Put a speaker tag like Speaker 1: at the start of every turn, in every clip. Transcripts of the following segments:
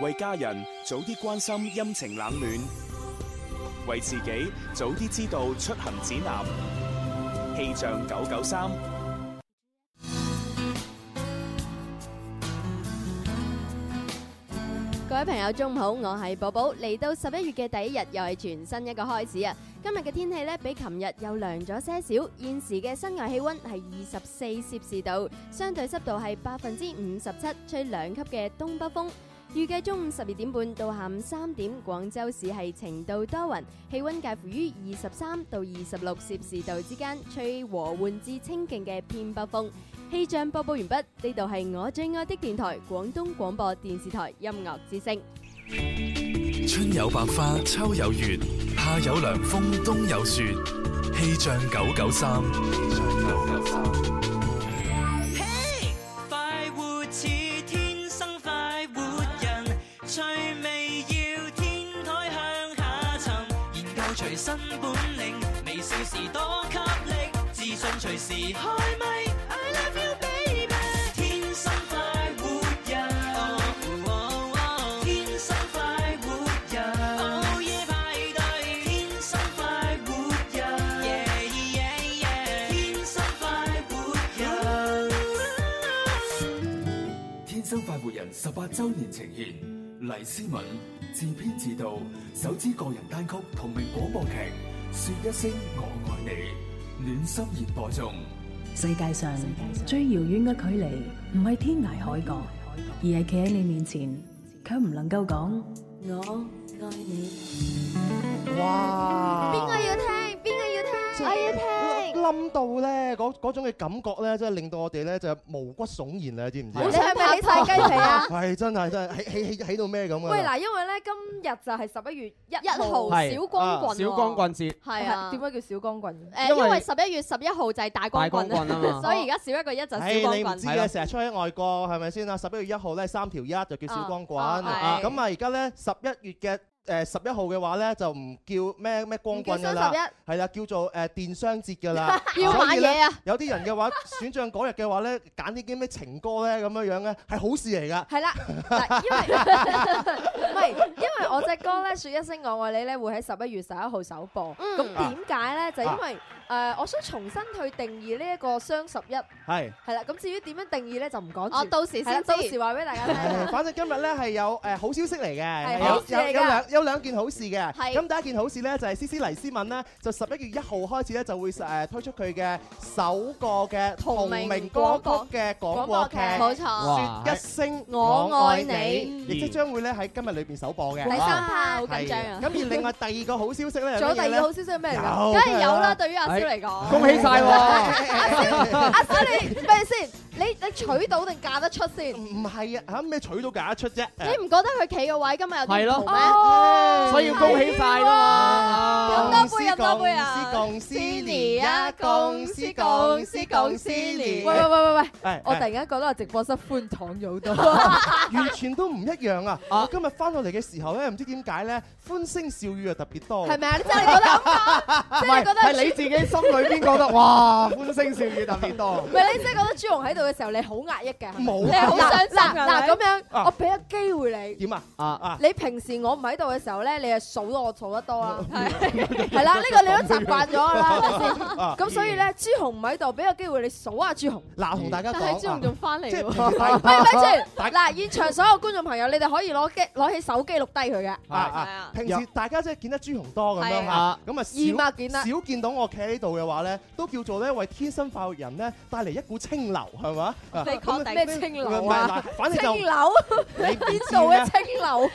Speaker 1: 為家人早啲關心陰晴冷暖，為自己早啲知道出行指南。氣象九九三，
Speaker 2: 各位朋友，中午好，我係寶寶，嚟到十一月嘅第一日，又係全新一個開始啊！今日嘅天氣呢，比琴日又涼咗些少，現時嘅室外氣溫係二十四攝氏度，相對濕度係百分之五十七，吹兩級嘅東北風。預計中午十二點半到下午三點，廣州市係晴到多雲，氣溫介乎於二十三到二十六攝氏度之間，吹和緩至清勁嘅偏北風。氣象播報完畢，呢度係我最愛的電台——廣東廣播電視台音樂之聲。
Speaker 3: 春有百花，秋有月，夏有涼風，冬有雪。氣象九九三，
Speaker 4: 快活似天生快活人，趣味要天台向下沉，研究隨身本領，微笑時多給力，自信隨時開咪。I love you baby，天生快活人哦哦哦天生快活人，午夜派對，天生快活人，yeah yeah yeah，天生快活人。
Speaker 5: 天生快活人十八周年呈現，黎思敏自編自導首支個人單曲同名廣播劇《說一聲我愛你》，暖心熱播中。
Speaker 6: 世界上最遙遠嘅距離，唔係天涯海角，而係企喺你面前，卻唔能夠講我愛你。
Speaker 7: 哇！
Speaker 2: 邊個要聽？邊個要聽？我要聽。
Speaker 7: 冧到咧，嗰嗰種嘅感覺咧，真係令到我哋咧就係毛骨悚然啦，知唔知啊？
Speaker 8: 你係咪起晒雞皮啊？
Speaker 7: 係真係真係起起起起到咩咁啊？
Speaker 8: 喂，嗱，因為咧今日就係十一月一號
Speaker 2: 號
Speaker 9: 係
Speaker 2: 小光
Speaker 7: 啊
Speaker 2: 棍喎，
Speaker 9: 小光棍節，
Speaker 2: 係啊。
Speaker 8: 點解叫小光棍？
Speaker 2: 誒，
Speaker 9: 因為
Speaker 2: 因為十一月十一號就係大光棍
Speaker 9: 大光棍 啊嘛
Speaker 2: 所以而家少一個一就
Speaker 7: 唉，
Speaker 2: 小光
Speaker 7: 你唔知啊
Speaker 2: 棍。
Speaker 9: 係
Speaker 7: 嘅，
Speaker 9: 啦
Speaker 7: 成日出喺外國係咪先啊？十一月一號咧三條一就叫小光棍，
Speaker 2: 啊啊係
Speaker 7: 咁啊而家咧十一月嘅誒十一號嘅話咧就唔叫咩咩光棍㗎
Speaker 2: 唔叫雙十
Speaker 7: 啦，係啦，叫做誒電商節㗎啦。
Speaker 2: 要
Speaker 7: 所
Speaker 2: 買
Speaker 7: 以呢
Speaker 2: 嘢啊！
Speaker 7: 有啲人嘅話選像嗰日嘅話咧揀啲啲咩情歌咧咁樣樣咧係好事嚟㗎。
Speaker 8: 係啦，嗱，因為唔係，因為我只歌咧《説一聲我愛你》咧會喺十一月十一號首
Speaker 7: 哦
Speaker 8: 播。
Speaker 2: 嗯
Speaker 8: 咁點解咧？就因為誒，我想重新去定義呢一個雙十一係
Speaker 7: 係。
Speaker 8: 啦。咁至於點樣定義咧，就唔講
Speaker 2: 我
Speaker 8: 住。
Speaker 2: 到時
Speaker 8: 係啦，
Speaker 2: 先
Speaker 8: 到
Speaker 2: 知
Speaker 8: 時。話俾大家聽
Speaker 7: 誒
Speaker 8: 啦。
Speaker 7: 反正今日咧係有誒好消息嚟嘅，
Speaker 8: 係
Speaker 7: 有
Speaker 8: 好事嚟
Speaker 7: 有有
Speaker 8: 㗎
Speaker 7: 兩有兩件好事嘅。
Speaker 2: 係
Speaker 7: 咁第一件好事咧就係 C C 黎思敏咧，就十一月一號開始咧就會誒推出佢嘅首個嘅
Speaker 2: 同
Speaker 7: 同
Speaker 2: 名
Speaker 7: 名歌曲嘅廣播劇
Speaker 8: 廣
Speaker 7: 《
Speaker 2: 冇錯。
Speaker 9: 哇
Speaker 7: 説一聲
Speaker 2: 我
Speaker 7: 我
Speaker 2: 愛
Speaker 7: 愛
Speaker 2: 你
Speaker 7: 你》，亦即將會咧喺今日裏邊首播嘅。
Speaker 2: 第
Speaker 7: 係
Speaker 2: 三 part 好緊張
Speaker 7: 咁
Speaker 2: 啊！
Speaker 7: 而另外第二個好消息咧，
Speaker 8: 仲有第二個好
Speaker 7: 消
Speaker 8: 消息係咩嚟㗎？
Speaker 7: 梗
Speaker 2: 梗係有啦，。對於阿蕭嚟講，
Speaker 9: 恭喜晒 喎！
Speaker 7: 啊
Speaker 2: 啊
Speaker 8: 阿蕭，你咩先？你你娶到定嫁得出先？
Speaker 7: 唔係啊，嚇咩取到嫁得出啫？
Speaker 2: 你唔覺得佢企個位今日有
Speaker 9: 係
Speaker 2: 啲
Speaker 9: 咯
Speaker 2: 唔同咩？
Speaker 8: 哦
Speaker 9: 所以要恭喜晒啦
Speaker 7: Ờ,
Speaker 9: 嘛！
Speaker 2: 咁多杯飲多杯
Speaker 7: à?
Speaker 2: 啊
Speaker 7: 恭喜恭喜你啊！恭喜恭喜恭喜你！
Speaker 8: 喂喂喂喂喂！
Speaker 7: 喂
Speaker 8: 我突然間覺得我直播室寬敞咗好多，
Speaker 7: 完全都唔一樣啊！
Speaker 9: 啊
Speaker 7: 我今日翻到嚟嘅時候咧，唔知點解咧，歡聲笑語又特別多。
Speaker 8: 係咪啊？你真係覺得咁 講？
Speaker 9: 唔
Speaker 8: 係
Speaker 9: 係
Speaker 8: 覺得
Speaker 9: 係你自己心裏邊覺得哇，歡聲笑語特別多
Speaker 8: 唔。係你真係覺得朱紅喺度嘅時候，你好壓抑嘅，
Speaker 7: 冇
Speaker 8: 你好傷心
Speaker 2: 嗱
Speaker 8: 嗱
Speaker 2: 嗱
Speaker 8: 嗱咁樣，
Speaker 7: 啊
Speaker 8: 我俾個機會你。
Speaker 7: 點啊？
Speaker 9: 啊，
Speaker 7: 啊！
Speaker 8: 你平時我唔喺度嘅時候咧，你係數到我數得多 啦，係啦，呢個你都習慣咗㗎啦，係咪先？
Speaker 7: 啊
Speaker 8: 咁所以咧，朱紅唔喺度，俾個機會你數下朱紅。
Speaker 7: 嗱，同大家
Speaker 2: 但係朱
Speaker 7: 講
Speaker 2: 紅
Speaker 7: 啊，
Speaker 2: 仲翻嚟
Speaker 7: 即係
Speaker 2: 喎，
Speaker 8: 喂咪住，嗱，現場所有觀眾朋友，你哋可以攞機攞起手機錄低佢嘅。
Speaker 7: 啊啊！平時大家真係見得朱紅多咁樣
Speaker 2: 係
Speaker 7: 嚇
Speaker 9: 啊，
Speaker 7: 咁啊
Speaker 8: 二
Speaker 7: 少
Speaker 8: 百件啦，
Speaker 7: 少見到我企喺度嘅話咧，都叫做咧為天生快活人咧帶嚟一股清流，係嘛？啊
Speaker 2: 你確定
Speaker 8: 咩清流
Speaker 7: 唔係
Speaker 8: 啊？
Speaker 7: 嗱，反正
Speaker 8: 清
Speaker 7: 就
Speaker 8: 流
Speaker 7: 你邊
Speaker 8: 邊度嘅清 流？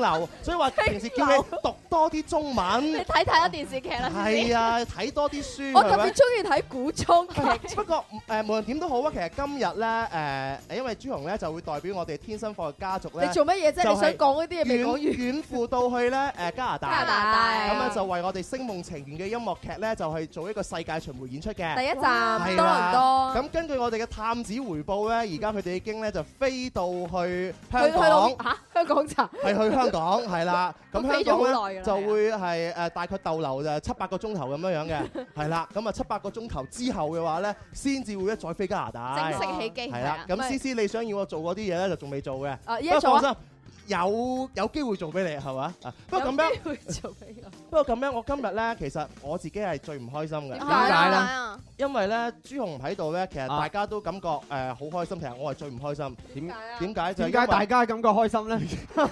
Speaker 7: 流，所以話平時叫
Speaker 8: 清流
Speaker 7: 你讀多啲中
Speaker 2: 你
Speaker 7: 文，
Speaker 2: 睇睇咗電視劇啦，
Speaker 7: 係啊，睇多啲書，
Speaker 8: 我
Speaker 7: 係
Speaker 8: 特
Speaker 7: 咪
Speaker 8: 別中意睇古裝劇。
Speaker 7: 不過誒，無論點都好啊，其實今日咧誒，因為朱紅咧就會代表我哋天生貨家族
Speaker 8: 你
Speaker 7: 咧，
Speaker 8: 做乜嘢啫？
Speaker 7: 就係
Speaker 8: 你想講嗰啲嘢未講
Speaker 7: 遠
Speaker 8: 完？
Speaker 7: 遠赴到去 咧誒加拿
Speaker 8: 加拿
Speaker 7: 大，
Speaker 8: 大
Speaker 7: 咁啊咧就為我哋《星夢情緣》嘅音樂劇咧就去做一個世界巡迴演出
Speaker 8: 第
Speaker 7: 嘅。
Speaker 8: 一站
Speaker 7: 係
Speaker 8: 多倫
Speaker 7: 啦
Speaker 8: 多。
Speaker 7: 咁根據我哋嘅探子回報咧，而家佢哋已經咧就飛到去香
Speaker 8: 去去到
Speaker 7: 港，
Speaker 8: 嚇香港茶，
Speaker 7: 係去香港，係啦。咁
Speaker 2: 飛
Speaker 7: 香
Speaker 2: 咗
Speaker 7: 港咧。
Speaker 2: 好耐㗎啦，
Speaker 7: 就會係誒大概逗留就七八個鐘頭咁樣樣嘅，係啦，咁啊七八個鐘頭之後嘅話咧，先至會一再飛加拿大
Speaker 2: 正。式起機
Speaker 7: 係啦，咁
Speaker 8: 咪
Speaker 7: C C 你想要我做嗰啲嘢咧，就仲未做嘅。
Speaker 8: 啊，而
Speaker 7: 不
Speaker 8: 家
Speaker 7: 過
Speaker 8: 做
Speaker 7: 放
Speaker 8: 啊，
Speaker 7: 心，有有機會做俾你係嘛？啊不過咁樣，
Speaker 8: 有機會做俾我。點解啊？
Speaker 7: 不過咁樣，我今日咧其實我自己係最唔開心
Speaker 8: Ờ,
Speaker 7: 嘅。
Speaker 9: 點解咧？
Speaker 7: 因為咧朱紅唔喺度咧，其實大家都感覺誒好開心，其實我係最唔開心。
Speaker 9: 點
Speaker 8: 點解啊？
Speaker 7: 點解就
Speaker 9: 點
Speaker 7: 係因
Speaker 9: 解
Speaker 7: 為
Speaker 9: 大家感覺開心咧？
Speaker 10: 快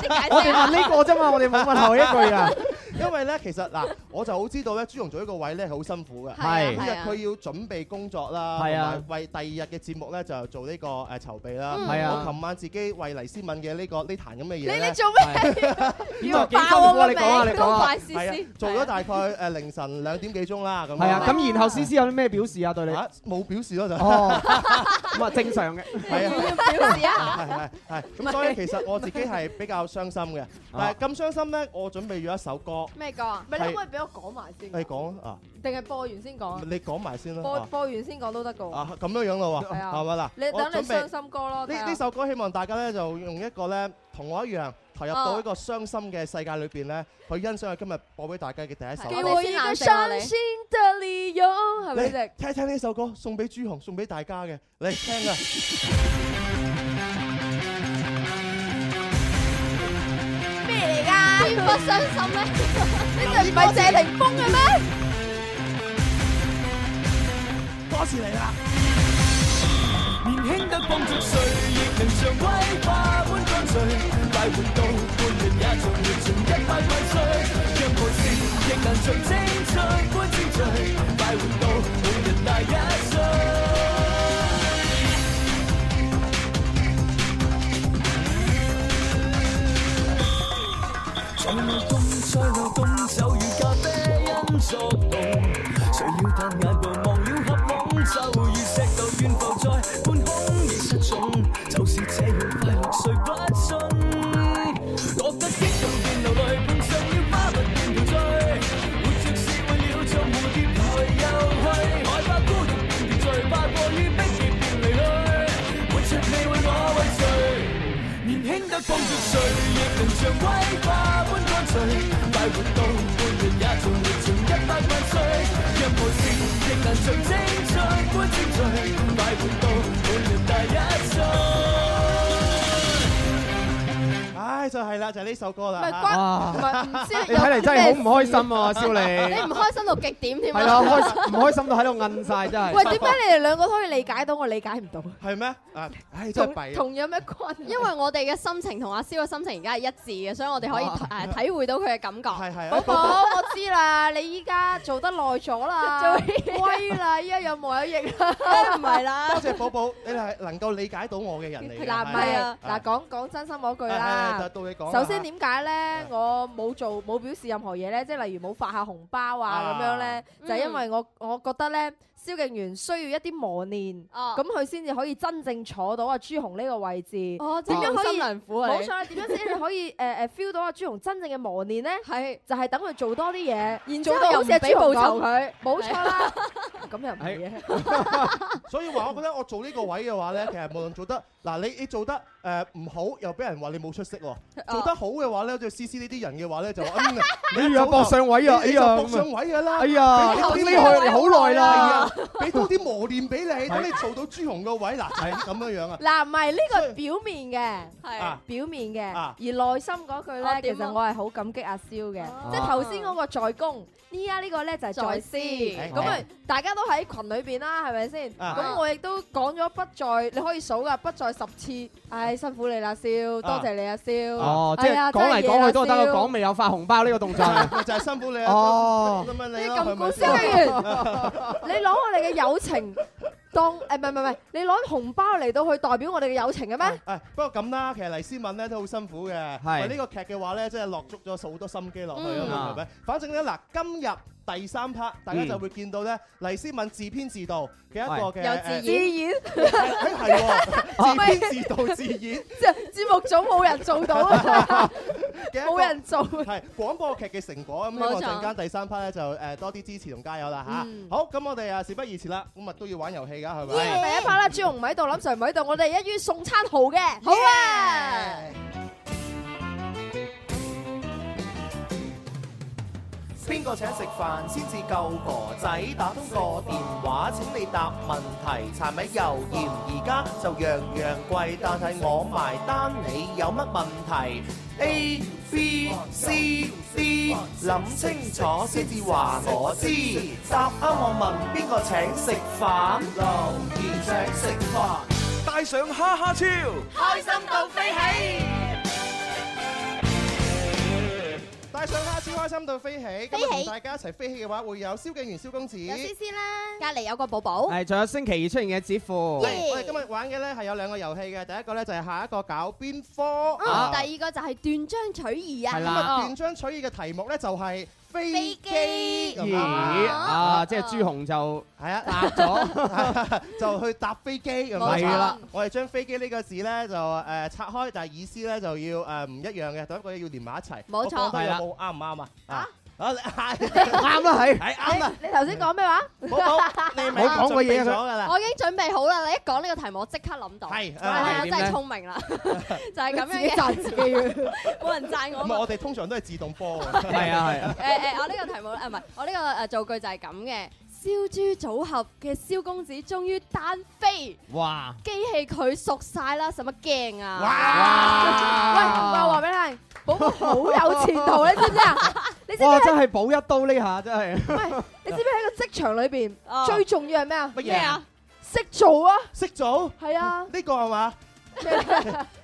Speaker 10: 啲解釋啊。
Speaker 9: 我哋問 呢個啫嘛，我哋冇問後一句啊。
Speaker 7: 因為咧其實嗱， 我就好知道咧朱紅做呢個位咧係好辛苦嘅。
Speaker 10: 係啊，
Speaker 9: 係。
Speaker 7: 今日
Speaker 10: 係啊。
Speaker 7: 佢要準備工作啦，
Speaker 9: 係啊
Speaker 7: 同埋為第二日嘅節目咧就做呢個誒籌備啦。
Speaker 10: 嗯
Speaker 9: 係啊
Speaker 7: 我琴晚自己為黎思敏嘅呢個呢壇咁嘅嘢
Speaker 10: 你-
Speaker 7: 咧。
Speaker 10: 你做咩？
Speaker 9: 點
Speaker 10: 要
Speaker 9: 啊？幾辛
Speaker 10: 爆我
Speaker 9: 苦啊！
Speaker 10: 個
Speaker 9: 你講啊，
Speaker 10: 名，
Speaker 9: 你講啊。
Speaker 10: 都快試試。
Speaker 7: 係啊，做咗大概誒凌晨兩點幾鐘啦，咁樣
Speaker 9: 係啊，咁然後 C C 有啲咩表示啊？對你？
Speaker 7: 嚇冇表示咯就係
Speaker 9: 哦，咁啊正常嘅。
Speaker 7: 係啊。
Speaker 10: 要表示一下。
Speaker 7: 係係係，咁所以其實我自己係比較傷心嘅，但係咁傷心咧，我準備咗一首歌，
Speaker 8: 咪你
Speaker 7: 係。
Speaker 8: 可唔可以俾我講埋先？
Speaker 7: 你講啊，
Speaker 8: 定係播完先講啊？
Speaker 7: 你講埋先
Speaker 8: 播-
Speaker 7: 啦，
Speaker 8: 播完先講都得㗎喎。
Speaker 7: 啊啊咁樣樣咯喎，
Speaker 8: 係啊
Speaker 7: 係咪嗱？
Speaker 8: 你
Speaker 7: 我
Speaker 8: 等你
Speaker 7: 準備
Speaker 8: 傷心歌咯，
Speaker 7: 呢
Speaker 8: 睇下。
Speaker 7: 呢首歌，希望大家咧就用一個咧同我一樣投入到一個傷心嘅世界裏邊咧，去欣賞佢今日播俾大家嘅第一首
Speaker 10: 係
Speaker 7: 歌。
Speaker 10: 我哋先冷靜落嚟。
Speaker 7: 你
Speaker 8: 傷心的理由，係咪先？
Speaker 7: 聽一聽呢首歌，送俾朱紅，送俾大家嘅，你聽啊！
Speaker 10: 邊個傷心咧？呢度唔係謝霆鋒嘅咩？
Speaker 7: 多謝你啦！
Speaker 11: 年輕得幫着誰，亦能像威化般乾脆。快活到半年也像活盡一百萬歲，讓無事亦能像青春般精彩。快活到每人大一歲。在路東，在路東，酒與咖啡空作動。誰要但眼部忘了合網，就如石頭懸浮在半空亦失蹤。就是這樣快樂，誰不信？覺得激動便流淚，碰上了花蜜便陶醉。活着是為了像蝴蝶來又去，害怕孤獨便掉醉，怕過於逼仄便離去。活着你為我為誰？年輕得幫助誰，亦能像威化般乾脆。快活到半年也像活盡一百萬歲，任何事亦能像青春般精彩。快活到每年大一歲。
Speaker 7: 唉，就係啦，就係呢首歌啦。
Speaker 10: 咪關
Speaker 7: 啊
Speaker 9: 哇！
Speaker 10: 唔係，唔知有
Speaker 9: 你睇嚟真係好唔開心啊，少
Speaker 10: 咩事。
Speaker 9: 你。
Speaker 10: 你唔開心到極點添啊。
Speaker 9: 係啊， 開唔開心到喺度摁晒真係。
Speaker 8: 喂，點解你哋兩個可以理解到，我理解唔到？
Speaker 7: 係咩？啊，唉，真係弊啦。
Speaker 8: 同有咩關係？
Speaker 2: Dạ.
Speaker 10: 因為我哋嘅心情同阿蕭嘅心情而家係一致嘅，所以我哋可以
Speaker 9: 啊。
Speaker 8: à,
Speaker 10: 誒，體會到佢嘅感覺。
Speaker 7: 係係
Speaker 8: 寶
Speaker 7: 啊。
Speaker 8: 寶，我知啦，你依家做得耐咗啦，威啦，依家有毛有翼啦，唔係啦
Speaker 7: 多，謝寶寶，你係能夠理解到我嘅人嚟嘅。
Speaker 8: 嗱唔係啊，嗱講講真心嗰句
Speaker 7: 係係
Speaker 8: 啦
Speaker 7: 就。到你講啦。
Speaker 8: 首先點解咧，我冇做冇表示任何嘢咧，即係例如冇發下紅包啊咁樣咧，
Speaker 10: 嗯
Speaker 8: 就係因為我我覺得咧，蕭敬元需要一啲磨練，
Speaker 10: 哦。
Speaker 8: 咁佢先至可以真正坐到阿朱紅呢個位置。
Speaker 10: 哦，真係好
Speaker 8: 點
Speaker 10: 啊
Speaker 8: 樣可以-
Speaker 10: 心良苦啊，
Speaker 8: 冇
Speaker 10: 你。
Speaker 8: 錯啦，點樣先至可以誒誒 feel 到阿朱紅真正嘅磨練咧？
Speaker 10: 係。
Speaker 8: 就係等佢做多啲嘢，
Speaker 10: 然之
Speaker 8: 做
Speaker 10: 後
Speaker 8: 到
Speaker 10: 又
Speaker 8: 好
Speaker 10: 唔
Speaker 8: 似阿
Speaker 10: 俾
Speaker 8: 朱
Speaker 10: 報
Speaker 8: 紅
Speaker 10: 酬
Speaker 8: 咁。
Speaker 10: 佢，
Speaker 8: 冇錯啦，咁又唔係嘅，
Speaker 7: 所以話，我覺得我做呢個位嘅 話咧，其實無論做得嗱，你你做得誒唔好，又俾人話你冇出息喎；
Speaker 9: 啊
Speaker 7: 做得好嘅話咧，好似 C C 呢啲人嘅話咧，就話 嗯，
Speaker 9: 哎呀，搏上位啊！哎
Speaker 7: 你就
Speaker 9: 呀，
Speaker 7: 搏
Speaker 9: 咁啊
Speaker 7: 上位㗎啦
Speaker 9: 哎。呀，哎
Speaker 7: 你
Speaker 9: 等
Speaker 7: 頭
Speaker 9: 呢
Speaker 7: 先
Speaker 9: 去好耐
Speaker 7: 係
Speaker 9: 啦
Speaker 7: 啊。，俾多啲磨練俾你，等你做到朱紅個位嗱，係咁樣樣啊。
Speaker 8: 嗱唔係呢個表面
Speaker 10: 係。
Speaker 7: 啊
Speaker 8: 嘅，表面嘅，
Speaker 7: 啊
Speaker 8: 而內心嗰句
Speaker 10: 啊
Speaker 8: 咧，其
Speaker 10: 點啊
Speaker 8: 實我係好感激阿蕭嘅，
Speaker 10: 哦
Speaker 8: 即係頭先嗰個在公，依家呢個咧就係在私，
Speaker 10: 在私
Speaker 8: 咁啊大家都喺群裏邊啦，係咪先？
Speaker 7: 啊
Speaker 8: 咁我亦都講咗不在，你可以數噶，不在十次，唉辛苦你啦，蕭，多謝你啊，蕭，
Speaker 9: 哦，即係
Speaker 8: 哎呀
Speaker 9: 講嚟講去都係得
Speaker 8: 真係嘢
Speaker 9: 個
Speaker 8: 啦
Speaker 9: 講未有發紅包呢個動
Speaker 7: 就
Speaker 9: 作。
Speaker 7: 係就係辛苦你
Speaker 11: Ờ.
Speaker 7: 啊！
Speaker 9: 哦
Speaker 7: 咁樣
Speaker 8: 你
Speaker 7: 你啦，係
Speaker 8: 咁
Speaker 7: 咪
Speaker 8: 高蕭
Speaker 7: 先？
Speaker 8: 敬元， 你攞我哋嘅友情當誒唔係唔係唔係，你攞紅包嚟到去代表我哋嘅友情嘅咩？
Speaker 7: 誒，哎不過咁啦，其實黎思敏咧都好辛苦嘅。
Speaker 9: 係
Speaker 7: 為呢個劇嘅話咧，真係落足咗好多心機落去
Speaker 10: 嗯
Speaker 7: 啊，係咪？反正咧嗱，今日第三 part 大家
Speaker 9: 嗯
Speaker 7: 就會見到咧，黎思敏自編自導嘅一個嘅
Speaker 10: 有自哦
Speaker 8: 自然。
Speaker 7: 誒誒 係喎，自編自導自演
Speaker 8: 即係節目組冇人做到啊，
Speaker 7: 嘅一個
Speaker 8: 冇人做。
Speaker 7: 係廣播劇嘅成果咁，希
Speaker 10: 冇錯
Speaker 7: 望陣間第三 part 咧就誒多啲支持同加油啦
Speaker 10: 嗯
Speaker 7: 嚇！好，咁我哋啊事不宜遲啦，咁啊都要玩遊戲㗎，係
Speaker 8: 第
Speaker 7: 咪？
Speaker 8: 一 part 啦，朱紅唔喺度，林 Sir 唔喺度，我哋一於送餐號嘅。
Speaker 10: 好啊！
Speaker 8: à.
Speaker 12: 邊
Speaker 11: Hãy subscribe cho kênh Ghiền Mì Gõ Để không bỏ lỡ
Speaker 12: 個請食飯先至夠婆仔？打通個電話請你答問題，柴米油鹽而家就樣樣貴，但係我埋單，你有乜問題？A B C D，諗清楚先至話我知。答啱我問邊個請食飯？留言請食飯，
Speaker 10: 帶上哈哈超，
Speaker 12: 開心到飛起。
Speaker 7: 帶上蝦超開心到飛起，今日同大家一齊飛起嘅話，會有蕭敬元、蕭公子。
Speaker 2: 有思思啦，隔離有個寶寶。
Speaker 9: 係，仲有星期二出現嘅指父。
Speaker 7: 係我哋今日玩嘅咧係有兩個遊戲嘅，第一個咧就係下一個搞邊科，
Speaker 2: 啊，第二個就係斷章取義啊。
Speaker 7: 咁啊斷章取義嘅題目咧就係飛機咁
Speaker 9: 咦啊！即係朱紅就
Speaker 7: 係啊，
Speaker 9: 答咗，
Speaker 7: 就去搭飛機咁樣。
Speaker 9: 冇錯係啦，
Speaker 7: 我哋將飛機呢個字咧就誒拆開，但係意思咧就要呃誒唔一樣嘅，第一個要連埋一齊。
Speaker 2: 冇錯
Speaker 7: 我覺得有冇啱唔啱啊？啊！啊，啱
Speaker 9: 啦係
Speaker 7: 係啱啦。
Speaker 2: 你頭先講咩話？
Speaker 7: 寶寶，你咪
Speaker 9: 冇講過嘢啊
Speaker 7: 準備咗㗎啦。啊
Speaker 2: 我已經準備好啦，你一講呢個題目，我即刻諗到。
Speaker 7: 係
Speaker 2: 係啊，
Speaker 9: 係
Speaker 2: 真
Speaker 9: 點咧
Speaker 2: 係聰 明啦，就係咁樣嘅。
Speaker 8: 你自己讚自己嘅
Speaker 2: 冇人讚我啊
Speaker 7: 唔係，
Speaker 2: 嘛。
Speaker 7: 我哋通常都係自動波㗎。
Speaker 9: 係啊係啊。
Speaker 2: 誒誒，我呢個題目咧，啊唔係，我呢個誒造句就係咁嘅。燒豬組合嘅蕭公子終於單飛，
Speaker 9: 哇！
Speaker 2: 機器佢熟晒啦，使乜驚啊？
Speaker 8: 喂，我話俾你聽，寶寶好有前途，你知唔知啊？你知唔
Speaker 9: 哇！
Speaker 8: 知
Speaker 9: 真
Speaker 8: 喺
Speaker 9: 係補一刀呢下真係。
Speaker 8: 喂，你知唔知喺個職場裏邊
Speaker 2: 哦
Speaker 8: 最重要係咩啊？
Speaker 7: 乜
Speaker 2: 咩
Speaker 7: 嘢啊？
Speaker 2: 啊？
Speaker 8: 識做啊！
Speaker 7: 識組
Speaker 8: 係啊，
Speaker 7: 呢個係嘛？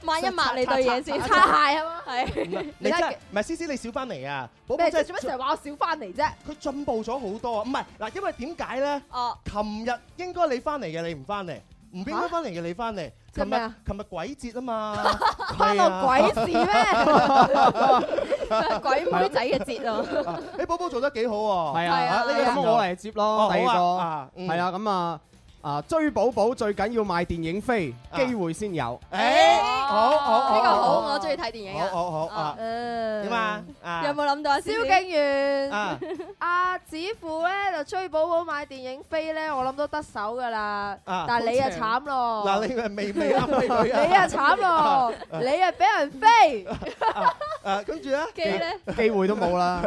Speaker 2: 抹一抹你對嘢先，
Speaker 8: 擦鞋啊嘛。
Speaker 2: 係
Speaker 7: 你真
Speaker 8: 而家
Speaker 7: 係唔係思思你少翻嚟啊？寶寶
Speaker 8: 咩？
Speaker 7: 真
Speaker 8: 做咩成
Speaker 7: 係
Speaker 8: 日話我少翻嚟啫？
Speaker 7: 佢進步咗好多啊！唔係嗱，因為點解咧？
Speaker 2: 哦，
Speaker 7: 琴日應該你翻嚟嘅，你唔翻嚟；唔應該翻嚟嘅，你翻嚟。
Speaker 8: 做
Speaker 7: 琴
Speaker 8: 咩
Speaker 7: 日
Speaker 8: 啊
Speaker 7: 琴日鬼節啊嘛，
Speaker 8: 關
Speaker 7: 關
Speaker 8: 我鬼事咩？
Speaker 2: 鬼妹仔嘅節啊！
Speaker 7: 啊！你寶寶做得幾好喎？
Speaker 9: 係
Speaker 2: 係
Speaker 9: 啊
Speaker 2: 啊，
Speaker 9: 呢個咁我嚟接
Speaker 7: 哦
Speaker 9: 咯，第二
Speaker 7: 好啊，
Speaker 9: 個
Speaker 7: 啊，嗯
Speaker 9: 係，啦，咁啊啊追寶寶最緊要買電影飛，
Speaker 7: 啊
Speaker 9: 機會先有。
Speaker 7: 誒，好好好，
Speaker 2: 呢個好，
Speaker 7: 好
Speaker 2: 我中意睇電影
Speaker 7: 哦好
Speaker 2: 啊。
Speaker 7: 好好啊，
Speaker 8: 誒
Speaker 7: 點？啊？啊
Speaker 2: 有冇諗到啊？蕭
Speaker 8: 蕭
Speaker 2: 敬
Speaker 8: 敬元，
Speaker 7: 啊
Speaker 8: 阿子富咧就追寶寶買電影飛咧，我諗都得手噶啦。
Speaker 7: 啊
Speaker 8: 但係你啊
Speaker 9: 好
Speaker 8: 慘咯，
Speaker 7: 嗱，你係未未啱俾佢 啊？
Speaker 8: 你啊慘咯，你啊俾人飛。
Speaker 7: 誒，跟住咧，
Speaker 2: 基咧，
Speaker 9: 機會都冇啦，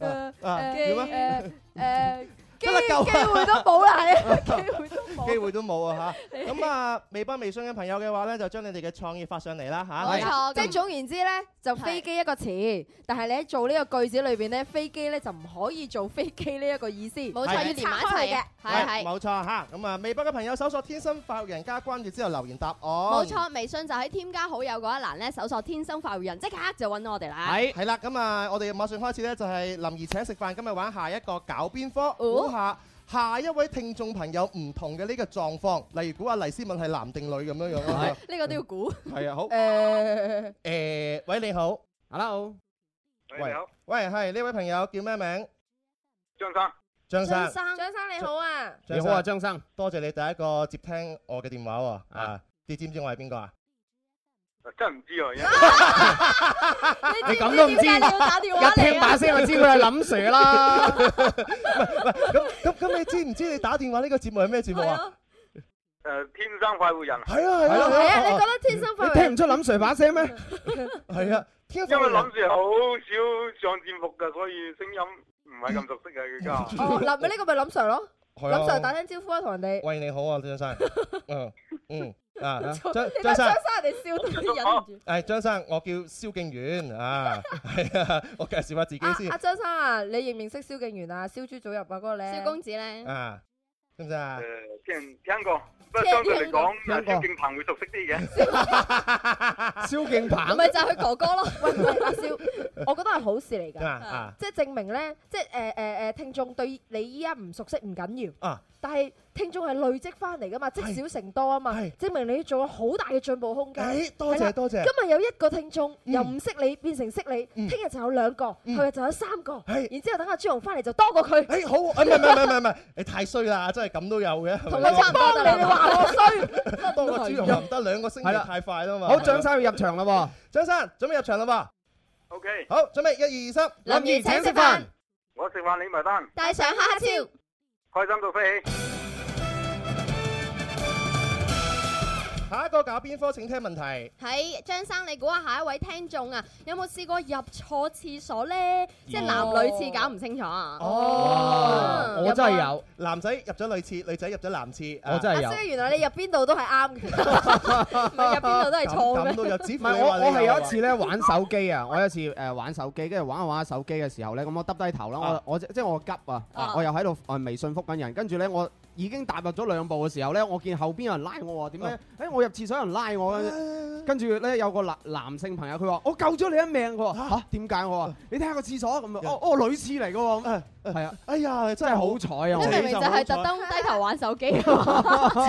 Speaker 8: 誒
Speaker 7: 啊
Speaker 8: 誒
Speaker 7: 點啊
Speaker 8: 誒誒機
Speaker 7: 得啦夠啦
Speaker 8: 機會都 冇啦，係機會都
Speaker 7: 機
Speaker 8: 冇。
Speaker 7: 會都冇啊嚇！咁啊，微博、微信嘅朋友嘅話咧，就將你哋嘅創意發上嚟啦
Speaker 2: 冇
Speaker 7: 嚇。
Speaker 2: 錯，
Speaker 8: 即係
Speaker 2: 咁
Speaker 8: 總言之咧，就飛機一個詞，但係你喺做呢個句子裏邊咧，飛機咧就唔可以做飛機呢一個意思。
Speaker 2: 冇錯，
Speaker 7: 係
Speaker 2: 要連埋一齊嘅，係係。
Speaker 7: 冇錯嚇。咁啊，微博嘅朋友搜索「天生快活人」加關注之後留言答案。
Speaker 2: 冇
Speaker 7: 冇。
Speaker 2: 錯，微信就喺添加好友嗰一欄咧，搜索天生快活人，即刻就揾到我哋啦。
Speaker 9: 係
Speaker 7: 係啦，咁啊，我哋馬上開始咧，就係林兒請食飯，今日玩下一個搞邊科，估下下一位聽眾朋友唔同嘅呢個狀況，例如估下黎思敏係男定女咁樣樣咯。
Speaker 2: 呢個都要估。
Speaker 7: 係啊，好。
Speaker 8: 誒
Speaker 7: 誒，喂，你好。
Speaker 9: ，hello，
Speaker 7: 喂，喂，係呢位朋友叫咩名？
Speaker 10: 張生，
Speaker 7: 張生。
Speaker 2: 生
Speaker 8: 張生你好啊，
Speaker 9: 你好啊，張生，
Speaker 7: 多謝你第一個接聽我嘅電話喎。啊，你知唔知我係邊個啊？
Speaker 10: 真係唔知啊，
Speaker 9: 你咁都唔知
Speaker 2: 點解你要打電話
Speaker 9: 一聽
Speaker 2: 嚟啊？
Speaker 9: 把聲我知佢係林 Sir 啦，
Speaker 7: 咁咁咁，你知唔知你打電話呢個節目係咩節目啊？
Speaker 10: 誒，天生快活人，
Speaker 7: 係啊係啊
Speaker 8: 係啊，你
Speaker 7: 係
Speaker 8: 覺
Speaker 7: 啊
Speaker 8: 得天生快
Speaker 9: 你
Speaker 8: 活
Speaker 9: 聽
Speaker 8: 人
Speaker 9: 唔出林 Sir 把聲咩？
Speaker 7: 係啊，天
Speaker 10: 因
Speaker 7: 生
Speaker 10: 為
Speaker 7: 快
Speaker 10: 諗
Speaker 7: 活
Speaker 10: 住好少上節目㗎，所以聲音唔係咁熟悉嘅而家。
Speaker 8: 哦，林呢個咪林 Sir 咯，林
Speaker 7: 人
Speaker 8: Sir
Speaker 7: 係
Speaker 8: 打
Speaker 7: 啊。
Speaker 8: 聲招呼啊，同人哋。
Speaker 7: 喂，你好啊，張生。嗯嗯啊，
Speaker 8: 你
Speaker 7: 張
Speaker 8: 睇張
Speaker 7: 張生
Speaker 8: 生。人哋笑 到你忍唔住。
Speaker 7: 誒張生，我叫蕭敬遠啊， 係啊，我介紹下自己
Speaker 8: 啊
Speaker 7: 先
Speaker 8: 阿張生啊，你認唔認識蕭敬元啊？燒豬組入啊嗰個咧。
Speaker 2: 蕭公子咧，
Speaker 7: 啊，得唔得啊？
Speaker 10: 誒，聽聽過，不過相對嚟講，誒蕭敬騰會熟悉啲嘅。
Speaker 9: 蕭敬鵬，
Speaker 2: 咪就係佢哥哥咯。
Speaker 8: 喂喂，阿蕭，我覺得係好事嚟
Speaker 7: 啊
Speaker 8: 㗎。
Speaker 7: 啊
Speaker 8: 即係證明咧，即係誒誒誒，聽眾對你依家唔熟悉唔緊要，
Speaker 7: 啊，
Speaker 8: 但係聽眾係累積翻嚟噶嘛，積少成多啊嘛
Speaker 7: 係，
Speaker 8: 證明你做咗好大嘅進步空間。
Speaker 7: 誒多
Speaker 8: 係
Speaker 7: 謝
Speaker 8: 啦
Speaker 7: 多謝，
Speaker 8: 今日有一個聽眾
Speaker 7: 嗯
Speaker 8: 由唔識你變成識你，
Speaker 7: 嗯
Speaker 8: 聽日就有兩個，
Speaker 7: 嗯哎
Speaker 8: 後日就有三個，
Speaker 7: 係
Speaker 8: 然之後等阿朱紅翻嚟就多過佢。
Speaker 7: 誒好，誒唔係唔係唔係唔係，你太衰啦，真係咁都有嘅，係
Speaker 2: 同
Speaker 7: 咪
Speaker 2: 佢差唔多
Speaker 8: 幫
Speaker 2: 得
Speaker 8: 你，你
Speaker 2: 啦。
Speaker 8: 話我 衰，
Speaker 7: 多個豬肉唔得兩個星期
Speaker 9: 係啦
Speaker 7: 太快啦嘛。
Speaker 9: 好，張生要入場啦喎。
Speaker 7: 張生準備入場啦
Speaker 10: OK，
Speaker 7: 噃，好，準備一二二三，
Speaker 2: 林怡請食飯，
Speaker 10: 我食飯你埋單，
Speaker 2: 帶上哈哈超。
Speaker 10: 開心到飛起。
Speaker 7: 下一個搞邊科？請聽問題。
Speaker 2: 喺張生，你估下下一位聽眾啊，有冇試過入錯廁所咧？即係男女廁搞唔清楚啊？
Speaker 7: 哦
Speaker 2: 我真係有。啊
Speaker 7: 男仔入咗女廁，女仔入咗男廁。
Speaker 9: 我真係有
Speaker 8: 即係原來你入邊度都係啱嘅，唔係入邊度都係錯嘅。
Speaker 7: 唔
Speaker 9: 係我我係有一次咧玩手機啊，我有一次誒玩手機，跟住玩下玩下手機嘅時候咧，咁我耷低頭啦，我我即即係我急
Speaker 13: 啊
Speaker 9: 啊，我又喺度誒微信覆緊人，跟住咧我。已經踏入咗兩步嘅時候咧，我見後邊有人拉我喎，啊點解？誒，我入廁所有人拉我啊嘅，跟住咧有個男男性朋友，佢話：我救咗你一命。佢話：嚇點解？我話：啊你睇下個廁所咁樣，哦哦女廁嚟嘅喎，係啊，
Speaker 7: 哎呀，
Speaker 9: 真係好彩啊！
Speaker 2: 你
Speaker 9: 我
Speaker 2: 明明就係特登低頭玩手機啊。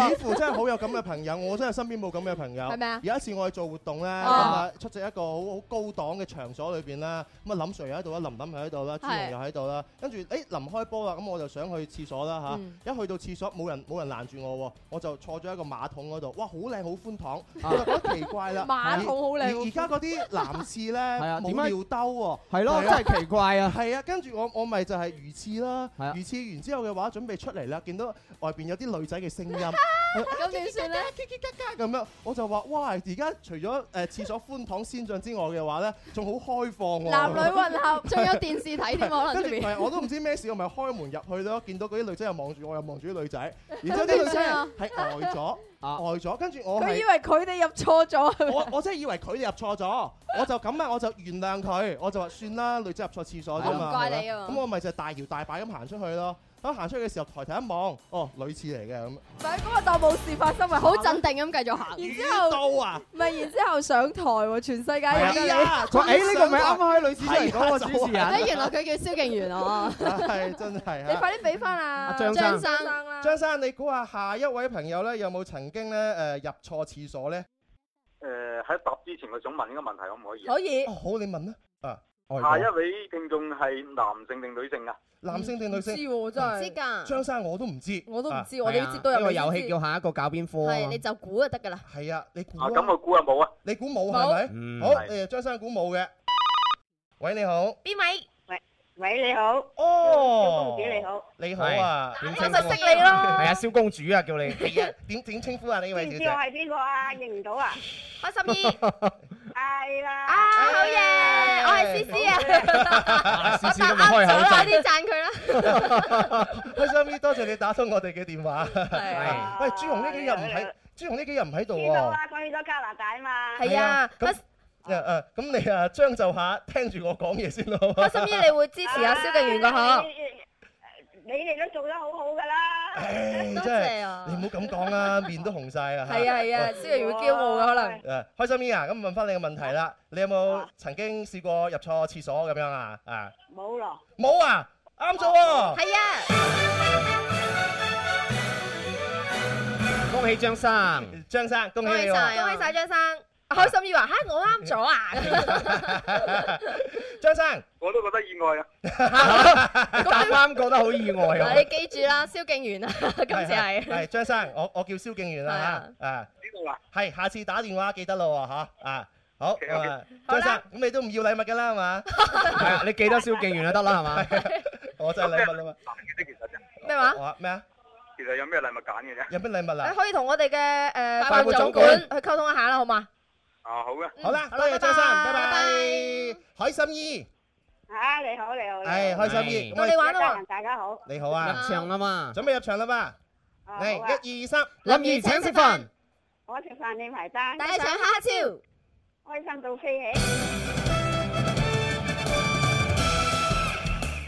Speaker 7: 似乎真係好有咁嘅朋友，我真係身邊冇咁嘅朋友。
Speaker 2: 係咪啊
Speaker 7: 有一次我去做活動咧，咁
Speaker 2: 啊
Speaker 7: 啊出席一個好好高檔嘅場所裏邊啦，咁啊林 Sir 又喺度啦，林林又喺度啦，朱
Speaker 2: 係
Speaker 7: 紅又喺度啦，跟住誒臨開波啦，咁我就想去廁所啦
Speaker 2: 嗯
Speaker 7: 嚇，一去到廁所冇人冇人攔住我喎，我就坐咗喺個馬桶嗰度，哇好靚好寬敞，
Speaker 9: 啊
Speaker 7: 我就覺得奇怪啦。
Speaker 8: 馬桶好靚
Speaker 7: 而
Speaker 8: 好寬
Speaker 7: 而家嗰啲男廁 咧
Speaker 9: 啊
Speaker 7: 冇
Speaker 9: 點解
Speaker 7: 尿兜喎，
Speaker 9: 係咯
Speaker 7: 啊
Speaker 9: 真係奇怪 啊
Speaker 7: 係啊，跟住我我咪就係魚翅啦，魚翅完之後嘅話，準備出嚟啦，見到外邊有啲女仔嘅聲音，
Speaker 2: 咁點算咧？
Speaker 7: 咁樣我就話：哇！而家除咗誒廁所寬敞先進之外嘅話咧，仲好開放喎。
Speaker 2: 男女混合仲有電視睇添可能
Speaker 7: 跟
Speaker 2: 出
Speaker 7: 住
Speaker 2: 邊
Speaker 7: 係我都唔知咩事，我咪開門入去咯，見到嗰啲女仔又望住我，又望住啲女仔，然之後啲女仔係呆咗，呆咗，跟住我係
Speaker 8: 佢以為佢哋入錯咗，
Speaker 7: 我我真係以為佢哋入錯咗，我就咁啊，我就原諒佢，我就話算啦，女仔入錯廁所啫嘛。
Speaker 2: 唔怪
Speaker 7: 係咪
Speaker 8: 嗯
Speaker 2: 你啊
Speaker 7: 咁我咪就大搖大擺咁行出去咯。咁行出去嘅時候，抬頭一望，哦，女廁嚟嘅咁。
Speaker 8: 但係嗰個當冇事發生咪
Speaker 2: 好鎮定咁繼續行。
Speaker 8: 然之後
Speaker 7: 到啊！
Speaker 8: 唔係，然之後上台喎，全世界
Speaker 7: 係啊
Speaker 8: 睇
Speaker 7: 係啊
Speaker 8: 緊
Speaker 9: 佢誒呢個咪啱
Speaker 7: 上
Speaker 9: 啱喺女廁出嚟嗰個主持人。
Speaker 2: 誒原來佢叫蕭敬元啊！
Speaker 7: 係哎真係
Speaker 8: 你快啲俾翻啊！
Speaker 7: 張
Speaker 2: 張
Speaker 7: 生
Speaker 2: 生
Speaker 8: 啦，
Speaker 7: 張生，你估下下一位朋友咧有冇曾經咧誒入錯廁所咧？
Speaker 10: 誒喺答之前，我想問呢個問題可唔可以啊？
Speaker 7: 哦好，你問啦。啊，外
Speaker 10: 下
Speaker 7: 國
Speaker 10: 一位聽眾係男性定女性啊？
Speaker 7: 男性定女性？
Speaker 8: 唔知喎真係唔知
Speaker 2: à?
Speaker 8: 㗎
Speaker 7: 張生我都唔知。
Speaker 8: 我都唔知，我
Speaker 9: 係
Speaker 8: 哋
Speaker 9: 啊
Speaker 8: 要接到入
Speaker 9: 呢
Speaker 8: 嚟
Speaker 9: 個遊戲
Speaker 8: 先知
Speaker 9: 叫。下一個搞邊科啊
Speaker 2: 係
Speaker 9: 嘛
Speaker 2: 你就估就得㗎啦。
Speaker 7: 係啊，你估
Speaker 10: 啊，咁我估啊冇啊。
Speaker 7: 你估冇係咪？
Speaker 9: 嗯
Speaker 7: 好，哎
Speaker 9: 係
Speaker 7: 誒張生估冇嘅。喂，你好。
Speaker 2: 邊位？
Speaker 14: 喂喂，你好。
Speaker 7: 哦
Speaker 14: 小公主你好。
Speaker 7: 你好啊，
Speaker 14: 係
Speaker 7: 點稱呼
Speaker 14: 我咪識你咯
Speaker 9: 係啊，蕭公主啊，叫你。
Speaker 7: 係啊，點點稱呼啊？呢位
Speaker 14: 知唔
Speaker 7: 小姐
Speaker 14: 知我。係邊個啊？認唔到
Speaker 8: à?
Speaker 14: 啊？
Speaker 2: 開心姨。
Speaker 14: 係啦。
Speaker 2: 啊，好嘢！我係 C C 啊，
Speaker 7: 思
Speaker 2: 我
Speaker 7: 思都
Speaker 2: 答
Speaker 7: 咪開
Speaker 2: 啱咗
Speaker 7: 口
Speaker 2: 啦，
Speaker 7: 啫
Speaker 2: 快啲讚佢啦。
Speaker 7: 開心啲，多謝你打通我哋嘅電話。
Speaker 2: 係
Speaker 7: 喂，朱紅呢幾日唔喺，朱紅呢幾日唔喺度
Speaker 14: 知道
Speaker 7: 喎。
Speaker 14: 啊，佢去咗加拿大啊嘛。
Speaker 2: 係啊，
Speaker 7: 咁誒誒，咁你啊將就下，聽住我講嘢先咯。
Speaker 2: 開心姨你會支持阿蕭敬元㗎嗬？
Speaker 14: 你哋都做得好好噶啦。
Speaker 7: 唉真
Speaker 2: 多謝
Speaker 7: 係你唔好咁講啦，面都紅 晒啦。
Speaker 2: à,
Speaker 8: 係啊係啊，蕭敬元會驕傲嘅可能。
Speaker 7: 誒，開心姨啊，咁問翻你個問題啦，你有冇曾經試過入錯廁所咁樣啊？啊，
Speaker 14: 冇咯。
Speaker 7: 冇啊，啱咗喎。
Speaker 2: 係啊。
Speaker 9: 恭喜張生，
Speaker 7: 張生恭
Speaker 2: 恭喜晒，恭喜晒張生。開心姨話：吓，我啱咗 啊！
Speaker 7: 張生，
Speaker 10: 我都覺得意 外啊！
Speaker 9: 答啱覺得好意外
Speaker 2: 嗱，
Speaker 9: 啊！
Speaker 2: 你記住啦，蕭敬 元啊，今次係。
Speaker 7: 係張生，我我叫蕭敬元啦嚇，啊，
Speaker 10: 知道啦，
Speaker 7: 係下次打電話記得咯喎嚇，啊，好，咁啊
Speaker 9: OK
Speaker 7: 張生，咁你都唔要禮物㗎啦係 嘛？
Speaker 9: 係啊，你記得蕭敬元就得 啦，係啊嘛？
Speaker 7: 我真係禮物啦嘛，
Speaker 10: 其實啫，
Speaker 2: 咩話？
Speaker 7: 我咩啊？
Speaker 10: 其實有咩禮物揀嘅啫？
Speaker 7: 有咩禮物啊
Speaker 2: 你？可以同我哋嘅誒
Speaker 7: 快
Speaker 2: 快
Speaker 7: 活
Speaker 2: 活
Speaker 7: 總
Speaker 2: 總
Speaker 7: 管
Speaker 2: 管去溝通一下啦，好嘛？
Speaker 10: 啊好嘅，
Speaker 7: 好啦，
Speaker 2: 好
Speaker 7: 多
Speaker 2: 啦
Speaker 7: 謝張生，
Speaker 2: 拜拜
Speaker 7: 拜拜。海心姨，
Speaker 8: À,
Speaker 14: 啊，你好，你好。你好
Speaker 7: 係開心姨，咁啊
Speaker 2: 到你玩啦
Speaker 14: 家
Speaker 2: 喎
Speaker 14: 人大家好。
Speaker 7: 你好啊，
Speaker 9: 入場啦嘛，
Speaker 7: 準備入場啦嘛，
Speaker 8: Ờ,
Speaker 14: 啊好啊
Speaker 8: à.
Speaker 7: 嚟一二三，
Speaker 9: 林怡請食飯，
Speaker 14: 我食飯你埋單。
Speaker 2: 帶上蝦超，
Speaker 14: 開心到飛起。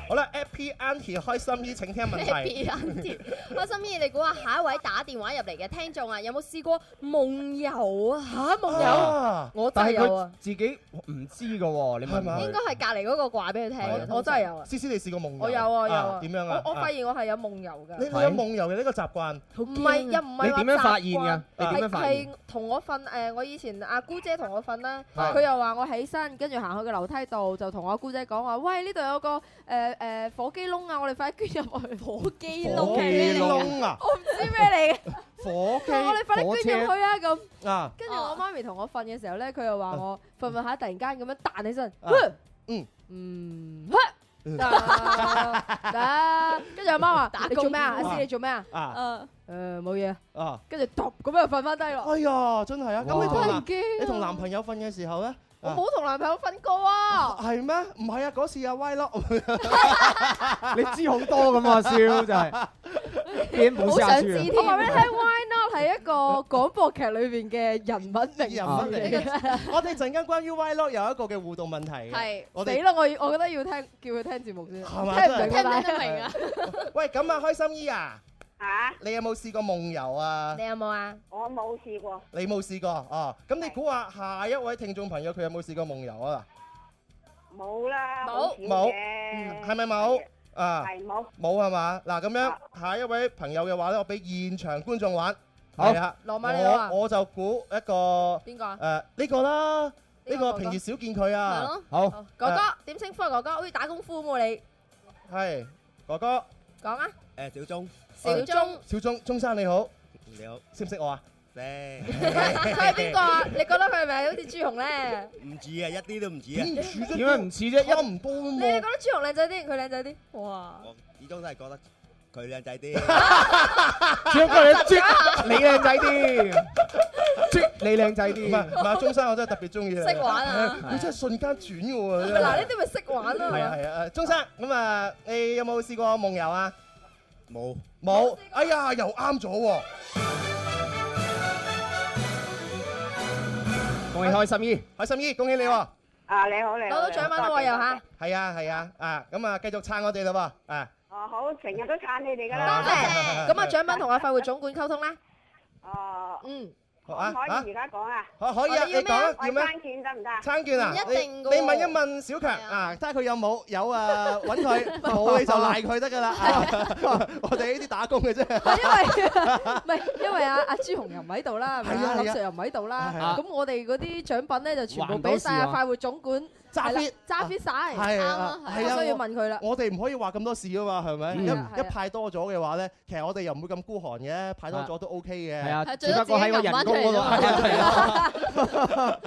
Speaker 7: 好啦，Happy Auntie 開心姨請聽問題。
Speaker 2: 開心姨，你估下下一位打電話入嚟嘅聽眾啊，有冇試過夢遊啊？嚇，
Speaker 7: Ờ.
Speaker 2: 夢遊
Speaker 9: 啊，
Speaker 2: 我真
Speaker 9: 但
Speaker 2: 係
Speaker 9: 係
Speaker 2: 有
Speaker 9: 佢
Speaker 2: 啊，
Speaker 9: 自己唔知㗎喎，你問
Speaker 7: 係咪
Speaker 2: 應
Speaker 9: 佢
Speaker 2: 該。係隔離嗰個話俾佢聽嘅。
Speaker 8: 我真係有啊，
Speaker 7: 思思，你試過夢遊？
Speaker 8: 我有啊有啊。
Speaker 7: 點樣啊？
Speaker 8: 我我發
Speaker 7: 啊
Speaker 8: 現我係有夢遊㗎。
Speaker 7: 你你有夢遊嘅呢個習慣，
Speaker 8: 唔係又唔係
Speaker 9: 你點樣發現㗎
Speaker 8: 㗎？
Speaker 9: 你點樣
Speaker 8: 係
Speaker 9: 發現
Speaker 8: 係同我瞓誒，我以前阿姑姐同我瞓啦，
Speaker 9: 係
Speaker 8: 佢又話我起身，跟住行去個樓梯度就同我姑姐講話：，喂，呢度有個誒誒火機窿啊，我哋快啲捐入去。火機
Speaker 7: 火機窿啊，
Speaker 8: 我唔知咩嚟嘅，
Speaker 7: 火機，
Speaker 8: 我哋快啲捐入去啊咁。
Speaker 7: 啊！
Speaker 8: 跟住我媽咪同我瞓嘅時候咧，佢又話我瞓瞓下突然間咁樣彈起身，
Speaker 7: 啊
Speaker 8: 哼
Speaker 7: 嗯
Speaker 8: 嗯， 哼得得跟住阿媽話：你做咩啊？阿師你做咩啊？
Speaker 7: 啊
Speaker 8: 誒誒冇嘢，
Speaker 7: 啊，
Speaker 8: 跟住揼咁樣瞓翻低咯。
Speaker 7: 哎呀，真係啊！咁你
Speaker 8: 我
Speaker 7: 同
Speaker 8: 真係
Speaker 7: 男
Speaker 8: 驚啊
Speaker 7: 你同男朋友瞓嘅時候咧，
Speaker 8: 我冇同男朋友瞓過啊！
Speaker 7: 係咩？唔係啊，嗰次阿歪 咯，
Speaker 9: 你知好多咁啊，笑真 係。已經冇
Speaker 8: 好
Speaker 9: 事啊
Speaker 8: 想
Speaker 9: 笑
Speaker 8: 知我話俾你 聽，Why Not 係一個 廣播劇裏邊嘅人物名
Speaker 7: 人物嚟
Speaker 8: 嘅。
Speaker 7: 嘅。我哋陣間關於歪咯有一個嘅互動問題嘅，
Speaker 8: 係
Speaker 7: 我
Speaker 8: 死
Speaker 7: 哋
Speaker 8: 啦！我要我覺得要聽，叫佢聽節目先。
Speaker 7: 係嘛
Speaker 8: 聽唔
Speaker 7: 真
Speaker 8: 明啊
Speaker 7: 係聽唔聽得明啊？喂，咁啊，開心姨啊，
Speaker 14: 吓，
Speaker 7: 你有冇試過夢遊啊？
Speaker 8: 有冇啊？
Speaker 14: 我冇試過，
Speaker 7: 你冇試過哦，咁你估下下一位聽眾朋友佢有冇試過夢遊啊？
Speaker 14: 冇啦，
Speaker 8: 冇
Speaker 14: 好少
Speaker 7: 冇嗯
Speaker 14: 嘅，
Speaker 7: 係咪冇啊？
Speaker 14: 係冇。
Speaker 7: 冇係嘛？嗱咁樣，下一位朋友嘅話咧，我俾現場觀眾玩，
Speaker 8: 好
Speaker 7: 係啊，
Speaker 8: 羅馬你好啊
Speaker 7: 我我就估一個
Speaker 8: 邊個啊
Speaker 7: 誒呢個啦，呢
Speaker 8: 個
Speaker 7: 個
Speaker 8: 哥哥
Speaker 7: 平時少見佢
Speaker 8: 係
Speaker 7: 啊
Speaker 8: 咯，，
Speaker 9: 好
Speaker 8: 哥哥點稱呼啊？哥哥好似打功夫咁喎，你
Speaker 7: 係哥哥
Speaker 8: 講啊！
Speaker 13: 誒小鐘，
Speaker 8: 小鐘，
Speaker 7: 小鐘鐘生你好，
Speaker 13: 你好，
Speaker 7: 識唔識我啊？
Speaker 13: 識
Speaker 8: 佢係邊個啊？你覺得佢係咪好似朱紅咧？
Speaker 13: 唔似啊，一啲都唔似啊，
Speaker 7: 點似啫
Speaker 9: 點解唔似啫？
Speaker 7: 一唔多
Speaker 8: 你哋覺得朱紅靚仔啲定佢靚仔啲？哇！
Speaker 13: 我始終都係覺得佢靚仔啲，
Speaker 9: 張哥你啜你靚仔啲，啜你靚仔啲。
Speaker 7: 唔係唔係，鐘生我真係特別中意你，
Speaker 8: 識玩啊
Speaker 7: 佢真係瞬間轉嘅喎，真係
Speaker 8: 嗱，呢啲咪識玩
Speaker 2: Ờ.
Speaker 8: 咯。
Speaker 7: 係啊係啊，誒鐘生咁啊，你有冇試過夢遊啊？
Speaker 13: 冇
Speaker 7: 冇，哎呀，又啱咗喎！
Speaker 9: 恭喜開心姨，
Speaker 7: 開心姨，恭喜你喎！
Speaker 14: 啊，你好，你
Speaker 8: 攞
Speaker 14: 好
Speaker 8: 到獎品啦喎，又嚇！
Speaker 7: 係啊係啊，啊咁啊，繼續撐我哋啦喎！啊，
Speaker 14: 哦，好，成日都撐你哋噶
Speaker 7: 多謝
Speaker 14: 啦。
Speaker 8: 咁啊，獎品同阿快活總管溝通啦。
Speaker 14: 哦，
Speaker 8: 嗯，
Speaker 7: 好
Speaker 14: 可
Speaker 7: 啊
Speaker 14: 唔可以而家講啊？
Speaker 7: 可可以啊，
Speaker 8: 我哋
Speaker 7: 你
Speaker 8: 要咩啊
Speaker 7: 講
Speaker 14: 我
Speaker 7: 要咩？
Speaker 14: 關鍵得唔得啊？
Speaker 7: 撐券啊！
Speaker 2: 唔一
Speaker 7: 你
Speaker 2: 定㗎喎
Speaker 7: 你問一問小強啊，睇下佢有冇有啊揾佢，冇你就賴佢得㗎啦！ 啊我哋呢啲打工嘅啫。
Speaker 8: 唔係因 為唔係因為阿阿朱紅又唔喺度啦，係咪
Speaker 7: 係
Speaker 8: 啊？
Speaker 7: 啊係啊
Speaker 8: 林 Sir 又唔喺度
Speaker 7: 係
Speaker 8: 啦
Speaker 7: 啊，
Speaker 8: 咁我哋嗰啲獎品咧就全部
Speaker 9: 還到
Speaker 8: 俾
Speaker 9: 事
Speaker 8: 晒
Speaker 9: 啊
Speaker 8: 阿快活總管
Speaker 7: 揸 fit
Speaker 8: 揸 fit 晒，
Speaker 7: 係
Speaker 2: 啊
Speaker 7: 啊，係
Speaker 8: 唔
Speaker 7: 啊，
Speaker 8: 需要
Speaker 7: 我
Speaker 8: 問佢啦。
Speaker 7: 我哋唔可以話咁多事㗎嘛，係咪？
Speaker 9: 嗯係啊
Speaker 7: 一
Speaker 8: 係
Speaker 7: 一
Speaker 8: 啊
Speaker 7: 派多咗嘅話咧，其實我哋又唔會咁孤寒嘅，派多咗都 OK 嘅。
Speaker 9: 係啊，
Speaker 2: 係
Speaker 9: 只不過喺我人工嗰度
Speaker 2: 最多自己撳翻出嚟啫嘛
Speaker 9: 係啊係啊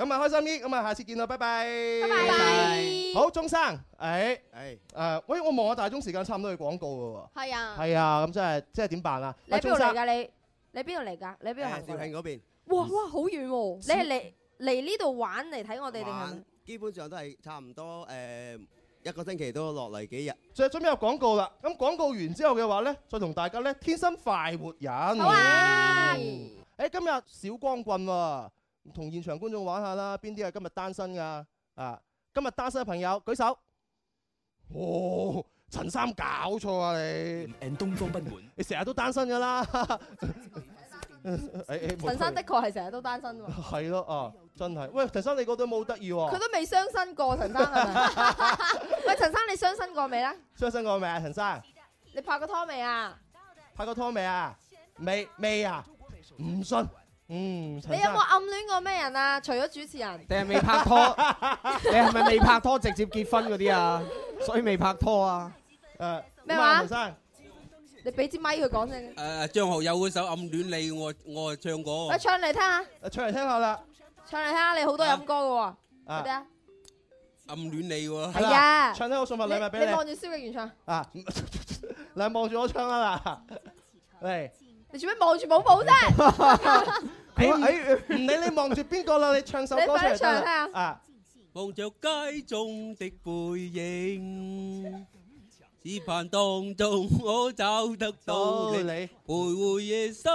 Speaker 7: 咁啊，開心啲，咁啊，下次見啦，拜拜。
Speaker 2: 拜拜。
Speaker 7: 好，鐘生，誒
Speaker 13: 誒
Speaker 7: 誒，喂，我望下大鐘時間差唔多去廣告
Speaker 2: 係
Speaker 7: 㗎
Speaker 2: 啊
Speaker 7: 喎。。係啊，咁真係，即係點辦啊？
Speaker 8: 你
Speaker 7: 喂
Speaker 8: 邊度嚟
Speaker 7: 鐘生，
Speaker 8: 㗎？你你邊度嚟㗎？你邊度行
Speaker 13: 誒肇
Speaker 8: 過
Speaker 13: 慶
Speaker 8: 嚟？
Speaker 13: 嗰邊
Speaker 2: 哇哇，好遠喎！
Speaker 8: 你係嚟嚟呢度玩嚟睇我哋定係
Speaker 13: 玩？基本上都係差唔多誒一個星期都落嚟幾日，
Speaker 7: 就準備入廣告啦。咁廣告完之後嘅話咧，再同大家咧，天生快活人。好啊！誒，今日小光棍喎，同現場觀眾玩下啦。邊啲係今日單身㗎？啊，今日單身嘅朋友舉手。哦，陳三搞錯啊你！
Speaker 5: and 東方不滿。
Speaker 7: 你成日都單身㗎啦，
Speaker 8: 陳
Speaker 7: 陳
Speaker 8: 生的確係成日都單身喎，
Speaker 7: 係咯啊，真係。喂，陳生你覺得冇得意
Speaker 8: 佢
Speaker 7: 喎？
Speaker 8: 都未傷身過。陳生係咪？ 喂，陳生你傷身過未咧？
Speaker 7: 相信我未啊，陳生
Speaker 8: 你拍過拖未啊？
Speaker 7: 拍過拖未啊？未未啊？唔信？嗯，
Speaker 8: 你
Speaker 7: 陳
Speaker 8: 有
Speaker 7: 生
Speaker 8: 冇暗戀過咩人啊？除咗主持人，
Speaker 9: 定係未拍拖？你係咪未拍拖直接結婚嗰啲啊？所以未拍拖啊？
Speaker 7: 誒
Speaker 8: 咩
Speaker 7: 咁啊
Speaker 8: 話
Speaker 7: 陳生
Speaker 8: 你俾支咪佢講先。
Speaker 13: À,
Speaker 15: 誒張學友嗰首《暗戀你》，我我係唱過
Speaker 13: Ờ.
Speaker 8: 喂，。唱嚟聽下，
Speaker 7: 誒唱嚟聽下啦。
Speaker 8: 唱嚟聽下，你好多飲歌嘅喎，
Speaker 7: 啊
Speaker 8: 係咪啊？
Speaker 15: 暗戀你喎，
Speaker 7: 係啦
Speaker 8: 係啊
Speaker 7: 唱聽我送份禮物
Speaker 8: 你
Speaker 7: 俾
Speaker 8: 你望
Speaker 7: 你
Speaker 8: 住蕭敬元唱，
Speaker 7: 啊！ 你望住我唱啊 啦，嚟，
Speaker 8: 你做咩望住寶寶啫？
Speaker 7: 誒唔唔理你望住邊個啦，你唱首
Speaker 8: 你
Speaker 7: 歌出
Speaker 8: 快啲
Speaker 7: 嚟得
Speaker 8: 唱下
Speaker 7: 啦啊！
Speaker 15: 望着街中的背影，只盼當中我找得到
Speaker 7: 到
Speaker 15: 你，
Speaker 7: 你
Speaker 15: 徘徊夜深，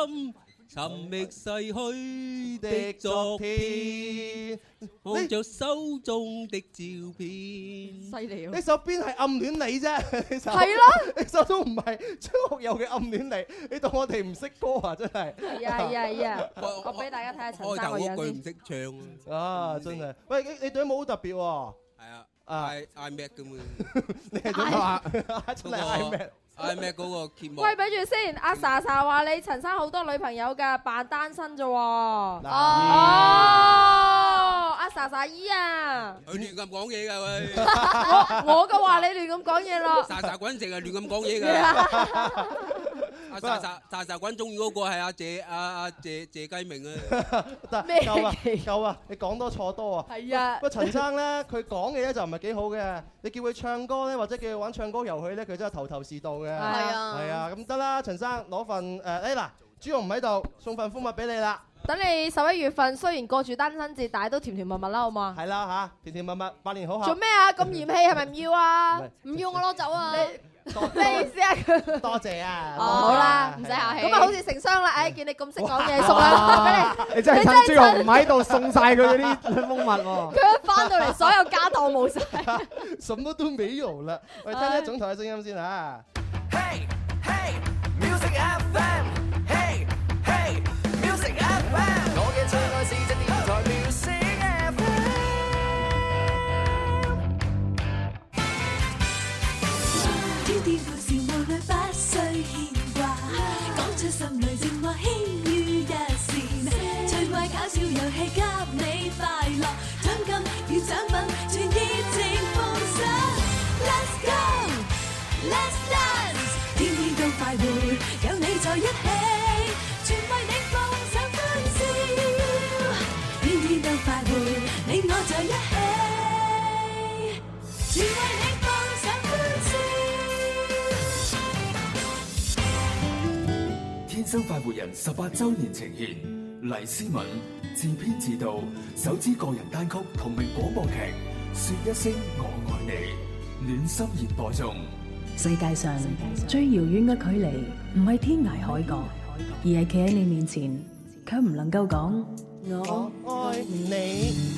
Speaker 15: 尋覓逝去
Speaker 7: 的
Speaker 15: 的
Speaker 7: 昨
Speaker 15: 昨
Speaker 7: 天
Speaker 15: 天，。望着手中的照片。
Speaker 8: 犀利
Speaker 7: 呢首邊係暗戀你啫， 呢首
Speaker 8: 係咯，
Speaker 7: 呢首都唔係張學友嘅暗戀你，你當我哋唔識歌啊，真係
Speaker 8: 係
Speaker 7: Dạ,
Speaker 8: 啊係啊係啊！我俾大家睇下陳
Speaker 15: 開
Speaker 8: 生
Speaker 15: 頭
Speaker 8: 個
Speaker 15: 嗰句
Speaker 8: 樣
Speaker 15: 唔
Speaker 8: 先。
Speaker 15: 識唱啊，
Speaker 7: 啊，真係。喂，你你對舞好特別喎，
Speaker 15: 係啊
Speaker 7: 啊
Speaker 15: ，I I Mac 咁 嘅，
Speaker 7: 你係點 啊？出嚟嗌咩？
Speaker 15: I Mac 嗰個揭幕。
Speaker 8: 喂，俾住先，阿 Sa Sa 話你陳生好多女朋友㗎，扮單身咋喎。
Speaker 7: À,
Speaker 8: 哦，
Speaker 7: 哦
Speaker 8: 阿 Sa Sa 姨啊，
Speaker 15: 佢亂咁講嘢㗎喂，
Speaker 8: 我嘅話你亂咁講嘢咯。
Speaker 15: 沙沙滾成日亂咁講嘢㗎。阿沙沙沙沙滾中意嗰個係阿謝阿阿謝謝繼明啊，
Speaker 7: 得
Speaker 15: 咩
Speaker 7: 夠啊夠啊！你講多錯多啊！
Speaker 8: 係啊
Speaker 7: 不過 陳生咧，佢講嘅咧就唔係幾好嘅。你叫佢唱歌咧，或者叫佢玩唱歌遊戲咧，佢真係頭頭是道嘅。係
Speaker 8: 啊
Speaker 7: 係啊，咁得啦，陳生攞份誒，誒嗱，朱紅唔喺度，送份封物俾你啦。
Speaker 8: 等你十一月份雖然過住單身節，但係都甜甜蜜蜜啦，好嘛？
Speaker 7: 係啦嚇，甜甜蜜蜜，百年好合。
Speaker 8: 做咩啊？咁嫌棄係咪唔要啊？
Speaker 2: 唔要我攞走啊！
Speaker 8: 咩意思啊？佢
Speaker 7: 多謝啊！
Speaker 8: 哦，好啦，
Speaker 7: Dạ.
Speaker 2: 唔使客氣
Speaker 8: 咁啊，好似成雙啦！唉，見你咁識講嘢，啊送
Speaker 9: À.
Speaker 8: 兩
Speaker 9: 你真係趁朱紅唔喺度送晒佢 嗰啲蜂蜜喎。
Speaker 2: 佢一翻到嚟，所有家當冇 晒。
Speaker 7: 什麼都沒有啦。我哋聽聽總台嘅聲音先嚇。
Speaker 4: Music FM，嘿嘿，Music FM，我嘅最愛是隻電台 Music FM。天天故事無慮不需牽掛，講出心裏情話輕於一線，趣味搞笑遊戲給你快樂，獎金與獎品全熱情奉上，Let's go！Let's dance，天天都快活，有你在一起，全為你放上歡笑。天天都快活，你我在一起，全為你放上歡笑。
Speaker 5: 天生快活人十八周年呈現，黎思敏自編自導，首支個人單曲同名廣播劇《說一聲我愛你》，暖心熱播中。
Speaker 6: 世界上最遙遠嘅距離，唔係天涯海角，而係企喺你面前，卻唔能夠講我。
Speaker 7: 愛你。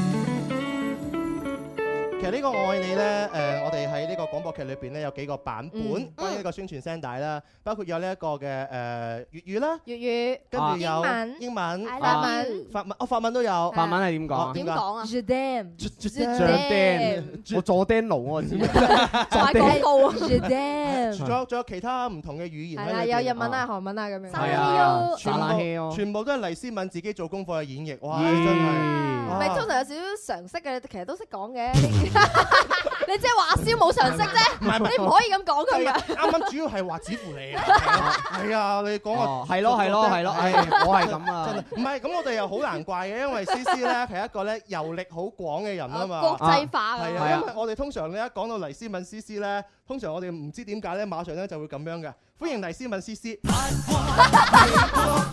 Speaker 7: 其實呢個愛你呢，誒、我哋喺呢個廣播劇裏邊呢，有幾個版本
Speaker 8: 嗯
Speaker 7: 關於呢個宣傳聲帶啦，包括有呢一個嘅誒、粵語啦，
Speaker 8: 粵語
Speaker 7: 跟住
Speaker 8: 英
Speaker 7: 有
Speaker 8: 文、
Speaker 7: 英文、
Speaker 8: I love
Speaker 7: 法
Speaker 8: you
Speaker 7: 文、法文，哦法文都有，
Speaker 9: 法文係點講啊
Speaker 7: 哦點講？
Speaker 8: 啊 j a d a m
Speaker 9: 着釘，我坐釘奴我就知。
Speaker 8: 賣廣告啊 j a d
Speaker 7: 仲
Speaker 8: a m
Speaker 7: 有仲有其他唔同嘅語言
Speaker 8: 係
Speaker 7: 喺
Speaker 8: 啦，
Speaker 7: 裏
Speaker 8: 有
Speaker 7: 邊
Speaker 8: 日文
Speaker 9: Ờ.
Speaker 8: 啊、韓文啊咁樣。
Speaker 7: 係
Speaker 9: à.
Speaker 7: 啊，全
Speaker 9: 打冷氣哦
Speaker 7: 部全部都係黎思敏自己做功課嘅演繹，哇！
Speaker 9: 咦
Speaker 7: 真係，
Speaker 8: 唔
Speaker 7: 哇
Speaker 8: 係通常有少少常識嘅，其實都識講 嘅。你即係話阿蕭冇常識啫，
Speaker 7: 係唔係
Speaker 8: 你唔可以咁講佢
Speaker 7: 係啊
Speaker 8: 㗎。
Speaker 7: 啱啱主要係話指乎你啊，係啊，你講
Speaker 9: 哦
Speaker 7: 話
Speaker 9: 係咯係咯係咯唉我係咁啊
Speaker 7: 真係唔係咁我哋又好難怪嘅，因為 C C 咧係一個咧遊歷好廣嘅人啊嘛，
Speaker 2: 啊國際化啊
Speaker 7: 係
Speaker 2: 係
Speaker 7: 啊，
Speaker 2: 啊
Speaker 7: 因為我哋通常咧一講到黎思敏 C C 咧，通常我哋唔知點解咧，馬上咧就會咁樣嘅，歡迎黎思敏 C C。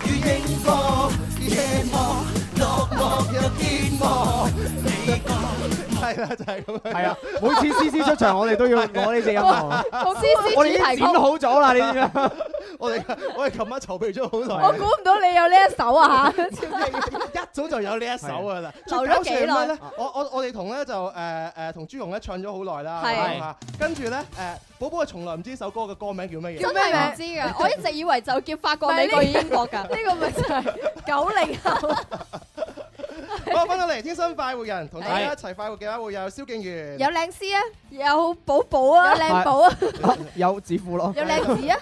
Speaker 4: 與英國夜幕落寞若天幕，你講
Speaker 7: 係啦，就係咁樣。
Speaker 9: 係啊，每次 C C 出場，我 哋都要攞呢隻音樂。
Speaker 8: CC
Speaker 9: 我哋已經
Speaker 8: 主題曲
Speaker 9: 剪好咗啦，你知唔知啊？
Speaker 7: 我哋我哋琴晚籌備咗好耐。
Speaker 8: 我估唔到你有呢一首啊嚇！
Speaker 7: 一早就有呢一首㗎啦，
Speaker 8: 留咗
Speaker 7: 最搞笑係
Speaker 8: 幾耐
Speaker 7: 咩咧？我我我哋同咧就誒誒同朱紅咧唱咗好耐啦，
Speaker 2: 係
Speaker 7: 咁啊跟住咧誒寶寶係從來唔知首歌嘅歌名叫乜嘢，
Speaker 2: 真係唔知㗎，我一直以為就叫法國、美國、英國㗎。
Speaker 8: 呢個咪就係九零後。
Speaker 7: 好，翻到嚟天生快活人，同大家一齊快活嘅話會有蕭敬元，
Speaker 8: 有靚師啊，有寶寶啊，有靚寶啊，
Speaker 9: 有指褲咯，
Speaker 8: 有靚子啊，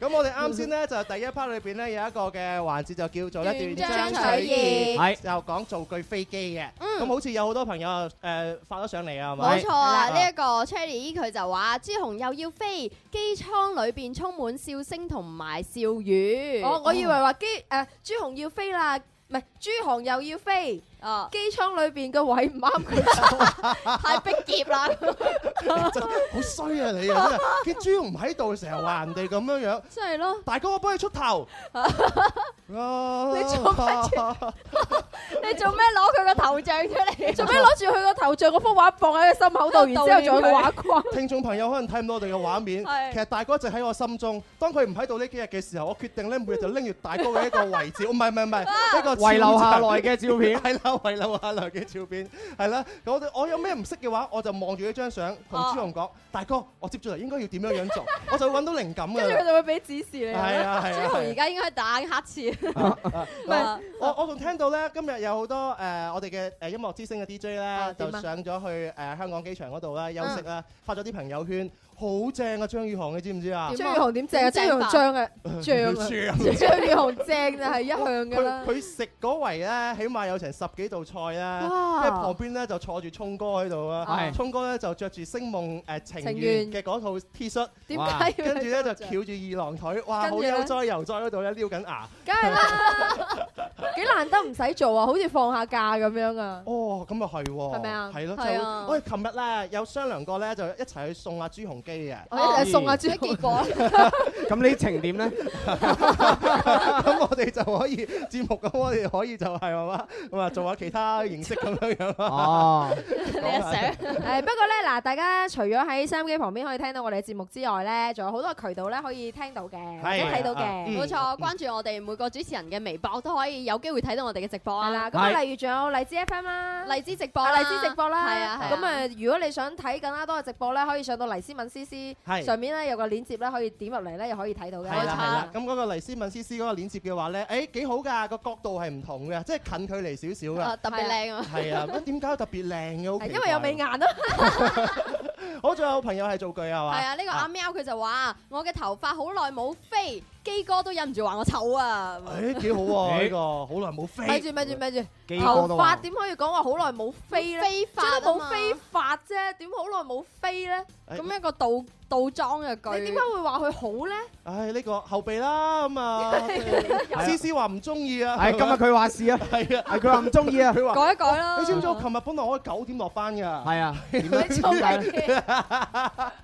Speaker 7: 咁我哋啱先咧就第一 part 裏邊咧有一個嘅環節就叫做咧
Speaker 8: 斷章取義
Speaker 7: 係就講造句飛機嘅，咁好似有好多朋友誒發咗上嚟啊，係咪？
Speaker 2: 冇錯啊！呢一個 Cherry 佢就話：朱紅又要飛，機艙裏邊充滿笑聲同埋笑語。
Speaker 8: 哦，我以為話機誒朱紅要飛啦，唔係朱紅又要飛，
Speaker 2: 哦
Speaker 8: 機艙裏邊個位唔 啱佢，
Speaker 2: 太逼夾啦，
Speaker 7: 真係好衰啊你啊！真係，啲豬唔喺度，成日話人哋咁樣樣。
Speaker 2: 真係咯。
Speaker 7: 大哥，我幫你出 頭。啊你
Speaker 8: 做乜你做咩攞佢個頭像出 嚟？做咩攞住佢個頭像嗰幅畫放喺佢心口度，然之後仲有個畫框？
Speaker 7: 聽眾朋友可能睇唔到我哋嘅畫面，
Speaker 8: 係
Speaker 7: 其實大哥一直喺我心中。當佢唔喺度呢幾日嘅時候，我決定咧每日就拎住大哥嘅一個遺照，唔係唔係唔係
Speaker 8: 啊
Speaker 7: 一個
Speaker 9: 遺留下來嘅照片
Speaker 7: 係啦， 遺留下來嘅照片，係啦。我哋我有咩唔識嘅話，我就望住呢張相，同
Speaker 8: 哦
Speaker 7: 朱紅講：大哥，我接住嚟應該要點樣樣做，我就會揾到靈感㗎
Speaker 8: 跟住
Speaker 7: 啦
Speaker 8: 佢。就會俾
Speaker 7: Ờ.
Speaker 8: 指示你。
Speaker 7: 係啊係 啊
Speaker 2: 朱紅而家應該打黑刺。
Speaker 8: 啊
Speaker 7: 我我仲聽到咧，今日今日有好多誒我哋嘅誒音樂之星嘅 DJ 咧，就
Speaker 8: 點啊嗯
Speaker 7: 上咗去誒香港機場嗰度啦休息啦，發咗啲朋友圈，好正啊！張宇航，你知唔知啊？
Speaker 8: 張宇航點正啊？張宇航張啊，張啊，張宇航正啊，係一向噶啦
Speaker 7: 佢。佢食嗰圍咧，起碼有成十幾道菜啦，
Speaker 8: 哇
Speaker 7: 跟住旁邊咧就坐住聰哥喺度啊
Speaker 8: 係，
Speaker 7: 聰哥咧就着住星夢誒情
Speaker 8: 情
Speaker 7: 願
Speaker 8: 願
Speaker 7: 嘅嗰套 T 恤，
Speaker 8: 點解要
Speaker 7: 跟住
Speaker 8: 喺
Speaker 7: 咧就
Speaker 8: 度
Speaker 7: 翹住二郎腿，哇！
Speaker 8: 跟
Speaker 7: 好
Speaker 8: 住呢
Speaker 7: 悠哉悠哉嗰度咧撩緊牙。
Speaker 8: 梗係啦，幾難得唔使做啊，好似放下假咁樣啊。
Speaker 7: 哦，咁啊係喎，
Speaker 8: 係咪啊
Speaker 7: 係咯，
Speaker 8: 係
Speaker 7: 就
Speaker 8: 啊
Speaker 7: 我哋琴日咧有商量過咧，就一齊去送阿朱紅基 嘅。
Speaker 8: 我一齊去送阿朱紅基
Speaker 7: 果咁呢情 點咧？咁我哋就可以節目咁，我哋可以就係係嘛，咁啊做下其他形式咁樣樣
Speaker 9: 哦，
Speaker 7: 你
Speaker 8: 一想
Speaker 2: 啊
Speaker 8: 誒不過咧嗱，大家除咗喺收音機旁邊可以聽到我哋嘅節目之外咧，仲有好多渠道咧可以聽到嘅，或者睇到
Speaker 7: 啊
Speaker 8: 嘅。
Speaker 2: 啊
Speaker 7: 嗯
Speaker 2: 冇錯，關注我哋每個主持人嘅微博都可以有機會睇到我哋嘅直播啊。
Speaker 8: 啦咁啊係例如仲有荔枝 FM 啦、
Speaker 2: 荔枝直播啦、
Speaker 8: 啊！荔枝直播啦，
Speaker 2: 係啊係啊
Speaker 8: 咁啊，如果你想睇更加多嘅直播咧，可以上到黎思敏 C C
Speaker 7: 係
Speaker 8: 上面咧有個鏈接咧，可以點入嚟咧，又可以睇到嘅。
Speaker 7: 係啦係啦，咁嗰個黎思敏思思嗰個鏈接嘅話咧，誒幾好㗎，個角度係唔同嘅，即係近距離少少
Speaker 2: 啊
Speaker 7: 嘅，
Speaker 2: 特別靚啊
Speaker 7: 係啊，乜點解特別靚嘅？好
Speaker 8: 係
Speaker 7: 奇
Speaker 8: 因為有美
Speaker 7: 怪
Speaker 8: 顏啊咯。
Speaker 7: 我仲有朋友係做句係嘛？
Speaker 2: 係啊，呢個阿喵佢就話：我嘅頭髮好耐冇飛，基哥都忍唔住話我醜啊！
Speaker 7: 誒幾好喎呢個，好耐冇
Speaker 2: 哎
Speaker 7: 飛。
Speaker 8: 咪住咪住咪住
Speaker 7: 基，哥
Speaker 8: 頭
Speaker 7: 都話
Speaker 8: 髮點可以講話好耐冇飛咧？
Speaker 2: 飛髮
Speaker 8: 最多
Speaker 2: 啊嘛
Speaker 8: 冇飛髮啫，點好耐冇飛咧？
Speaker 2: 咁一個倒倒裝嘅句，
Speaker 8: 你點解會話佢好 咧？
Speaker 7: 唉，呢個後備啦，咁啊， 思思話唔中意啊。
Speaker 9: 係今日佢話事啊，
Speaker 7: 係啊，
Speaker 9: 係佢話唔中意啊，
Speaker 7: 佢話
Speaker 2: 改一改啦
Speaker 7: 你知唔知我琴日本來我九點落班㗎？係
Speaker 9: 啊，
Speaker 7: 點
Speaker 9: 咧你做乜嘢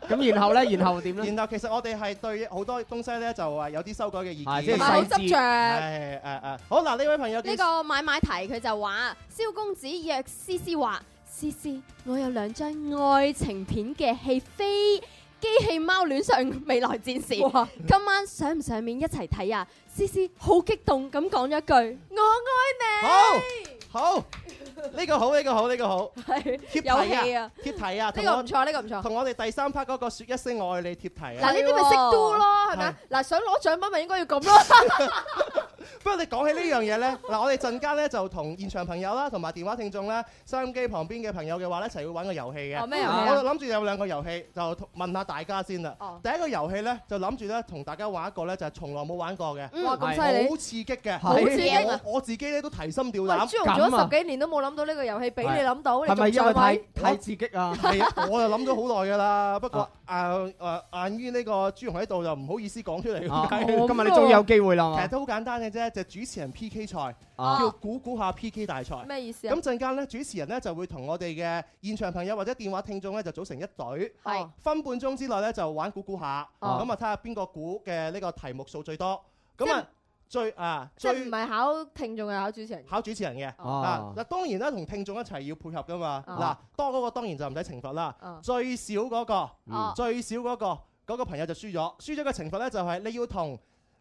Speaker 9: 咁然後咧，然後點咧？
Speaker 7: 然後其實我哋係對好多東西咧就話有啲修改嘅意見，
Speaker 9: 係即係唔係好細
Speaker 2: 執緻著
Speaker 7: 係誒誒，好嗱，呢位朋友叫
Speaker 2: 呢個買買提佢就話：蕭公子若思思話，思思，我有兩張愛情片嘅戲飛。機器貓戀上未來戰士，
Speaker 8: 哇
Speaker 2: 今晚上唔上面一齊睇啊？思思好激動咁講咗一句：我愛
Speaker 7: 好，呢個好，呢個好，呢個好，
Speaker 2: 係
Speaker 7: 貼
Speaker 2: 有
Speaker 7: 題
Speaker 2: 戲
Speaker 7: 啊
Speaker 2: 啊，
Speaker 7: 貼題啊，
Speaker 8: 呢個唔錯呢個唔錯
Speaker 7: 同我哋第三 part 嗰個説一聲我愛你貼題啊。
Speaker 8: 嗱呢啲咪識 do 咯，係咪啊？嗱想攞獎品咪應該要咁咯。
Speaker 7: 不過你講起呢樣嘢呢， 嗱我哋陣間呢就同現場朋友啦，同埋電話聽眾啦，收音機旁邊嘅朋友嘅話呢，一齊會玩個遊戲嘅。
Speaker 8: 哦咩遊戲啊
Speaker 7: 我諗住有兩個遊戲，就同問下大家先啦
Speaker 8: 哦。
Speaker 7: 第一個遊戲呢，就諗住呢同大家玩一個呢，就係從來冇玩過嘅。
Speaker 8: 嗯哇咁犀利
Speaker 7: 好刺激嘅，
Speaker 8: 好刺激啊
Speaker 7: 我我自己呢都提心吊
Speaker 8: 喂，
Speaker 7: 膽。
Speaker 8: 朱紅做咗十幾年都冇諗到呢個遊戲俾你諗到，你
Speaker 7: 係咪
Speaker 8: 仲
Speaker 7: 因為
Speaker 8: 再
Speaker 7: 太
Speaker 8: 玩？
Speaker 7: 太
Speaker 9: 刺激 啊！
Speaker 7: 係啊，我就諗咗好耐㗎啦。不過誒誒，晏於呢個朱紅喺度就唔好意思講出嚟咁解。
Speaker 9: 啊今日你終於有機會啦嘛
Speaker 7: 其實都好簡單嘅啫，就係主持人 P K 賽，
Speaker 9: 啊
Speaker 7: 叫估估下 P K 大賽。
Speaker 8: 咩意思啊
Speaker 7: 咁陣間咧，主持人咧就會同我哋嘅現場朋友或者電話聽眾咧就組成一隊，哦
Speaker 8: 係
Speaker 7: 分半鐘之內咧就玩估估下，
Speaker 8: 哦
Speaker 7: 咁啊睇下邊個估嘅呢個題目數最多。咁啊最啊
Speaker 8: 即係唔
Speaker 7: 最。
Speaker 8: 係考聽眾嘅考主持人？
Speaker 7: 考主持人嘅啊
Speaker 8: 哦，
Speaker 7: 嗱當然啦，同聽眾一齊要配合噶嘛。嗱
Speaker 8: 哦，
Speaker 7: 多嗰個當然就唔使懲罰啦
Speaker 8: 哦，
Speaker 7: 最少嗰個
Speaker 2: 哦
Speaker 8: 嗯，
Speaker 7: 最少嗰個嗰個朋友就輸咗，輸咗嘅懲罰咧就係你要同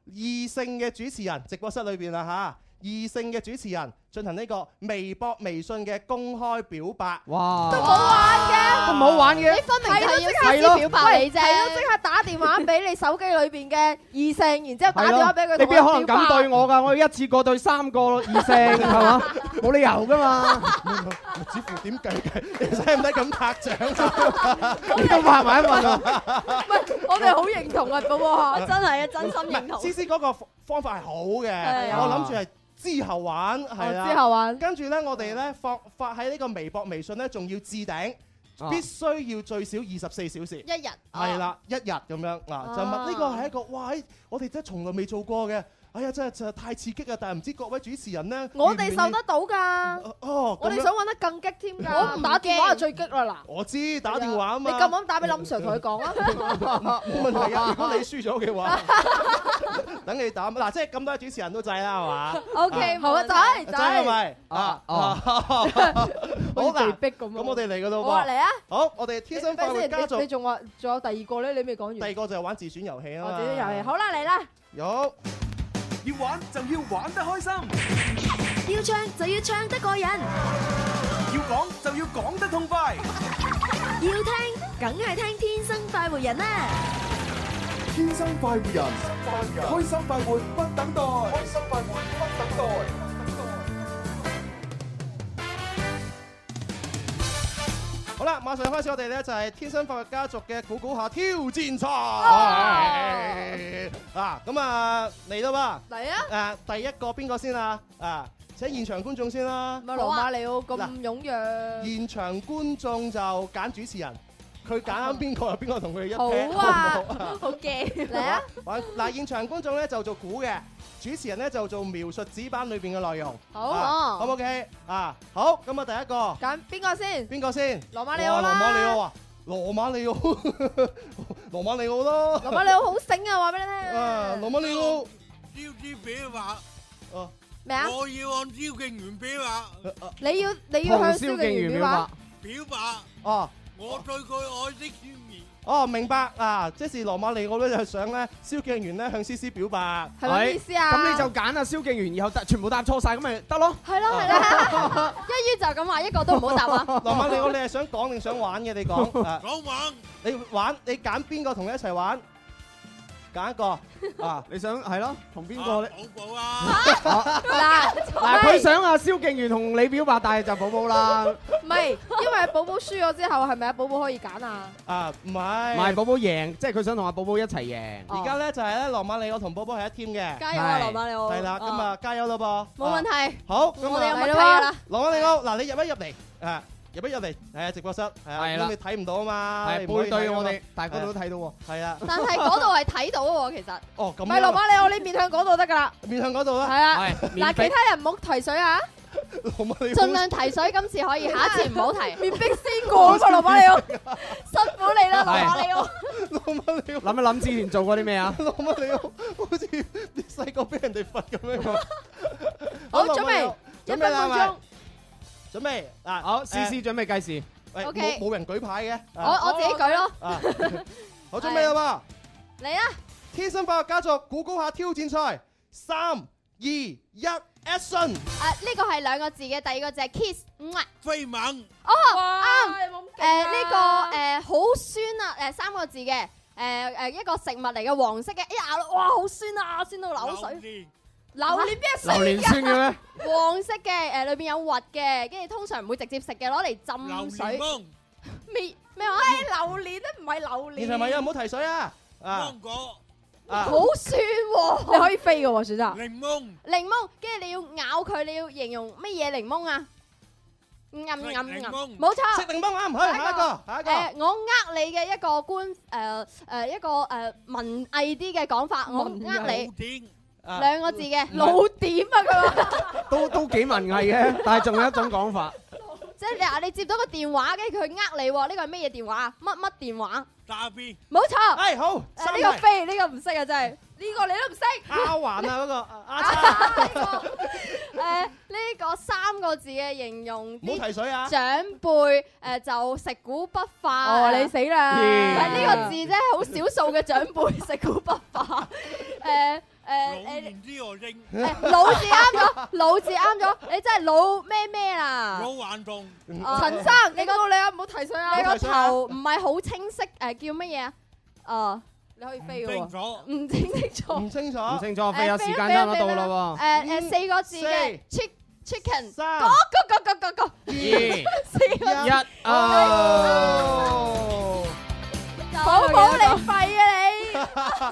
Speaker 7: 異性嘅主持人直播室裏邊啦嚇。異性嘅主持人進行呢個微博、微信嘅公開表白，
Speaker 9: 哇！
Speaker 7: 都冇玩嘅，
Speaker 9: 都冇玩嘅，
Speaker 8: 係咯，即刻
Speaker 7: 係
Speaker 8: 先
Speaker 7: 咯
Speaker 8: 表白你啫，
Speaker 7: 係
Speaker 8: 係 咯，
Speaker 7: 咯
Speaker 8: 即刻打電話俾你手機裏邊嘅異性，然之後打電話俾佢，
Speaker 9: 你邊可能
Speaker 8: 咁
Speaker 9: 咁對？我㗎？我要一次過對三個異性係嘛？冇理由㗎嘛！
Speaker 7: 似乎點計計？你使唔使咁拍掌？
Speaker 9: 你都拍埋一問啊！
Speaker 8: 我哋好認同啊，寶寶，
Speaker 7: 真
Speaker 8: 真係啊，真心 認
Speaker 7: 唔係思思嗰個方法係好嘅，
Speaker 8: 係啊
Speaker 7: 我諗住係之後玩，係啦，
Speaker 8: 之後玩。
Speaker 7: 跟住呢，我哋呢放發喺呢個微博、微信呢，仲要置頂，
Speaker 9: 啊
Speaker 7: 必須要最少二十四小時。
Speaker 2: 一日
Speaker 8: 啊
Speaker 7: 係啦，一日咁樣嗱，就問
Speaker 2: 啊
Speaker 7: 呢個係一個哇！哎我哋真係從來未做過嘅，哎呀，真係真係太刺激啊！但係唔知各位主持人呢，
Speaker 8: 我哋
Speaker 7: 願唔願
Speaker 8: 受
Speaker 7: 意
Speaker 8: 得到㗎，
Speaker 7: 哦，
Speaker 8: 我哋
Speaker 7: 咁樣
Speaker 8: 想玩得更激添㗎。
Speaker 2: 我唔
Speaker 8: 打電話就最激啦嗱。
Speaker 7: 我知打電話啊
Speaker 8: 你
Speaker 7: 嘛，
Speaker 8: 咁啱打俾林 Sir 同佢講啊，
Speaker 7: 冇問題啊！如果你輸咗嘅話， 等你打嗱，即係咁多主持人都制啦，係嘛
Speaker 8: OK，好啊，仔
Speaker 7: 真係咪
Speaker 8: 仔，
Speaker 7: 啊？
Speaker 9: 哦
Speaker 7: 好嗱，
Speaker 8: 被逼咁。
Speaker 7: 咁我哋嚟噶咯
Speaker 8: 好啊
Speaker 7: 喎，
Speaker 8: 嚟啊！
Speaker 7: 好，我哋天生快活家
Speaker 8: 等陣先你
Speaker 7: 族
Speaker 8: 你，仲話仲有第二個咧？你未講完。
Speaker 7: 第二個就係玩自選遊戲啊
Speaker 8: 我
Speaker 7: 嘛。
Speaker 8: 自己遊戲，好啦，嚟啦！
Speaker 7: 有
Speaker 16: 要玩就要玩得開心，
Speaker 17: 要唱就要唱得過癮，
Speaker 16: 要講就要講得痛快，
Speaker 17: 要聽梗係聽天生快活人啦！
Speaker 16: 天生快活人，開心快活不等待，開心快活不等待。
Speaker 7: 好啦，馬上開始我哋咧就係天生發育家族嘅估估下挑戰賽。嗱，咁啊嚟啦喎！
Speaker 11: 嚟啊！
Speaker 7: 誒，第一個邊個先啊？啊，請現場觀眾先啦。
Speaker 11: 咪羅馬里奧
Speaker 7: 嗱
Speaker 11: 咁踴躍。
Speaker 7: 現場觀眾就揀主持人，佢揀啱邊個，邊個同佢一 pair，
Speaker 11: 好
Speaker 7: 唔
Speaker 11: 啊
Speaker 7: 好啊，
Speaker 11: 好驚嚟啊！
Speaker 7: 玩嗱，現場觀眾咧就做估嘅，主持人咧就做描述紙板裏邊嘅內容。
Speaker 11: 好
Speaker 7: 啊好唔好 OK 啊？好，咁啊第一個
Speaker 11: 揀邊個先？
Speaker 7: 邊個先？
Speaker 11: 羅馬里奧
Speaker 7: 哇羅馬里奧
Speaker 11: 啦！
Speaker 7: 啊！羅馬 里奧，羅馬里奧咯。
Speaker 11: 羅馬里奧好醒啊！話俾你聽
Speaker 7: 啊，羅馬里奧。哦。
Speaker 11: 咩啊？
Speaker 7: 啊
Speaker 11: 你要你要向蕭敬元表白。
Speaker 7: 哦。
Speaker 18: 我對佢愛的語言。
Speaker 7: 哦，明白啊！即是羅馬里奧咧，就想咧，蕭敬元咧向 C C 表白，
Speaker 11: 係咪咩意思啊
Speaker 9: 咁你就揀啊蕭敬元，然後得全部答錯晒，咁咪得咯。
Speaker 8: 係咯係咯，一於就咁話，一個都唔好答啊！
Speaker 7: 羅馬里奧，你係想講定想玩嘅？你 講。啊
Speaker 18: 講玩。
Speaker 7: 你玩，你揀邊個同你一齊玩？揀一個啊！
Speaker 9: 你想係咯，同邊個咧？
Speaker 11: 嗱
Speaker 9: 嗱，佢想啊蕭敬元同你表白，但係就寶寶啦。
Speaker 11: 唔係，因為寶寶輸咗之後，係咪啊？寶寶可以揀啊？
Speaker 7: 啊，唔係，
Speaker 9: 唔係寶寶贏，即係佢想同阿寶寶一齊贏。
Speaker 7: 而家咧就係咧，羅馬里奧同寶寶係一 team 嘅。
Speaker 9: 加油啊係羅馬里奧
Speaker 7: 係啦，
Speaker 9: 啊
Speaker 7: 咁啊，加油啦噃！
Speaker 8: 冇問題
Speaker 7: 啊。好，咁
Speaker 8: 我哋有默契㗎
Speaker 7: 啊
Speaker 8: 啦
Speaker 7: 羅馬里奧，嗱，你入一入嚟，啊，入一入嚟，誒，直播室，係啊，
Speaker 9: 係
Speaker 7: 咁
Speaker 9: 啦
Speaker 7: 你睇唔到啊嘛，
Speaker 9: 係
Speaker 7: 你唔可以
Speaker 9: 背對
Speaker 7: 睇啊
Speaker 9: 我
Speaker 7: 嘛
Speaker 9: 哋大家都睇到喎。
Speaker 7: 係啊。
Speaker 8: 但係嗰度係睇到喎，其實。
Speaker 7: 哦，咁
Speaker 11: 唔係羅
Speaker 7: 樣啊
Speaker 11: 馬里奧，你面向嗰度得㗎啦。
Speaker 7: 面向嗰度啦。
Speaker 11: 係啊，嗱，其他人唔好提水啊，
Speaker 7: 羅馬里奧
Speaker 8: 盡量提水，今次可以，下一次唔 好提。
Speaker 11: 面壁思過個羅馬里奧，
Speaker 8: 辛苦 你啦，羅馬里奧。
Speaker 9: 諗一諗之前做過啲咩啊？
Speaker 7: 羅馬里奧好似啲細個俾人哋罰咁樣。
Speaker 11: 好
Speaker 7: 羅馬里奧準
Speaker 11: 準備
Speaker 7: 備啦
Speaker 11: 一分半鐘
Speaker 7: 係咪準備嗱，
Speaker 9: 好
Speaker 7: 誒
Speaker 9: ，C C 準備計時。
Speaker 7: 喂，
Speaker 8: OK
Speaker 7: 冇冇人舉牌嘅。
Speaker 8: 我我自己舉咯，
Speaker 7: 啊， 好準備啦
Speaker 8: 嚟啦！
Speaker 7: 噃！天生快樂家族估估下挑戰賽，三二一，action！
Speaker 8: 啊，呢個係兩個字嘅，第二個字係 kiss，唔係。
Speaker 18: 飛吻。
Speaker 8: 哦，
Speaker 11: 哇
Speaker 8: 啱。
Speaker 11: 勁
Speaker 8: 誒
Speaker 11: 啊
Speaker 8: 呢個誒好酸啊！誒三個字嘅，誒誒一個食物嚟嘅，黃色嘅，一咬落哇好酸啊，酸到流水。榴蓮邊係酸㗎
Speaker 9: 榴蓮酸嘅
Speaker 8: 黃色嘅誒裏邊有核嘅，跟住通常唔會直接食嘅，攞嚟浸水。咩咩話？
Speaker 11: 榴蓮都唔係榴
Speaker 7: 現場咪有人唔好提水啊！啊，啊
Speaker 8: 好酸喎！
Speaker 11: 你可以飛嘅喎，選擇。
Speaker 8: 檸檬，跟住你要咬佢，你要形容乜嘢檸檬啊？暗暗暗，
Speaker 7: 檸檬
Speaker 8: 冇錯。
Speaker 7: 食檸檬啱唔係下一個下一
Speaker 8: 誒，
Speaker 7: 個
Speaker 8: 我呃你嘅一個官誒誒一個誒文藝啲嘅講法，我呃你
Speaker 9: 啊
Speaker 8: 兩個字嘅
Speaker 9: 老
Speaker 11: 點啊！佢話
Speaker 9: 都都幾文藝嘅，但係仲有一種講法，
Speaker 8: 即係你啊，你接到個電話，跟住佢呃你喎，呢個係乜嘢電話啊？乜乜電話？冇錯。
Speaker 7: 係好，
Speaker 8: 誒呢
Speaker 7: 三
Speaker 8: 個
Speaker 7: 位
Speaker 8: 飛呢個唔識啊，真係呢個你都唔識。
Speaker 7: 阿環啊嗰個啊阿
Speaker 8: 誒呢個三個字嘅形容
Speaker 7: 唔好提
Speaker 8: 啲
Speaker 7: 水啊！
Speaker 8: 長輩誒就食古不化。
Speaker 11: 哦，你死啦！
Speaker 8: 但係呢個字啫，好少數嘅長輩 食古不化。誒誒誒，老字啱咗，老字啱咗，你真係老咩咩啦？陳生，你個
Speaker 11: 到你啊，唔好提水啊！
Speaker 8: 你個頭唔係好清晰，誒叫乜嘢啊？哦，
Speaker 11: 你可以飛嘅喎。
Speaker 8: 唔清晰楚。
Speaker 7: 唔清楚，
Speaker 9: 唔清楚，飛
Speaker 8: 誒
Speaker 9: 有時間差唔多到啦喎。
Speaker 8: 誒誒四個字嘅 chick chicken，嗰嗰嗰嗰嗰四個
Speaker 9: 一
Speaker 7: 哦，
Speaker 8: 寶寶你廢啊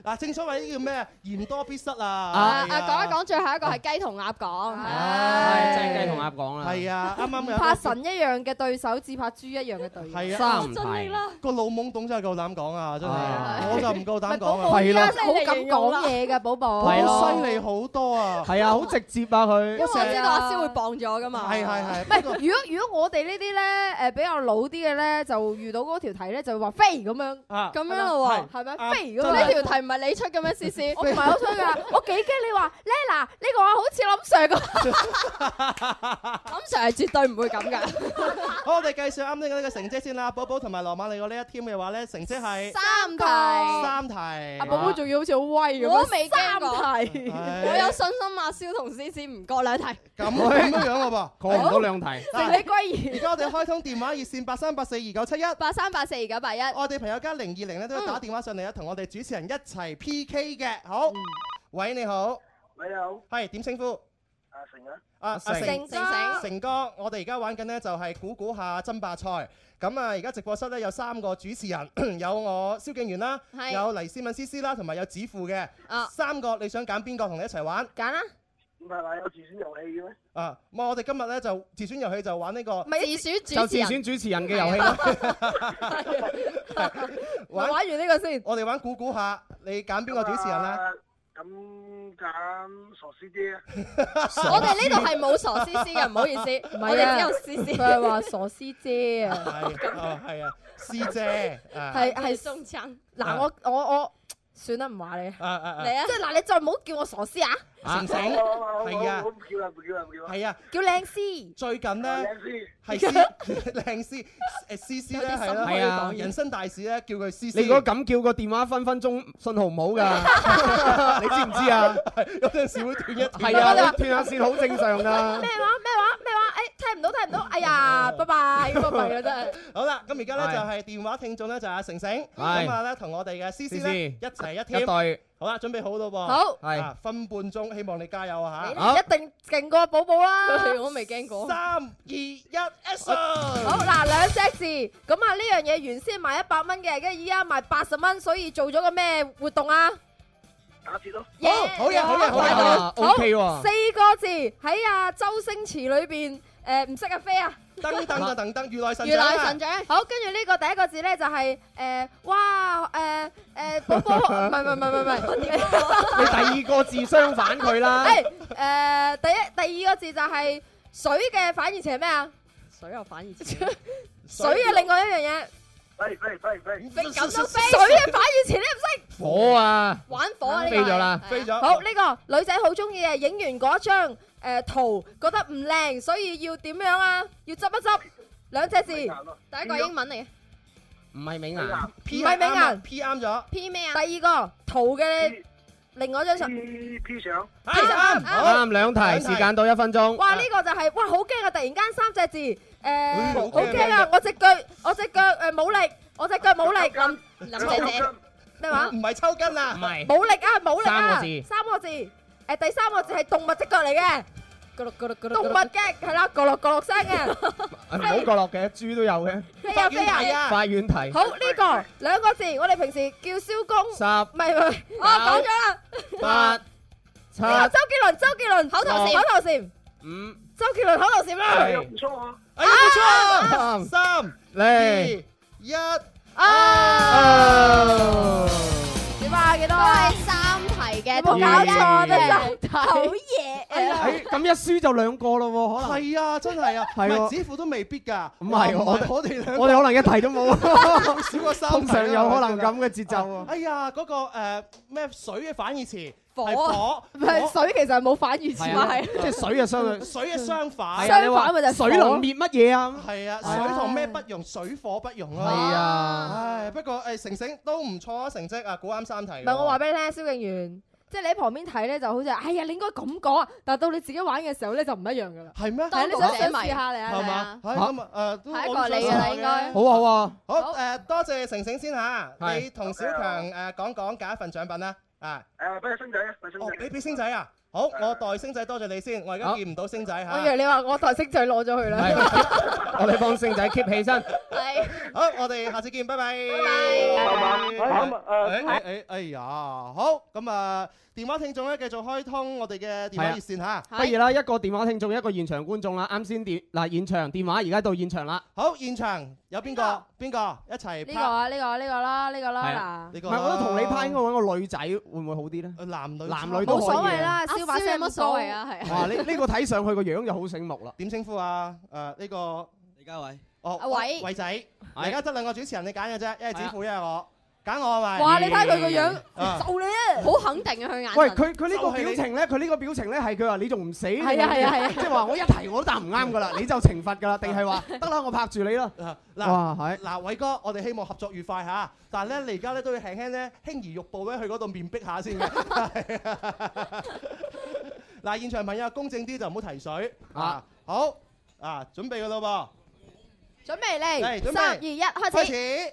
Speaker 7: 嗱，正所謂呢叫咩？言多必失
Speaker 8: 你！
Speaker 7: 啊！
Speaker 8: 啊啊講一講最後一個係雞同鴨講，
Speaker 9: 唉，真係雞同鴨講啦。
Speaker 7: 係啊，啱啱有
Speaker 11: 拍神一樣嘅對手，自拍豬一樣嘅隊友。
Speaker 7: 係啊，
Speaker 9: 三題盡力啦
Speaker 7: 個老懵懂真係夠膽講啊！真係，
Speaker 9: 唉
Speaker 7: 我就唔夠膽講
Speaker 9: 寶寶
Speaker 7: 啊！
Speaker 9: 係咯
Speaker 11: 好敢講嘢嘅寶寶。
Speaker 9: 係
Speaker 7: 好
Speaker 9: 咯
Speaker 7: 犀利好多啊！
Speaker 9: 係啊，好直接啊
Speaker 8: 因為我
Speaker 9: 佢。
Speaker 8: 知道阿蕭會傍咗噶嘛。
Speaker 7: 係係係
Speaker 11: 唔係，如果如果我哋呢啲咧，誒比較老啲嘅咧，就遇到嗰條題咧，就會話飛咁樣，
Speaker 7: 啊
Speaker 11: 咁樣咯
Speaker 8: 係
Speaker 11: 喎，
Speaker 8: 咪
Speaker 11: 係咪
Speaker 8: 啊
Speaker 11: 飛咁
Speaker 8: 真
Speaker 11: 樣？
Speaker 8: 係
Speaker 11: 呢條題唔係你出嘅咩？思思，我唔係我出㗎， 我幾驚你話咧嗱，呢個話好似林 Sir 咁，
Speaker 8: 林 Sir 係絕對唔會咁噶。
Speaker 7: 好，我哋計算啱呢個呢個成績先啦。寶寶同埋羅馬里奧呢一 team 嘅話咧，成績係
Speaker 8: 三題
Speaker 7: 三題。
Speaker 11: 阿寶寶仲要好似好威咁樣，
Speaker 8: 我都未驚過
Speaker 11: 三 題，
Speaker 8: 我有信心阿蕭同思思唔過兩題。
Speaker 7: 咁咁樣樣咯噃，啊
Speaker 9: 過唔到兩題。
Speaker 7: 嗱
Speaker 8: 成你歸
Speaker 7: 而家我哋開通電話熱線八三八四二九七一，
Speaker 8: 八三八四二九八一。
Speaker 7: 啊我哋朋友加零二零咧都要打電話上嚟啊，同我哋主持人一齊 P K 嘅。好，喂你好，
Speaker 13: 喂你好，
Speaker 7: 係點稱呼？
Speaker 13: 誒、
Speaker 19: 阿成啊，
Speaker 7: 啊阿
Speaker 19: 成
Speaker 7: 成
Speaker 19: 成
Speaker 7: 成哥，我哋而家玩緊呢就係估估下爭霸賽。咁啊，而家直播室呢有三個主持人， 有我蕭敬元啦，
Speaker 2: 係
Speaker 7: 有黎思敏思思啦，同埋有子富嘅。三個你想揀邊個同你一齊玩？
Speaker 8: 揀啦。
Speaker 19: 唔係話有自選遊戲嘅咩？
Speaker 7: 啊，咁我哋今日呢就自選遊戲就玩呢個，
Speaker 8: 咪自選主持人就自選
Speaker 9: 主持人嘅遊戲啦。
Speaker 7: 玩
Speaker 8: 完呢個先。
Speaker 7: 我哋玩估估下，你揀邊個主持人啦？
Speaker 19: 咁揀傻師姐啊！
Speaker 2: 我哋呢度係 冇傻思思嘅，唔好意思，
Speaker 8: 唔
Speaker 2: 我
Speaker 8: 係
Speaker 2: 哋
Speaker 8: 啊，
Speaker 2: 只有思思。
Speaker 8: 佢係話傻師姐啊，
Speaker 7: 係啊，係啊，師姐啊
Speaker 8: 係係
Speaker 2: 中餐。
Speaker 8: 嗱，我我我算啦，唔話你，
Speaker 7: 啊啊啊
Speaker 8: 嚟啊！即係嗱，你再唔好叫我傻師啊，
Speaker 7: 成成係啊
Speaker 19: 我唔叫啦，唔叫啦，唔叫啦。
Speaker 7: 係啊，
Speaker 8: 叫靚師。
Speaker 7: 最近呢，
Speaker 19: 靚師
Speaker 7: 係師 靚師誒師師咧係
Speaker 9: 有啲心虛啊
Speaker 7: 啦，
Speaker 9: 講嘢
Speaker 7: 人生大事咧叫佢師師。
Speaker 9: 你如果咁叫個電話，分分鐘信號唔好 㗎，你知唔知啊？
Speaker 7: 有陣時會斷一斷
Speaker 9: 係啊，你斷下線好正常㗎
Speaker 8: 咩。話咩話咩話？誒，聽唔到聽唔到，哎 呀，拜拜拜拜啦真係。
Speaker 7: 好啦，咁而家咧
Speaker 9: 係
Speaker 7: 就係電話聽眾咧就係阿成成，咁啊咧同我哋嘅思思咧一
Speaker 9: 思
Speaker 7: 齊一 team
Speaker 9: 一對。
Speaker 7: 好啦，準備好咯喎，
Speaker 8: 好
Speaker 9: 係
Speaker 7: 啊分半鐘，希望你加油啊嚇！！
Speaker 8: 一定勁過寶 寶啦
Speaker 7: 我未
Speaker 2: 驚
Speaker 7: 過。三二一，action！
Speaker 8: 好嗱，兩隻字咁啊！呢樣嘢原先賣一百蚊嘅，跟住依家賣八十蚊，所以做咗個咩活動啊？
Speaker 19: 打折咯。
Speaker 8: Dạ,
Speaker 7: 好，好嘢，好嘢，好嘢，
Speaker 9: 啊
Speaker 8: 好
Speaker 9: ，OK 喎
Speaker 8: 四。個字喺啊周星馳裏邊誒唔識啊飛啊！
Speaker 7: 噔噔啊噔噔，如來神
Speaker 8: 如
Speaker 7: 掌啊
Speaker 8: 來神掌。好，跟住呢個第一個字咧就係誒哇誒誒寶寶，唔係唔係唔係唔係唔係。
Speaker 9: 你第二個字相反佢啦。
Speaker 8: 誒誒，第一第二個字就係水嘅反義詞係咩啊？
Speaker 2: 水又反而
Speaker 8: 水嘅另外一樣嘢。
Speaker 19: 飛飛飛飛，
Speaker 2: 飛咁都飛。
Speaker 8: 水嘅反義詞你唔識。
Speaker 9: 火啊！
Speaker 8: 玩火啊！呢個
Speaker 9: 飛咗啦
Speaker 8: 係
Speaker 9: 飛咗
Speaker 7: Ờ,
Speaker 8: 好呢個女仔好中意嘅，影完嗰張誒圖覺得唔靚，所以要點樣啊？要執一執兩隻字，第
Speaker 2: 第一個英文嚟嘅
Speaker 9: 唔係美顏，
Speaker 8: 唔係美
Speaker 7: à,
Speaker 8: 顏
Speaker 7: P 啱咗
Speaker 2: ，P 咩啊？
Speaker 8: 第二個圖嘅另外一張相
Speaker 19: P P 相，
Speaker 8: P 相好
Speaker 9: 啱兩題，時間到一分鐘。
Speaker 8: 哇！呢個就係哇好驚啊！突然間三隻字誒，
Speaker 9: 好驚
Speaker 8: 好驚啊！我隻腳我隻腳誒冇力，我隻腳冇力，諗
Speaker 2: 諗姐姐
Speaker 8: 咩話？
Speaker 7: 唔係抽筋啊，
Speaker 9: 唔係
Speaker 8: 冇力啊，冇力啊！
Speaker 9: 三個字
Speaker 8: 三個字，誒第三個字係動物隻腳嚟嘅，動物嘅係啦，咕嚕咕嚕聲 嘅。
Speaker 9: 唔好角落嘅，豬都有嘅。
Speaker 8: 飛啊飛啊！
Speaker 9: 法院題。
Speaker 8: 好呢個兩個字，我哋平時叫蕭公，
Speaker 9: 十
Speaker 8: 唔係唔係，我講咗啦。
Speaker 9: 八七
Speaker 8: 呢個周杰倫，周杰倫口
Speaker 9: 頭禪
Speaker 8: 口頭禪，
Speaker 9: 五
Speaker 8: 周杰倫口頭禪啦。
Speaker 9: 係
Speaker 19: 錯啊！
Speaker 7: 哎冇
Speaker 9: 三
Speaker 7: 錯，三
Speaker 9: 嚟
Speaker 7: 一
Speaker 9: 啊！
Speaker 7: Ờ.
Speaker 8: 點啊？幾多
Speaker 2: 都
Speaker 8: 啊
Speaker 2: 係？三題嘅，
Speaker 8: 冇搞錯啊真 係好
Speaker 2: 嘢啊！
Speaker 9: 哎咁一輸就兩個咯喎，可能。
Speaker 7: 係啊，真係啊，唔
Speaker 9: 係喎
Speaker 7: 係指父都未必㗎。
Speaker 9: 唔係
Speaker 7: 哇
Speaker 9: 我
Speaker 7: 唔係我哋兩個
Speaker 9: 我哋可能一題都冇
Speaker 7: 少過三題啊。
Speaker 9: 通常有可能咁嘅節奏啊
Speaker 7: 哎呀，嗰個誒咩水嘅反義詞
Speaker 8: 火
Speaker 7: 係火，
Speaker 8: 唔係水其實係冇反義詞
Speaker 9: 係啊
Speaker 8: 嘛，係
Speaker 9: 即係水啊相對
Speaker 7: 水嘅相反。
Speaker 9: 係啊你話
Speaker 8: 相反咪就係火
Speaker 9: 水能滅乜嘢啊？
Speaker 7: 係啊，水同咩不容，水火不容啊。
Speaker 9: 係啊
Speaker 7: 唉，不過誒成成都唔錯啊，成績啊，估啱三題喎。
Speaker 8: 唔係我話俾你聽，蕭敬元，即係你喺旁邊睇咧就好似，哎呀你應該咁講啊，但係到你自己玩嘅時候咧就唔一樣噶啦。
Speaker 7: 係咩？
Speaker 8: 係你想想試下你啊，
Speaker 7: 係
Speaker 8: 係
Speaker 7: 嘛
Speaker 8: 啊？
Speaker 7: 係咁啊誒，都
Speaker 8: 下一個
Speaker 7: 我都想
Speaker 8: 你㗎啦
Speaker 7: 試下
Speaker 8: 應該
Speaker 9: 好啊好啊，
Speaker 7: 好誒，多謝成成先嚇，
Speaker 9: 係
Speaker 7: 你同小強誒講講揀一份獎品啦，啊！
Speaker 19: 誒，俾阿星仔啊，俾星
Speaker 7: 哦
Speaker 19: 仔，。
Speaker 7: 俾俾星仔啊！好，我代星仔多謝你先，我而家見唔到星仔嚇。
Speaker 8: 我以為你話我台星仔攞咗佢啦。
Speaker 9: 我哋幫星仔 keep 起身。
Speaker 7: 好，我哋下次見，拜拜。
Speaker 19: 拜拜好
Speaker 7: 誒誒誒，哎呀，好咁啊！電話聽眾咧繼續開通我哋嘅電話熱線嚇。
Speaker 9: 不如啦，一個電話聽眾，一個現場觀眾啦。啱先電嗱現場電話，而家到現場啦。
Speaker 7: 好，現場有邊個？邊個一齊
Speaker 8: 呢
Speaker 7: 拍？
Speaker 8: 個啊，呢個呢個啦，呢個
Speaker 9: 係
Speaker 8: 啦
Speaker 9: 啊
Speaker 8: 嗱，
Speaker 9: 唔
Speaker 7: 呢個
Speaker 9: 係，我都同你拍，應該揾個女仔會唔會好啲咧？
Speaker 7: 男女
Speaker 9: 男女都
Speaker 8: 冇
Speaker 9: 可
Speaker 8: 所
Speaker 9: 以
Speaker 8: 謂
Speaker 9: 嘅
Speaker 8: 啦，
Speaker 2: 阿
Speaker 8: 燒把
Speaker 2: 蕭
Speaker 8: 聲
Speaker 2: 有乜所謂啊係啊
Speaker 9: 哇！ 呢呢個睇上去個樣就好醒目啦。
Speaker 7: 點稱呼啊？誒呢個
Speaker 15: 李家偉，
Speaker 7: 哦，
Speaker 2: 阿偉
Speaker 7: 偉仔，而家得兩個主持人你揀嘅啫，一係子富，一係我，揀我係咪？
Speaker 8: 哇！你睇佢個樣，
Speaker 7: 啊
Speaker 8: 就你啊！
Speaker 2: 好肯定啊，佢眼神。
Speaker 9: 喂，佢佢呢個表情咧，佢呢個表情咧係佢話你仲唔死？
Speaker 2: 係啊係啊係啊
Speaker 9: 即係話我一題我都答唔啱噶啦，你就懲罰噶啦，定係話得啦，我拍住你啦。哇，
Speaker 7: 啊嗱，
Speaker 9: 係
Speaker 7: 嗱，偉哥，我哋希望合作愉快嚇，但係咧，你而家咧都要輕輕咧輕而易步咧去嗰度面壁下先嘅。 嗱，現場朋友公正啲就唔好提水啊！好啊，準備噶啦
Speaker 8: 準備
Speaker 7: 嚟準
Speaker 8: 嚟，
Speaker 7: 備
Speaker 8: 三二一，
Speaker 7: 噃，
Speaker 8: 開
Speaker 7: 開
Speaker 8: 始。
Speaker 7: 始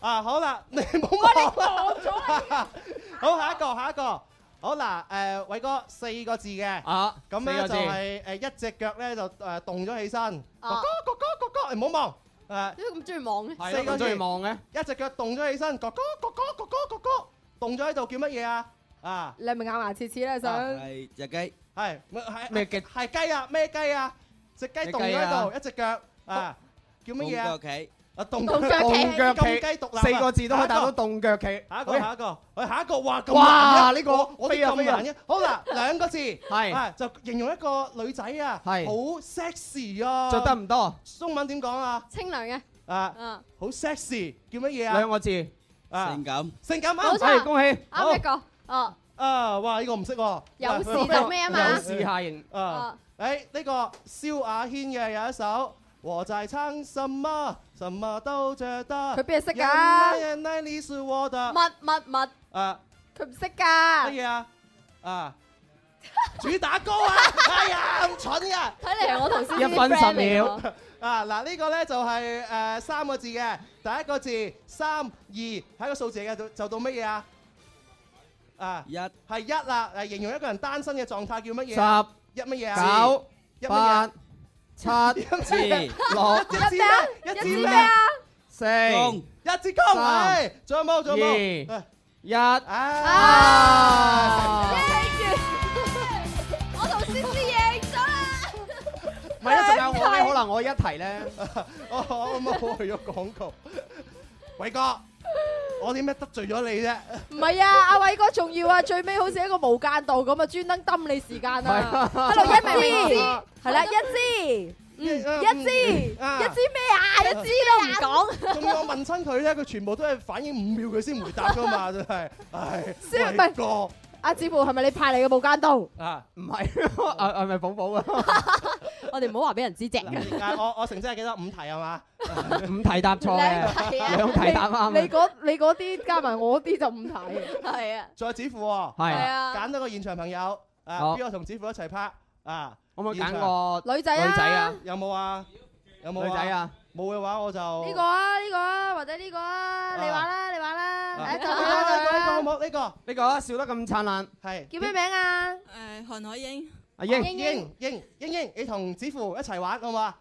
Speaker 7: 啊！好啦，你唔好
Speaker 8: 哇！你
Speaker 7: 望啦。
Speaker 8: 講咗啦，
Speaker 7: 好，下一個，下一個，好嗱，誒偉哥四個字嘅，
Speaker 9: 啊
Speaker 7: 咁咧
Speaker 9: 四個字
Speaker 7: 就係誒一隻腳咧就誒動咗起身，哥
Speaker 2: 啊
Speaker 7: 哥哥哥哥哥，唔好望。誒，
Speaker 2: 咁中意望嘅，
Speaker 7: 四個字
Speaker 9: 中意望嘅，
Speaker 7: 一隻腳動咗起身，哥哥哥哥哥哥哥哥，動咗喺度叫乜嘢啊？啊，
Speaker 8: 你係咪咬牙切齒咧？想
Speaker 13: 係只雞，
Speaker 7: 係咩係
Speaker 9: 咩雞？
Speaker 7: 係雞啊？咩雞啊？只雞動咗喺
Speaker 9: 隻雞
Speaker 7: 度，一隻腳啊，叫乜嘢啊？
Speaker 13: 企，
Speaker 7: 啊，動
Speaker 9: 動腳
Speaker 7: 動
Speaker 9: 企
Speaker 7: 金雞獨立啊，
Speaker 9: 四個字都可以打到
Speaker 7: 下一個
Speaker 9: 動腳企。
Speaker 7: 下一個，
Speaker 9: 喂
Speaker 7: 下一個，喂，下一個，哇，咁
Speaker 9: 哇
Speaker 7: 難嘅
Speaker 9: 呢個
Speaker 7: 我我哋
Speaker 9: 飛啊
Speaker 7: 咁
Speaker 9: 飛啊
Speaker 7: 難嘅，好啦，兩個字，
Speaker 9: 係
Speaker 7: 啊就形容一個女仔啊，
Speaker 9: 係
Speaker 7: 好 à, sexy à. 啊，
Speaker 9: 着得唔多，
Speaker 7: 中文點講啊？
Speaker 2: 清涼嘅，
Speaker 7: 啊，
Speaker 2: 嗯，
Speaker 7: 好 à. sexy 叫乜嘢啊？
Speaker 9: 兩個字，
Speaker 7: 性
Speaker 13: 感，
Speaker 7: 性感
Speaker 2: 冇
Speaker 7: 啱，
Speaker 2: 錯，
Speaker 7: 好
Speaker 2: 啱一個，哦，
Speaker 7: 啊，哇，呢個唔識喎，
Speaker 2: 有事就咩啊嘛
Speaker 9: 有事下型
Speaker 2: Ờ.
Speaker 7: 啊，誒呢個蕭亞軒嘅有一首。我在唱什麼，什麼都覺得。
Speaker 8: 佢邊係識㗎
Speaker 7: 原來原來你是我的。
Speaker 2: 乜乜乜，
Speaker 7: 啊，
Speaker 8: 佢唔識㗎。
Speaker 7: 乜嘢啊？啊，主打歌 啊！哎呀，咁蠢嘅。
Speaker 2: 睇嚟係我頭先呢啲
Speaker 9: 一分十
Speaker 2: friend 嚟
Speaker 9: 秒
Speaker 2: 喎。
Speaker 7: 啊，嗱呢個咧就係誒三個字嘅，第一個字三二係一個數字嘅，就就到乜嘢啊？啊，
Speaker 13: 一
Speaker 7: 係一啦，誒形容一個人單身嘅狀態叫乜嘢啊？
Speaker 9: 十
Speaker 7: 一乜嘢啊？
Speaker 9: 九
Speaker 7: 一乜嘢
Speaker 9: 八
Speaker 7: 啊
Speaker 9: 七
Speaker 7: 字
Speaker 9: 六
Speaker 7: 一
Speaker 2: Dạ,
Speaker 7: 支咩？一支咩？
Speaker 9: 四
Speaker 7: 一支公，
Speaker 9: 三
Speaker 7: 唉，仲有冇？仲有冇？哎
Speaker 9: 二
Speaker 7: 唉
Speaker 9: 一，
Speaker 7: 啊
Speaker 2: Dạ, 我頭先知贏咗啦，
Speaker 9: 唔係啊，仲有我咧，可能我一提咧，
Speaker 7: 我哦我我去咗廣告，偉哥，我點解得罪咗你啫？
Speaker 8: 唔係啊，阿偉哥仲要啊，最尾好似一個無間道咁啊，專登抌你時間啊，
Speaker 9: 係啊
Speaker 8: 喺度一
Speaker 7: 明明
Speaker 8: 支
Speaker 7: 知，
Speaker 8: 係啦，一支，嗯
Speaker 7: 一嗯
Speaker 8: 一支，一支咩
Speaker 7: 啊
Speaker 8: 啊？一支都唔講。
Speaker 7: 仲要我問親佢咧，佢全部都係反應五秒佢先回答噶嘛，真係，唉，
Speaker 8: 先唔係
Speaker 7: 偉哥
Speaker 8: 阿志傅係咪你派嚟嘅無間道？
Speaker 7: 啊！
Speaker 9: 唔係啊， 係咪寶寶啊？
Speaker 2: 我哋唔好話俾人知啫。
Speaker 7: 啊！我我成績係幾多？五題係嘛？
Speaker 9: 五題答錯嘅，兩題答
Speaker 8: 你
Speaker 9: 啱嘅，
Speaker 8: 嗰你嗰啲加埋我啲就唔睇。
Speaker 2: 係啊，
Speaker 7: 再指父喎，
Speaker 9: 係
Speaker 8: 係啊
Speaker 7: 揀多個現場朋友啊，
Speaker 9: 好
Speaker 7: 俾我同指父一齊拍啊！
Speaker 9: 可唔可以
Speaker 7: 現場
Speaker 9: 揀個
Speaker 8: 女仔啊
Speaker 9: 女仔啊，
Speaker 7: 有冇啊？有冇
Speaker 9: 女仔啊？
Speaker 7: 冇嘅話我就
Speaker 8: 呢個啊，呢個啊，或者呢個啊，你玩啦，你玩啦，
Speaker 7: 啊
Speaker 8: 嚟就
Speaker 7: 呢個
Speaker 8: 啦，
Speaker 7: 呢
Speaker 8: 就
Speaker 7: 個好
Speaker 8: 啦
Speaker 7: 唔。好？呢個
Speaker 9: 呢個啊笑得咁燦爛，
Speaker 7: 係
Speaker 8: 叫咩名啊？
Speaker 20: 誒，韓海英，
Speaker 9: 阿英
Speaker 7: 英英英英英，你同子父一齊玩好嘛？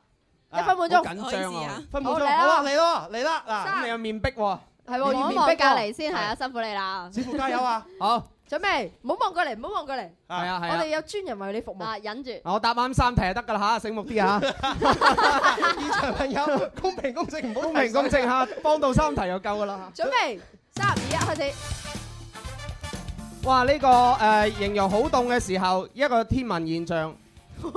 Speaker 8: 一
Speaker 7: À,
Speaker 8: 分半鐘
Speaker 9: 好緊張啊！
Speaker 7: 分半鐘，
Speaker 8: 好嚟
Speaker 7: 好
Speaker 8: 啦
Speaker 7: 啊，嚟咯，嚟啦嗱，
Speaker 9: 咁你有面壁喎，
Speaker 8: 係喎，
Speaker 2: 望一
Speaker 8: 面
Speaker 2: 望
Speaker 8: 壁
Speaker 2: 隔
Speaker 8: 喎
Speaker 2: 離。先，係啊，辛苦你啦。
Speaker 7: 子父加油啊！
Speaker 9: 好
Speaker 8: 準備，唔好望過嚟，唔好望過嚟。
Speaker 9: 係
Speaker 7: À,
Speaker 9: 啊係
Speaker 8: 我哋
Speaker 9: 啊。
Speaker 8: 有專人為你服務。
Speaker 2: 啊，忍住。
Speaker 9: 我答啱三題就得㗎啦吓，醒目啲 啊，
Speaker 7: 現場朋友公平公正，唔好
Speaker 9: 公平公正 吓，幫到三題就夠㗎啦。
Speaker 8: 準備，三二一， 開始。
Speaker 9: 哇！呢個誒形容好凍嘅時候，一個天文現象，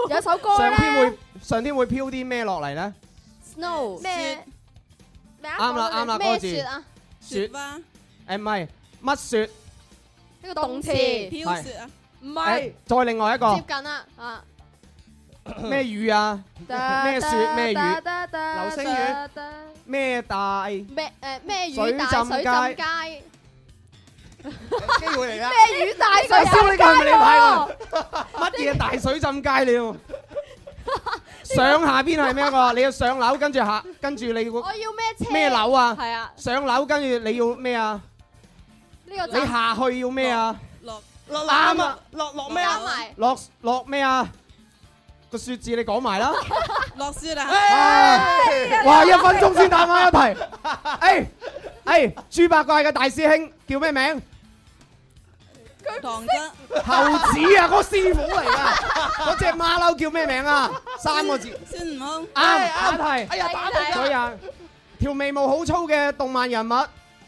Speaker 8: 有首歌
Speaker 9: 上天
Speaker 8: 咧，
Speaker 9: 會上天會飄啲咩落嚟咧？
Speaker 2: Snow
Speaker 8: 咩咩啊
Speaker 9: 啱啦啱啦嗰個
Speaker 2: 咩
Speaker 9: 字
Speaker 2: 雪啊？
Speaker 9: 雪
Speaker 20: 蛙，
Speaker 9: 誒唔係乜雪？
Speaker 2: 呢個動詞
Speaker 20: 飄雪啊，
Speaker 8: 唔
Speaker 9: 誒
Speaker 8: 係
Speaker 9: 再另外一個
Speaker 2: 接近啦啊！
Speaker 9: 咩雨啊？咩雪咩雨？
Speaker 8: 流
Speaker 7: 星雨
Speaker 9: 咩大？
Speaker 2: 咩
Speaker 8: à,
Speaker 2: 誒咩雨
Speaker 9: 水
Speaker 2: 大
Speaker 9: 浸
Speaker 2: 水
Speaker 9: 街
Speaker 2: 浸街？
Speaker 7: 機會嚟啦！啊
Speaker 8: 咩雨大
Speaker 9: 呢個
Speaker 8: 水
Speaker 9: 燒呢個係咪你派
Speaker 8: 喎
Speaker 9: 㗎？乜嘢大水浸街你要？上下邊係咩一個？你要上樓，跟住下，跟住你要
Speaker 2: 我要咩車？
Speaker 9: 咩樓啊
Speaker 2: 係啊，
Speaker 9: 上樓，跟住你要咩啊？
Speaker 2: 呢個
Speaker 9: 你
Speaker 2: 就
Speaker 9: 下去要咩啊？
Speaker 20: 落
Speaker 7: 落
Speaker 9: 啱啊！
Speaker 7: 落落咩
Speaker 13: Dạ.
Speaker 2: 加
Speaker 7: 啊？
Speaker 2: 埋
Speaker 9: 落落咩啊？個雪字你講埋啦。
Speaker 20: 落雪啦，
Speaker 9: 唉哇！一分鐘先答啱一題。 誒誒，豬八怪嘅大師兄叫咩名？
Speaker 20: 唐僧，
Speaker 9: 猴子啊，嗰個師傅嚟噶。嗰只馬騮叫咩名啊？三個字。
Speaker 20: 孫悟空，
Speaker 9: 啱，下一題。
Speaker 7: 哎呀，打你
Speaker 9: 所以
Speaker 7: 啦！
Speaker 9: 啊，條眉毛好粗嘅動漫人物，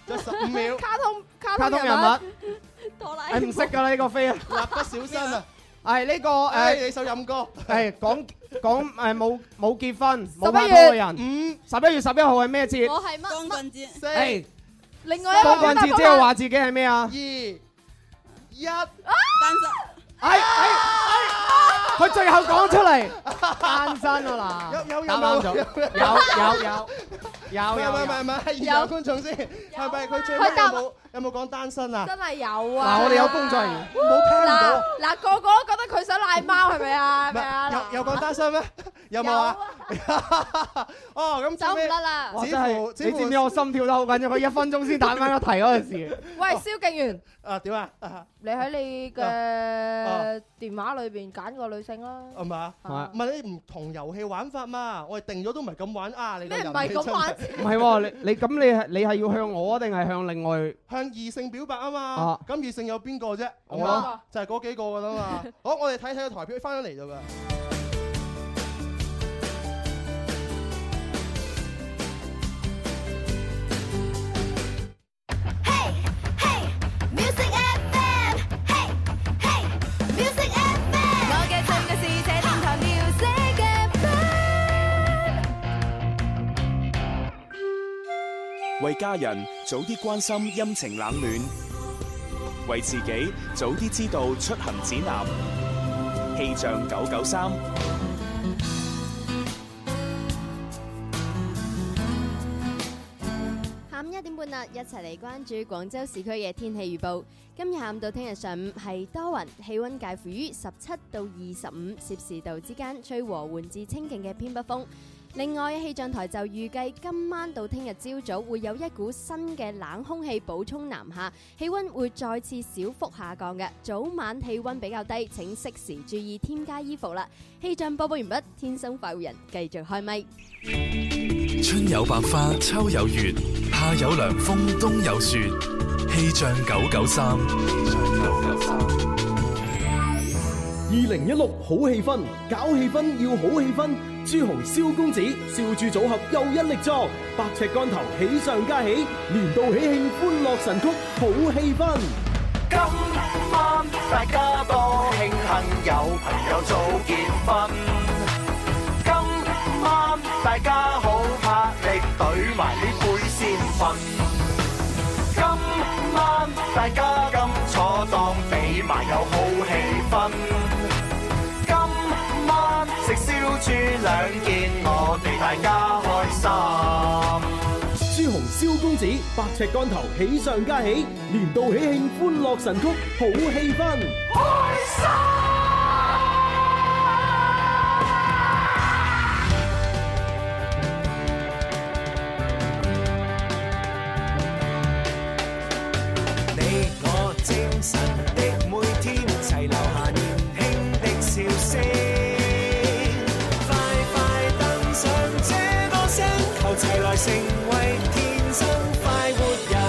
Speaker 7: 就十五秒，
Speaker 8: 卡通
Speaker 9: 卡
Speaker 8: 卡
Speaker 9: 通
Speaker 8: 通
Speaker 9: 人
Speaker 8: 人
Speaker 9: 物
Speaker 8: 物，，
Speaker 2: 哆啦
Speaker 9: 係
Speaker 2: A
Speaker 9: 唔識㗎啦呢個飛啊。
Speaker 7: 蠟筆小新啊！
Speaker 9: 係呢個
Speaker 7: 唉，
Speaker 9: 誒
Speaker 7: 你首飲歌，
Speaker 9: 誒講講誒冇冇結婚冇拍
Speaker 8: 11
Speaker 9: 拖嘅人。
Speaker 7: 五
Speaker 9: 十一月十一號係咩節？
Speaker 2: 我係乜
Speaker 20: 光
Speaker 2: 乜
Speaker 20: 棍節，
Speaker 7: 四二
Speaker 9: 誒，
Speaker 8: 另外一個
Speaker 9: 光棍節即係話自己係咩啊？
Speaker 7: 一，
Speaker 20: 單身，
Speaker 9: 哎哎哎！佢最後講出嚟，單身啊嗱，
Speaker 7: 有有有
Speaker 9: 答啱咗，
Speaker 7: 有
Speaker 9: 有有有
Speaker 7: 唔
Speaker 9: 有
Speaker 7: 係唔係
Speaker 9: 有
Speaker 7: 唔係
Speaker 9: 有。
Speaker 7: 唔係，現場觀眾先，係咪佢最尾有冇有冇講單身啊？
Speaker 8: 真係有啊！
Speaker 9: 嗱，我哋有工作人員，
Speaker 7: 冇聽唔
Speaker 8: 嗱
Speaker 7: 到，
Speaker 8: à, 嗱個個都覺得佢想賴貓係咪啊？係咪啊？
Speaker 7: 有有講單身咩？有冇啊？ 哦，咁
Speaker 8: 走唔得啦
Speaker 9: 哇！
Speaker 7: 似
Speaker 9: 真
Speaker 7: 乎
Speaker 9: 係，你知唔知我心跳得好緊要？佢一分鐘先彈翻一題嗰陣時。
Speaker 21: 喂，蕭敬元，
Speaker 7: 啊 點啊？啊
Speaker 21: 你喺你
Speaker 8: ờ,
Speaker 7: 啊
Speaker 21: 嘅電話裏邊揀個女性啦。
Speaker 7: 係嘛？唔係你唔同遊戲玩法嘛？我哋定咗都唔係咁玩啊！你個
Speaker 21: 咩唔
Speaker 7: 遊
Speaker 21: 係
Speaker 7: 戲
Speaker 21: 咁
Speaker 7: 真
Speaker 21: 玩
Speaker 9: 唔係喎，你你咁你係你係要向我定係向另外？
Speaker 7: 向異性表白啊嘛
Speaker 9: 啊，
Speaker 7: 咁異性有邊個啫？
Speaker 9: 我
Speaker 7: 係嘛就係嗰幾個㗎啦嘛。好，我哋睇睇個台表，翻咗嚟咗㗎。
Speaker 22: Music FM，我嘅最愛是這電台 Music FM。
Speaker 1: 为家人早啲关心阴晴冷暖，为自己早啲知道出行指南。气象九九三，
Speaker 8: 下午一點半啦，一齊嚟關注廣州市區嘅天氣預報。今日下午到聽日上午係多雲，氣温介乎於十七到二十五攝氏度之間，吹和緩至清勁嘅偏北風。另外，氣象台就預計今晚到聽日朝早會有一股新嘅冷空氣補充南下，氣温會再次小幅下降嘅。早晚氣温比較低，請適時注意添加衣服啦。氣象播報完畢，天生快活人繼續開咪。
Speaker 3: 春有百花，秋有月，夏有涼風，冬有雪。氣象九九三，
Speaker 23: 二零一六好氣氛，搞氣氛要好氣氛。朱紅、蕭公子、笑住組合又一力作，百尺竿頭喜上加喜，年度喜慶歡樂神曲好氣氛。
Speaker 10: 今晚大家多慶幸有朋友早結婚。今晚大家好拍力，懟埋呢杯先瞓。今晚大家咁坐檔，俾埋有好氣氛。今晚食燒豬兩件，我哋大家開心。
Speaker 23: 朱紅、蕭公子、百尺竿頭喜上加喜，年度喜慶歡樂神曲好氣氛。
Speaker 11: 你我精神的每天，齊留下年輕的笑聲。快快登上這歌聲，求齊來成為天生快活人。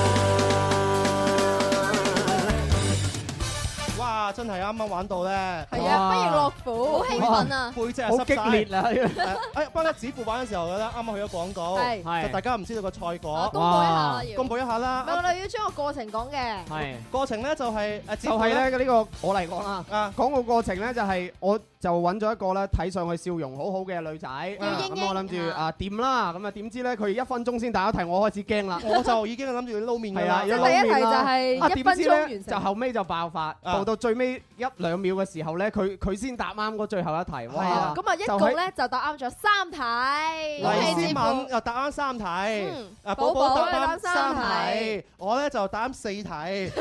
Speaker 7: 哇！真係啱啱玩到咧，
Speaker 21: 係
Speaker 8: Dạ,
Speaker 21: 啊不亦樂乎好興奮啊
Speaker 7: 背脊係
Speaker 21: 好
Speaker 7: 濕晒
Speaker 21: 激烈啊
Speaker 7: 誒誒，不過指付玩嘅時候咧，啱啱去咗廣告，
Speaker 21: 係係
Speaker 7: 就大家唔知道個賽
Speaker 9: 啊
Speaker 7: 果，
Speaker 21: 公佈一下
Speaker 8: 啊
Speaker 21: 啦要
Speaker 7: 公佈一下
Speaker 21: 唔係，我
Speaker 7: 啦。啊
Speaker 21: 哋要將個過程講嘅。
Speaker 9: 係
Speaker 7: 過程咧就係啊誒，
Speaker 9: 就係咧呢個我嚟講啦。
Speaker 7: 啊
Speaker 9: 講個過程咧就係我就揾咗一個咧睇上去笑容好好嘅女仔，
Speaker 7: 英
Speaker 9: 咁
Speaker 7: 英
Speaker 9: 我諗住啊掂啦，咁啊點知咧佢一分鐘先打咗題，我開始驚啦。
Speaker 7: 我就已經諗住撈面㗎
Speaker 9: 係
Speaker 7: 啦
Speaker 9: 啊，要
Speaker 7: 即
Speaker 9: 撈
Speaker 7: 係第一題
Speaker 9: 面啦
Speaker 7: 就係
Speaker 9: 啊
Speaker 7: 一
Speaker 9: 點
Speaker 7: 分
Speaker 9: 知
Speaker 7: 鐘
Speaker 9: 咧
Speaker 7: 完成
Speaker 9: 就後尾就爆發，到到最尾一兩秒嘅時候咧，佢佢先答啱嗰最後一題。哇！
Speaker 21: 咁啊，一
Speaker 9: 就
Speaker 21: 共
Speaker 9: 喺
Speaker 21: 咧就答啱咗三題。
Speaker 7: 黎思
Speaker 21: 志
Speaker 7: 敏又答啱三題
Speaker 21: 嗯，
Speaker 7: 啊
Speaker 21: 寶
Speaker 7: 寶
Speaker 21: 寶
Speaker 7: 寶
Speaker 21: 答
Speaker 7: 答
Speaker 21: 啱
Speaker 7: 啱
Speaker 21: 三
Speaker 7: 三
Speaker 21: 題
Speaker 7: 題，我咧就答啱四題，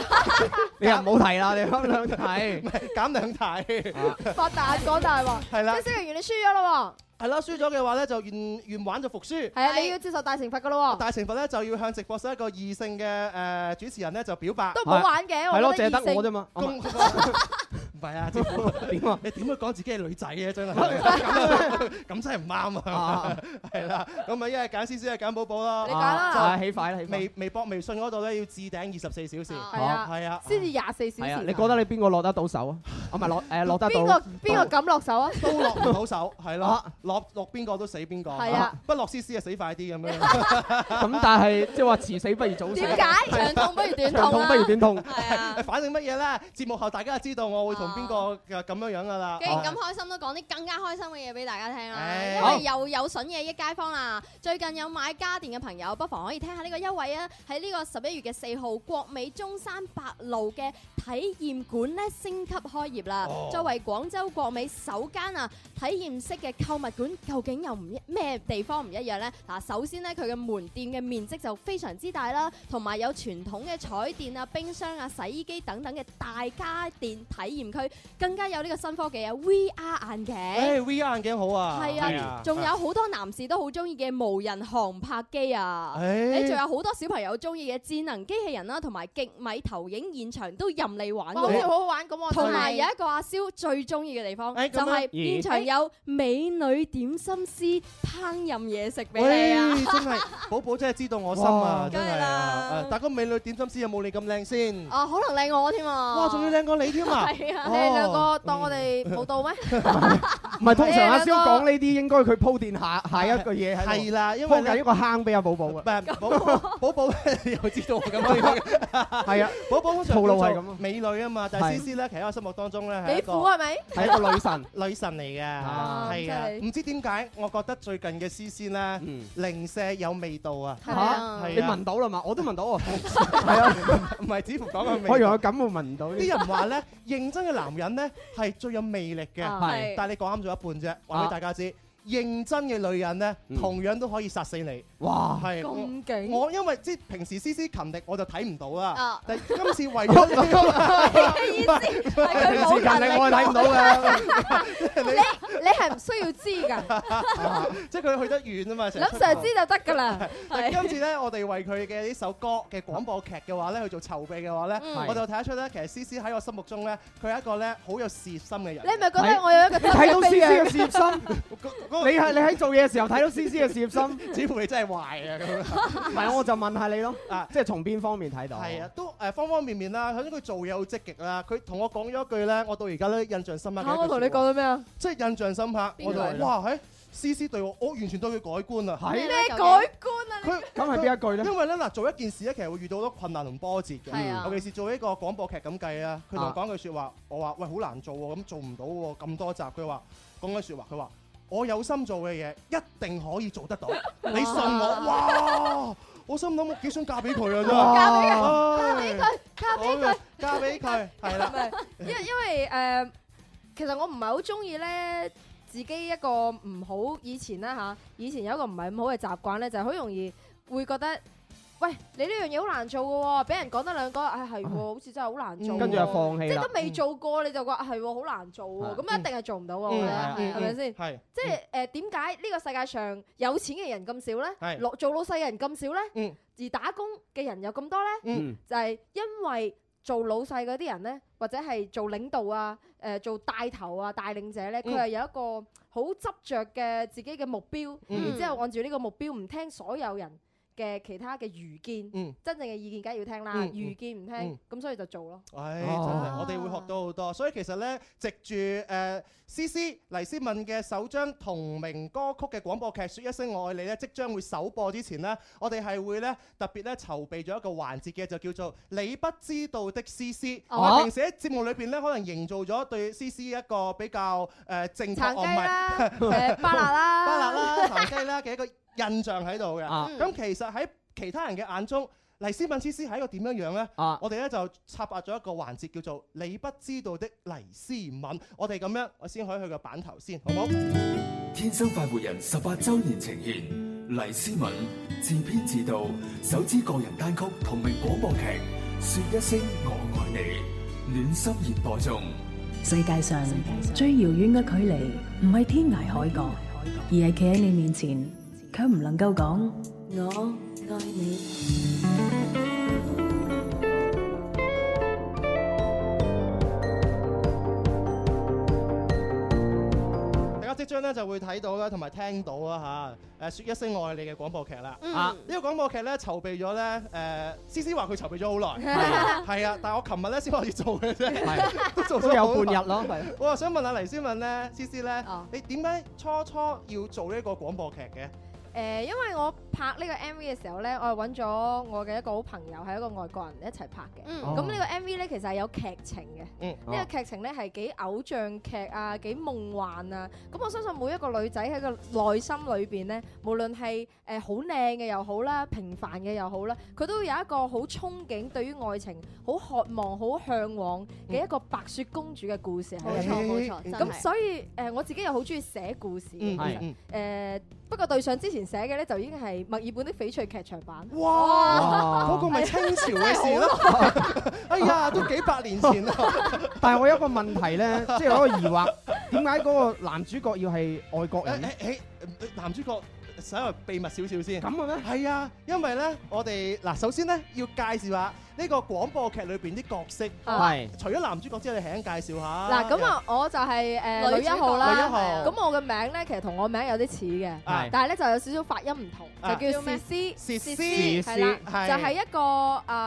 Speaker 9: 你又唔好提啦，你啱兩 題，
Speaker 7: 唔係減兩題。
Speaker 8: Ừ.
Speaker 21: 發大講大喎。
Speaker 7: 係啦
Speaker 21: 即係完你輸咗
Speaker 8: à.
Speaker 21: 咯
Speaker 7: 係啦，輸咗嘅話咧就願願玩就服輸。
Speaker 21: 喎。係啊，你要接受大懲罰噶咯喎。
Speaker 7: 大懲罰咧就要向直播室一個異性嘅誒主持人咧就表白，
Speaker 21: 都唔好玩嘅我
Speaker 9: 係咯覺得淨係得異我性啫嘛
Speaker 7: 公 唔 係啊，政府
Speaker 9: 點啊？
Speaker 7: 你點會講自己係女仔嘅真係咁咁真係唔啱啊
Speaker 9: 啊！
Speaker 7: 係啦，咁啊一係揀思思，一係揀寶寶啦。
Speaker 21: 你揀啦
Speaker 7: 啊
Speaker 9: 起快啦起快
Speaker 7: 微微博、微信嗰度咧要置頂二十四小時。
Speaker 21: 係啊，
Speaker 7: 係啊。
Speaker 21: 先至廿四小
Speaker 9: 係啊，
Speaker 21: 時
Speaker 9: 你。覺得你邊個落得到手啊？啊唔係落誒落得到
Speaker 21: 邊個邊個敢落手啊？
Speaker 7: 都落唔到手，係咯，落落邊個都死邊個。
Speaker 21: 係啊，
Speaker 7: 不落思思就死快啲咁 樣。
Speaker 9: 咁但係即係話遲死不如早死。
Speaker 7: 點 解長痛不如短痛
Speaker 9: 長
Speaker 7: 啊
Speaker 9: 痛不如短痛。
Speaker 8: 啊
Speaker 7: 反正乜嘢咧？節目後大家就知道我會同邊個
Speaker 21: 啊
Speaker 7: 嘅咁樣樣噶啦。啊
Speaker 8: 既然咁開心，都講啲更加開心嘅嘢俾大家聽
Speaker 7: 哦唉
Speaker 8: 啦，因為又有筍嘢益街坊啦。最近有買家電嘅朋友，不妨可以聽下呢個優惠啊！喺呢個十一月嘅四號，國美中山八路嘅體驗館咧升級開業啦。
Speaker 24: 哦
Speaker 8: 作為廣州國美首間啊體驗式嘅購物館，究竟有唔一咩地方唔一樣呢？嗱，首先呢，佢嘅門店嘅面積就非常之大啦，同埋有傳統嘅彩電啊、冰箱啊、洗衣機等等嘅大家電體驗區。
Speaker 2: 佢更加有呢個新科技啊 VR 眼
Speaker 7: 诶
Speaker 2: 鏡。
Speaker 7: ，VR 眼鏡好啊，
Speaker 2: 係啊，仲有好多男士都好中意嘅無人航拍機啊，
Speaker 7: 誒
Speaker 2: 你仲有好多小朋友中意嘅智能機器人啦，同埋極米投影現場都任你玩㗎
Speaker 8: 哇好似
Speaker 2: 喎
Speaker 8: 好好玩咁喎
Speaker 2: 同埋
Speaker 8: 真
Speaker 2: 有
Speaker 8: 係
Speaker 2: 一個阿蕭最中意嘅地方
Speaker 8: 誒
Speaker 2: 就
Speaker 8: 咁樣
Speaker 2: 係現場
Speaker 8: 咦
Speaker 2: 有美女點心師烹飪嘢食俾你啊！
Speaker 7: 喂，真係寶寶真係知道我心啊，
Speaker 2: 哇
Speaker 7: 真係啊！誒但係個美女點心師有冇你咁靚先？
Speaker 2: 啊，可能靚我添啊！
Speaker 7: 哇，仲要靚過你添啊！
Speaker 2: 係啊
Speaker 7: 哦
Speaker 8: 你哋兩個當我哋冇到咩？
Speaker 9: 唔係通常阿
Speaker 8: 你哋
Speaker 9: 蕭
Speaker 8: 兩個
Speaker 9: 講呢啲，應該佢鋪墊下下一個嘢喺度
Speaker 7: 係啦因為
Speaker 9: 鋪
Speaker 7: 咧
Speaker 9: 緊一個坑俾阿寶寶嘅。
Speaker 7: 寶寶又知道我 咁樣嘅，
Speaker 9: 係啊，
Speaker 7: 寶寶通常
Speaker 9: 套路
Speaker 7: 叫
Speaker 9: 係
Speaker 7: 做
Speaker 9: 咁啊
Speaker 7: 美女啊嘛，但係
Speaker 9: 係
Speaker 7: C C 咧，其實喺我心目當中咧係一個
Speaker 8: 幾苦係咪
Speaker 9: 係一個女神，
Speaker 7: 女神嚟嘅，
Speaker 9: 啊
Speaker 7: 係啊，
Speaker 9: 真
Speaker 7: 唔知點解，我覺得最近嘅 C C 咧零舍有味道啊，
Speaker 9: 係啊
Speaker 7: 係啊
Speaker 9: 你聞到啦嘛？我都聞到喎。
Speaker 7: 係啊，唔係只乎講個味道。
Speaker 9: 我用我感冒聞唔到。
Speaker 7: 啲人話咧，認真嘅男人咧係最有魅力嘅
Speaker 9: 啊係，
Speaker 7: 但係你講啱咗一
Speaker 8: 啊
Speaker 7: 半啫，話俾大家知。認真嘅女人咧，
Speaker 9: 嗯
Speaker 7: 同樣都可以殺死你。
Speaker 9: 哇
Speaker 7: 係
Speaker 8: 咁勁！
Speaker 7: 我因為即係平時 C C 勤力，我就睇唔到啦
Speaker 8: 啊。
Speaker 7: 但係今次為咗
Speaker 8: 意思係 佢冇
Speaker 7: 平時勤力我係睇唔到㗎
Speaker 8: 你你係唔需要知㗎，
Speaker 7: 即係佢去得遠啊嘛。成日
Speaker 8: 諗
Speaker 7: 出
Speaker 8: 上
Speaker 7: 國
Speaker 8: 知就得 㗎啦。
Speaker 7: 但今次咧，我哋為佢嘅呢首歌嘅廣播劇嘅話咧，去做籌備嘅話咧，
Speaker 8: 嗯
Speaker 7: 我就睇得出咧，其實 C C 喺我心目中咧，佢係一個咧好有事業心嘅人。
Speaker 8: 你係咪覺得我有一個
Speaker 9: 你睇到 C C 嘅事業
Speaker 7: 心？
Speaker 9: 心，你係你喺做嘢嘅時候睇到 C C 嘅事業心，
Speaker 7: 似乎你真係壞啊咁樣
Speaker 9: 唔係，我就問下你咯，即係從邊方面睇到？
Speaker 7: 係啊，都誒、方方面面啦。首先佢做嘢好積極啦，佢同我講咗一句咧，我到而家都印象深刻嘅一句
Speaker 8: 嚇我同你
Speaker 7: 說話
Speaker 8: 講咗咩啊？
Speaker 7: 即係印象深刻，
Speaker 8: 邊啊
Speaker 7: 我就話
Speaker 8: 句
Speaker 7: 哇喺 C C 對我，我完全對佢改觀啦。
Speaker 8: 咩改觀啊？
Speaker 7: 佢
Speaker 9: 咁係啊邊一句咧？
Speaker 7: 因為咧嗱，做一件事咧，其實會遇到好多困難同波折嘅。
Speaker 9: 係啊
Speaker 7: 尤其是做呢個廣播劇咁計啊，佢同
Speaker 9: 啊
Speaker 7: 我講句説話，我話喂好難做喎，咁做唔到喎，咁多集。佢話講句説話，佢話我有心做嘅嘢一定可以做得到，你信我。哇！我心諗我幾想嫁俾佢啊，真係。
Speaker 8: 嫁俾佢，嫁俾佢，
Speaker 7: 嫁俾佢，嫁俾佢，係啦。
Speaker 8: 因 為因為誒，其實我唔係好中意咧。自己一個唔好以前啦嚇，以前有一個唔係咁好嘅習慣咧，就係、好容易會覺得，喂你呢樣嘢好難做嘅喎，俾人講得兩句，唉係喎，好似真係好難做喎，
Speaker 9: 跟住就放棄啦
Speaker 8: 即係都未做過你就話係喎，好難做喎，咁一定係做唔到嘅，我覺
Speaker 7: 嗯
Speaker 8: 得係咪先？
Speaker 7: 係。
Speaker 8: 即係誒點解呢個世界上有錢嘅人咁少咧？
Speaker 7: 係
Speaker 8: 落做老細嘅人咁少咧
Speaker 7: 嗯？
Speaker 8: 而打工嘅人又咁多咧
Speaker 7: 嗯？
Speaker 8: 就係因為做老細嗰啲人咧，或者係做領導啊、誒做帶頭啊、帶領者咧，佢
Speaker 2: 嗯
Speaker 8: 係有一個好執着嘅自己嘅目標，
Speaker 2: 嗯
Speaker 8: 然之後按住呢個目標唔聽所有人嘅其他嘅愚見
Speaker 7: 嗯，
Speaker 8: 真正嘅意見梗係要聽啦
Speaker 7: 嗯，嗯
Speaker 8: 愚見唔聽
Speaker 7: 嗯，
Speaker 8: 咁所以就做咯。
Speaker 7: 唉，真
Speaker 9: 哦
Speaker 7: 係我哋會學到好多，所以其實咧，藉住誒 C C 黎思敏嘅首張同名歌曲嘅廣播劇《説一聲我愛你》咧，即將會首播之前呢，我哋係會咧特別咧籌備咗一個環節嘅，就叫做你不知道的 C C。
Speaker 9: 哦
Speaker 7: 我哋平時喺節目裏邊咧，可能營造咗對 C C 一個比較誒正
Speaker 9: 啊
Speaker 7: 確，
Speaker 8: 殘
Speaker 7: 哦唔
Speaker 8: 雞啦
Speaker 7: 係
Speaker 8: 誒巴拿啦
Speaker 7: 巴拿啦、殘雞啦嘅一個印象喺度嘅。
Speaker 9: 啊
Speaker 7: 咁其實喺其他人嘅眼中，黎思敏 C C 係一個點樣樣咧？
Speaker 9: 啊
Speaker 7: 我哋咧就插入咗一個環節叫做你不知道的黎思敏。我哋咁樣，我先可以去個版頭先，好唔好？
Speaker 9: 嗯
Speaker 5: 天生快活人十八周年呈現，黎思敏自編自導首支個人單曲同名廣播劇《說一聲我愛你》，暖心熱播中。
Speaker 6: 世界上最遙遠嘅距離，唔係天涯海角，而係企喺你面前，卻唔能夠講我愛你。
Speaker 7: 大家即將咧就會睇到啦，同埋聽到啦嚇，誒、説一聲愛你嘅廣播劇啦。
Speaker 9: 嗯
Speaker 7: 啊，呢個廣播劇咧籌備咗咧，誒、思思話佢籌備咗好耐，係啊，但係我琴日咧先開始做 嘅啫，都做咗
Speaker 9: 都有
Speaker 7: 好耐
Speaker 9: 半日咯係
Speaker 7: 我又想問下黎思敏咧，思思咧，
Speaker 9: 哦
Speaker 7: 你點解初初要做呢個廣播劇嘅？
Speaker 8: 誒、呃因為我拍呢個 MV 嘅時候呢，我係揾咗我嘅一個好朋友，係一個外國人一齊拍嘅。
Speaker 2: 嗯
Speaker 8: 咁呢、個 MV 呢，其實係有劇情嘅。
Speaker 7: 嗯
Speaker 8: 呢、個劇情呢，係幾偶像劇啊，幾夢幻啊。咁我相信每一個女仔喺個內心裏邊呢，無論係誒呃好靚嘅又好啦，平凡嘅又好啦，佢都會有一個好憧憬對於愛情、好渴望、好向往嘅一個白雪公主嘅故事喺
Speaker 2: 冇錯
Speaker 8: 度。
Speaker 2: 冇錯真係
Speaker 8: 呃咁所以誒、我自己又好中意寫故事嘅。
Speaker 2: 嗯
Speaker 8: 其實
Speaker 2: 嗯
Speaker 8: 呃誒、不過對上之前前寫嘅咧就已經係墨爾本的翡翠劇場版。
Speaker 7: 哇！嗰個咪清朝嘅事咯。 哎呀，都幾百年前啊啦。
Speaker 9: 但係我有一個問題咧，即係有一個疑惑，點解嗰個男主角要係外國人咧？
Speaker 7: 誒男主角稍微秘密少少先。
Speaker 9: 咁嘅咩？
Speaker 7: 係啊，因為咧，我哋嗱首先咧要介紹下呢個廣播劇裏邊啲角色。
Speaker 8: 係
Speaker 7: 除咗男主角之外，你輕輕介紹下。
Speaker 8: 嗱，咁啊，我就係誒
Speaker 7: 女
Speaker 8: 女一
Speaker 7: 主角
Speaker 8: 號啦。
Speaker 7: 女一號
Speaker 8: 咁我嘅名咧，其實同我名有啲似嘅
Speaker 7: 係，
Speaker 8: 但係咧就有少少發音唔同，
Speaker 7: 啊
Speaker 8: 就叫
Speaker 7: 叫咩
Speaker 8: 思思。
Speaker 7: 思思
Speaker 8: 係啦，
Speaker 7: 係
Speaker 8: 就係一個誒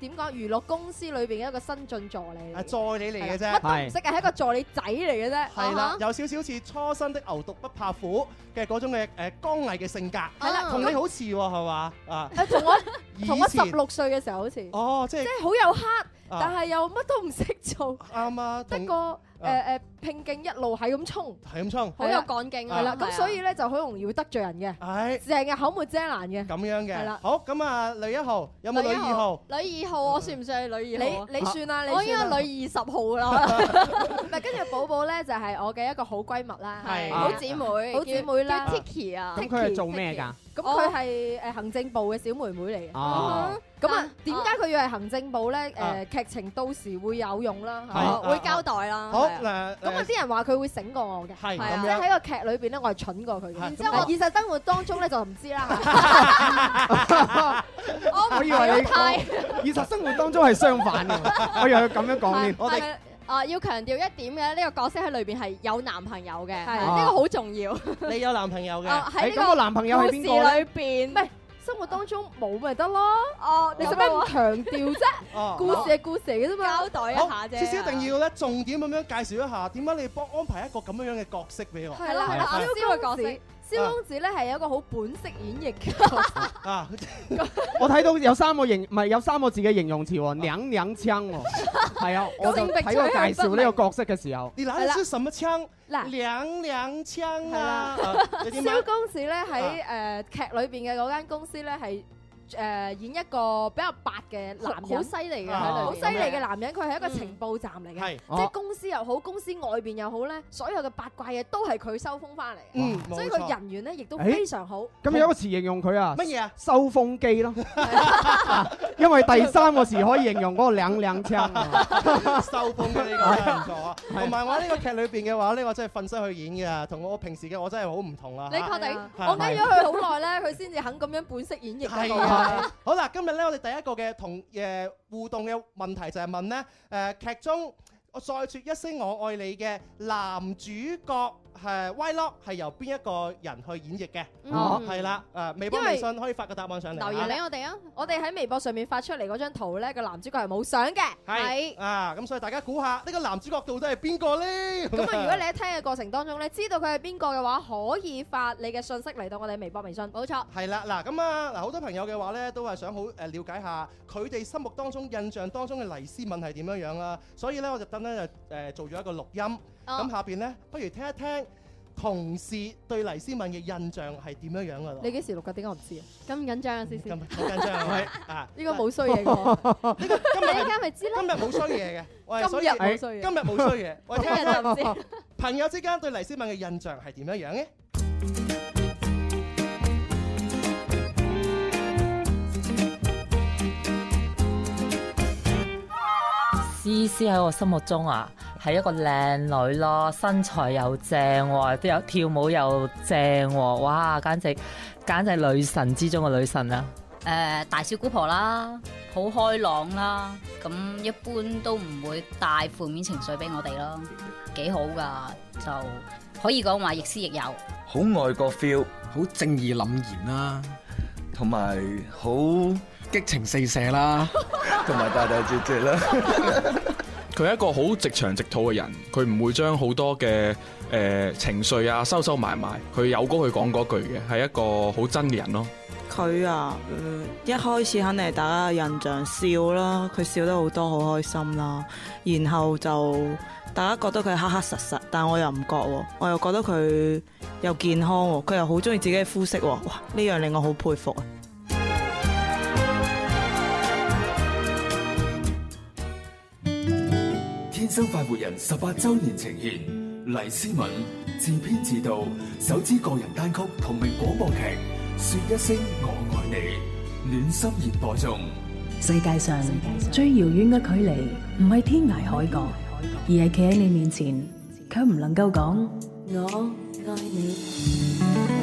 Speaker 8: 點講娛樂公司裏邊嘅一個新晉助理。
Speaker 7: 啊，助理嚟嘅
Speaker 8: 係啦
Speaker 7: 啫，
Speaker 8: 乜都唔識啊嘅，係一個助理仔嚟嘅啫。
Speaker 7: 係啦
Speaker 8: 啊，哈
Speaker 7: 有少少似初生的牛犢不怕虎嘅嗰種嘅誒剛毅嘅性格，係
Speaker 8: 啦
Speaker 7: 同你
Speaker 8: 咁
Speaker 7: 好似喎，係嘛啊？
Speaker 8: 啊誒同我
Speaker 7: 以
Speaker 8: 同我十
Speaker 7: 前
Speaker 8: 六歲嘅時候好似，
Speaker 7: 哦，即係
Speaker 8: 即係好有黑，
Speaker 7: 啊
Speaker 8: 但係又乜都唔識做，
Speaker 7: 啱啊，
Speaker 8: 得個誒誒拼勁一路係咁衝，
Speaker 7: 係咁衝，
Speaker 8: 好有幹勁啊，係啦，咁所以
Speaker 7: 咧
Speaker 8: 咧就好容易會得罪人嘅，
Speaker 7: 係
Speaker 8: 成日口沒遮攔嘅，
Speaker 7: 咁樣
Speaker 8: 係
Speaker 7: 嘅
Speaker 8: 啦。
Speaker 7: 好咁啊，女一號有冇女二號？
Speaker 2: 女二號，我算唔算係女二號啊？
Speaker 8: 你你算啦你
Speaker 2: 我
Speaker 8: 算
Speaker 2: 應
Speaker 8: 啦
Speaker 2: 該女二十號啦。
Speaker 8: 唔係跟住寶寶咧就係我嘅一個好閨蜜啦，
Speaker 2: 係
Speaker 8: 好
Speaker 2: 好
Speaker 8: 姊
Speaker 2: 姊
Speaker 8: 妹，
Speaker 2: 妹
Speaker 8: 好姊妹啦
Speaker 2: 叫 Tiki 啊
Speaker 9: 咁佢係做咩㗎？
Speaker 8: 咁佢係誒行政部嘅小妹妹嚟嘅。
Speaker 9: 哦
Speaker 8: 咁啊，點解佢要係行政部咧？
Speaker 7: 啊
Speaker 8: 誒劇情到時會有用啦，
Speaker 7: 係
Speaker 8: 嚇
Speaker 7: 啊
Speaker 8: 會交代啦。
Speaker 7: 好
Speaker 8: 係啊
Speaker 7: 嗱
Speaker 8: 咁啊
Speaker 7: 誒
Speaker 8: 啲人話佢會醒過我嘅，
Speaker 7: 係
Speaker 8: 啊
Speaker 7: 咁
Speaker 8: 即
Speaker 7: 樣
Speaker 8: 係喺個劇裏邊咧，我係蠢過佢嘅。
Speaker 7: 係
Speaker 8: 然之後
Speaker 7: 咁
Speaker 8: 我
Speaker 7: 我
Speaker 8: 現實生活當中咧就唔知啦。
Speaker 9: 我以為你
Speaker 2: 態
Speaker 9: 現實生活當中係相反嘅，我以為佢咁樣講添。
Speaker 2: 但係啊，要強調一點嘅，呢個角色喺裏邊係有男朋友嘅，
Speaker 8: 係
Speaker 2: 呢個好重要。
Speaker 25: 啊
Speaker 7: 你有男朋友嘅？
Speaker 2: 啊喺呢
Speaker 9: 咁個男朋友係邊個呢
Speaker 2: 故事裏邊，唔係
Speaker 8: 生活當中冇咪得咯？哦你使咩
Speaker 7: 咁
Speaker 8: 唔
Speaker 7: 啊
Speaker 8: 強調
Speaker 7: 哦
Speaker 8: 啫？故事係故事嚟嘅啫嘛，交代
Speaker 7: 好，至少一定要咧重點咁樣介紹一下，點解你幫安排一個咁樣樣嘅角色俾我？
Speaker 8: 係啦係啦，
Speaker 7: 啊
Speaker 8: 蕭公子，蕭公子咧係有一個好本色演繹嘅。
Speaker 7: 啊！
Speaker 9: 我睇到有三個形，唔係有三個字嘅形容詞喎，娘娘腔喎，係啊，我就睇個介紹呢個角色嘅時候，
Speaker 7: 你拿的是什麼槍？
Speaker 8: 嗱，
Speaker 7: 娘娘槍
Speaker 8: 啊！
Speaker 7: 有
Speaker 8: 蕭
Speaker 7: 啲乜
Speaker 8: 公子咧喺誒劇裏邊嘅嗰間公司咧係。誒、演一個比較白嘅男人，
Speaker 2: 好好犀利嘅喺裏邊
Speaker 8: 啊好犀利嘅男人，佢係一個情報站嚟嘅，
Speaker 2: 係
Speaker 8: 即係公司又好，公司外邊又好咧，所有嘅八卦嘢都係佢收風翻嚟嘅，
Speaker 9: 嗯冇
Speaker 8: 所以佢
Speaker 9: 錯
Speaker 8: 人緣咧亦都
Speaker 9: 誒
Speaker 8: 非常好。
Speaker 9: 咁有一個詞形容佢啊，
Speaker 8: 乜嘢啊？
Speaker 9: 收風機咯，因為第三個詞可以形容嗰個娘娘腔啊。
Speaker 7: 收風嘅呢個真係唔錯啊！同埋我喺呢個劇裏邊嘅話咧，我真係瞓身去演嘅，同我平時嘅我真係好唔同啊！
Speaker 8: 你確定？
Speaker 7: 係
Speaker 8: 我跟咗佢好耐咧，佢先至肯咁樣本色演繹嗰
Speaker 7: 係
Speaker 8: 個
Speaker 7: 啊！好啦，今日咧我哋第一個嘅同誒互動嘅問題就係問咧誒劇中我再説一聲我愛你嘅男主角係 Y Lock 係由邊一個人去演繹嘅？
Speaker 8: 哦
Speaker 7: 係啦，誒微博
Speaker 8: 因為
Speaker 7: 微信可以發個答案上嚟啊。
Speaker 8: 留言俾我哋啊！我哋喺微博上面發出嚟嗰張圖咧，個男主角係冇相嘅。
Speaker 7: 係啊，咁所以大家估下呢個男主角到底係邊個呢？
Speaker 8: 咁 啊，如果你喺聽嘅過程當中咧，知道佢係邊個嘅話，可以發你嘅信息嚟到我哋微博、微信。冇錯。
Speaker 7: 係啦，嗱咁啊，嗱好多朋友嘅話咧，都係想好誒呃了解下佢哋心目當中、印象當中嘅黎思敏係點樣樣啦。所以咧，我就等咧就誒做咗一個錄音，
Speaker 8: 哦
Speaker 7: 咁下邊咧，不如聽一聽同事對黎思敏嘅印象係點樣樣噶咯。
Speaker 8: 你幾時錄嘅？點解我唔知啊？
Speaker 2: 咁緊張啊，思思。
Speaker 7: 咁好緊張係咪啊？
Speaker 8: 呢個冇衰嘢嘅。
Speaker 7: 呢個今日
Speaker 2: 你一間咪知啦
Speaker 7: 今日冇衰嘢嘅，我係所以
Speaker 8: 今日冇衰嘢
Speaker 7: 今日冇衰嘢，我哋聽
Speaker 8: 今日就唔知
Speaker 7: 一聽朋友之間對黎思敏嘅印象係點樣樣嘅？
Speaker 26: 思思喺我心目中啊，係一個靚女咯，身材又正喎，都有跳舞又正喎，哇！簡直簡直係女神之中嘅女神啊！
Speaker 25: 誒、大小姑婆啦，好開朗啦，咁一般都唔會帶負面情緒俾我哋咯，幾好噶，就可以講話亦師亦友。
Speaker 27: 好外國 feel，好正義凛然啦，同埋好激情四射啦， 同埋大大隻隻啦。
Speaker 28: 佢係一個好直腸直肚嘅人，佢唔會將好多嘅誒、呃情緒啊收收埋埋，佢有歌佢講嗰句嘅，係一個好真嘅人咯。
Speaker 29: 佢啊，嗯一開始肯定係大家嘅印象笑啦，佢笑得好多，好開心啦。然後就大家覺得佢黑黑實實，但我又唔覺喎，我又覺得佢又健康喎，佢又好中意自己嘅膚色喎，哇！呢樣令我好佩服啊！
Speaker 5: 天生快活人十八周年呈現，黎思敏、自編自導，首支個人單曲同名廣播劇《說一聲我愛你》，暖心熱播中。
Speaker 6: 世界上最遙遠嘅距離，唔係天涯海角，而係企喺你面前，卻唔能夠講我愛你。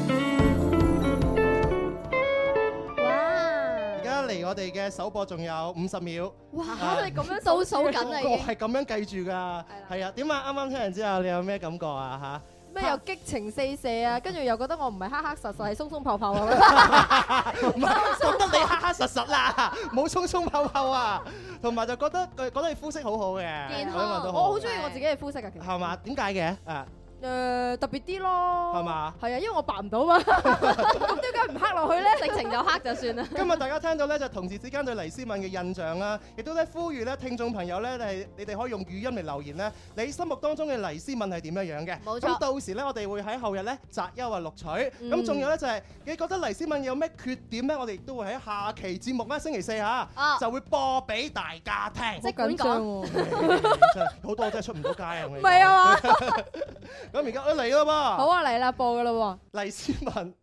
Speaker 7: 而家嚟我哋嘅首播仲有五十秒。
Speaker 11: 哇
Speaker 7: 啊
Speaker 11: 你咁樣倒數緊啊已經
Speaker 7: 個個係咁樣計住㗎。係啊，點啊？啱啱聽完之後，你有咩感覺 啊？
Speaker 11: 咩又激情四射啊，跟住又覺得我唔係黑黑實實，係鬆鬆泡泡啊！
Speaker 7: 嚇，唔係覺得你黑黑實實 啦，冇鬆鬆泡泡啊，同埋就覺得佢覺得你膚色好好嘅，
Speaker 11: 健康
Speaker 7: 我都覺得
Speaker 11: 我
Speaker 7: 好
Speaker 11: 好中意我自己嘅膚色啊，其實
Speaker 7: 係嘛？點解嘅啊？
Speaker 11: 誒特別啲咯，
Speaker 7: 係嘛？
Speaker 11: 係啊，因為我白唔到嘛，咁點解唔黑落去咧？
Speaker 25: 直情就黑就算啦。
Speaker 7: 今日大家聽到咧就同事之間對黎思敏嘅印象啦，亦都咧呼籲咧聽眾朋友咧，你你哋可以用語音嚟留言咧，你心目當中嘅黎思敏係點樣樣嘅？
Speaker 25: 冇錯
Speaker 7: 咁到時咧，我哋會喺後日咧擇優啊錄取。
Speaker 25: 嗯
Speaker 7: 咁仲有咧就係你覺得黎思敏有咩缺點咧？我哋亦都會喺下期節目咧星期四嚇
Speaker 25: 啊
Speaker 7: 就會播俾大家聽。
Speaker 25: 即管講
Speaker 7: 真係好多真係出唔到街啊！我哋
Speaker 11: 唔係啊嘛，
Speaker 7: 咁而家都嚟啦噃。
Speaker 11: 好啊，嚟啦，播噶啦喎！
Speaker 7: 黎思文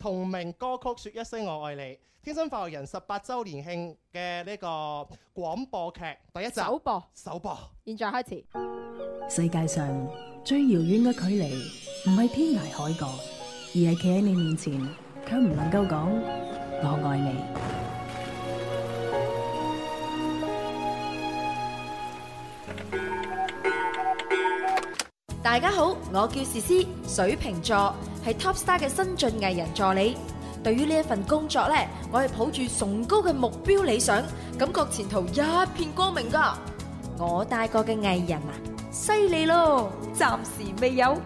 Speaker 7: 同名歌曲《說一聲我愛你》，天生快活人十八周年慶嘅呢個廣播劇第一集
Speaker 11: 首播，
Speaker 7: 首播。
Speaker 11: 現在開始。
Speaker 6: 世界上最遙遠嘅距離，唔係天涯海角，而係企喺你面前，卻唔能夠講我愛你。
Speaker 8: 大家好，我叫思思，水瓶座係 Top Star 嘅新晉藝人助理。對於呢一份工作呢，我係抱住崇高嘅目標理想，感覺前途一片光明噶。我帶過嘅藝人啊，犀利咯，暫時未有。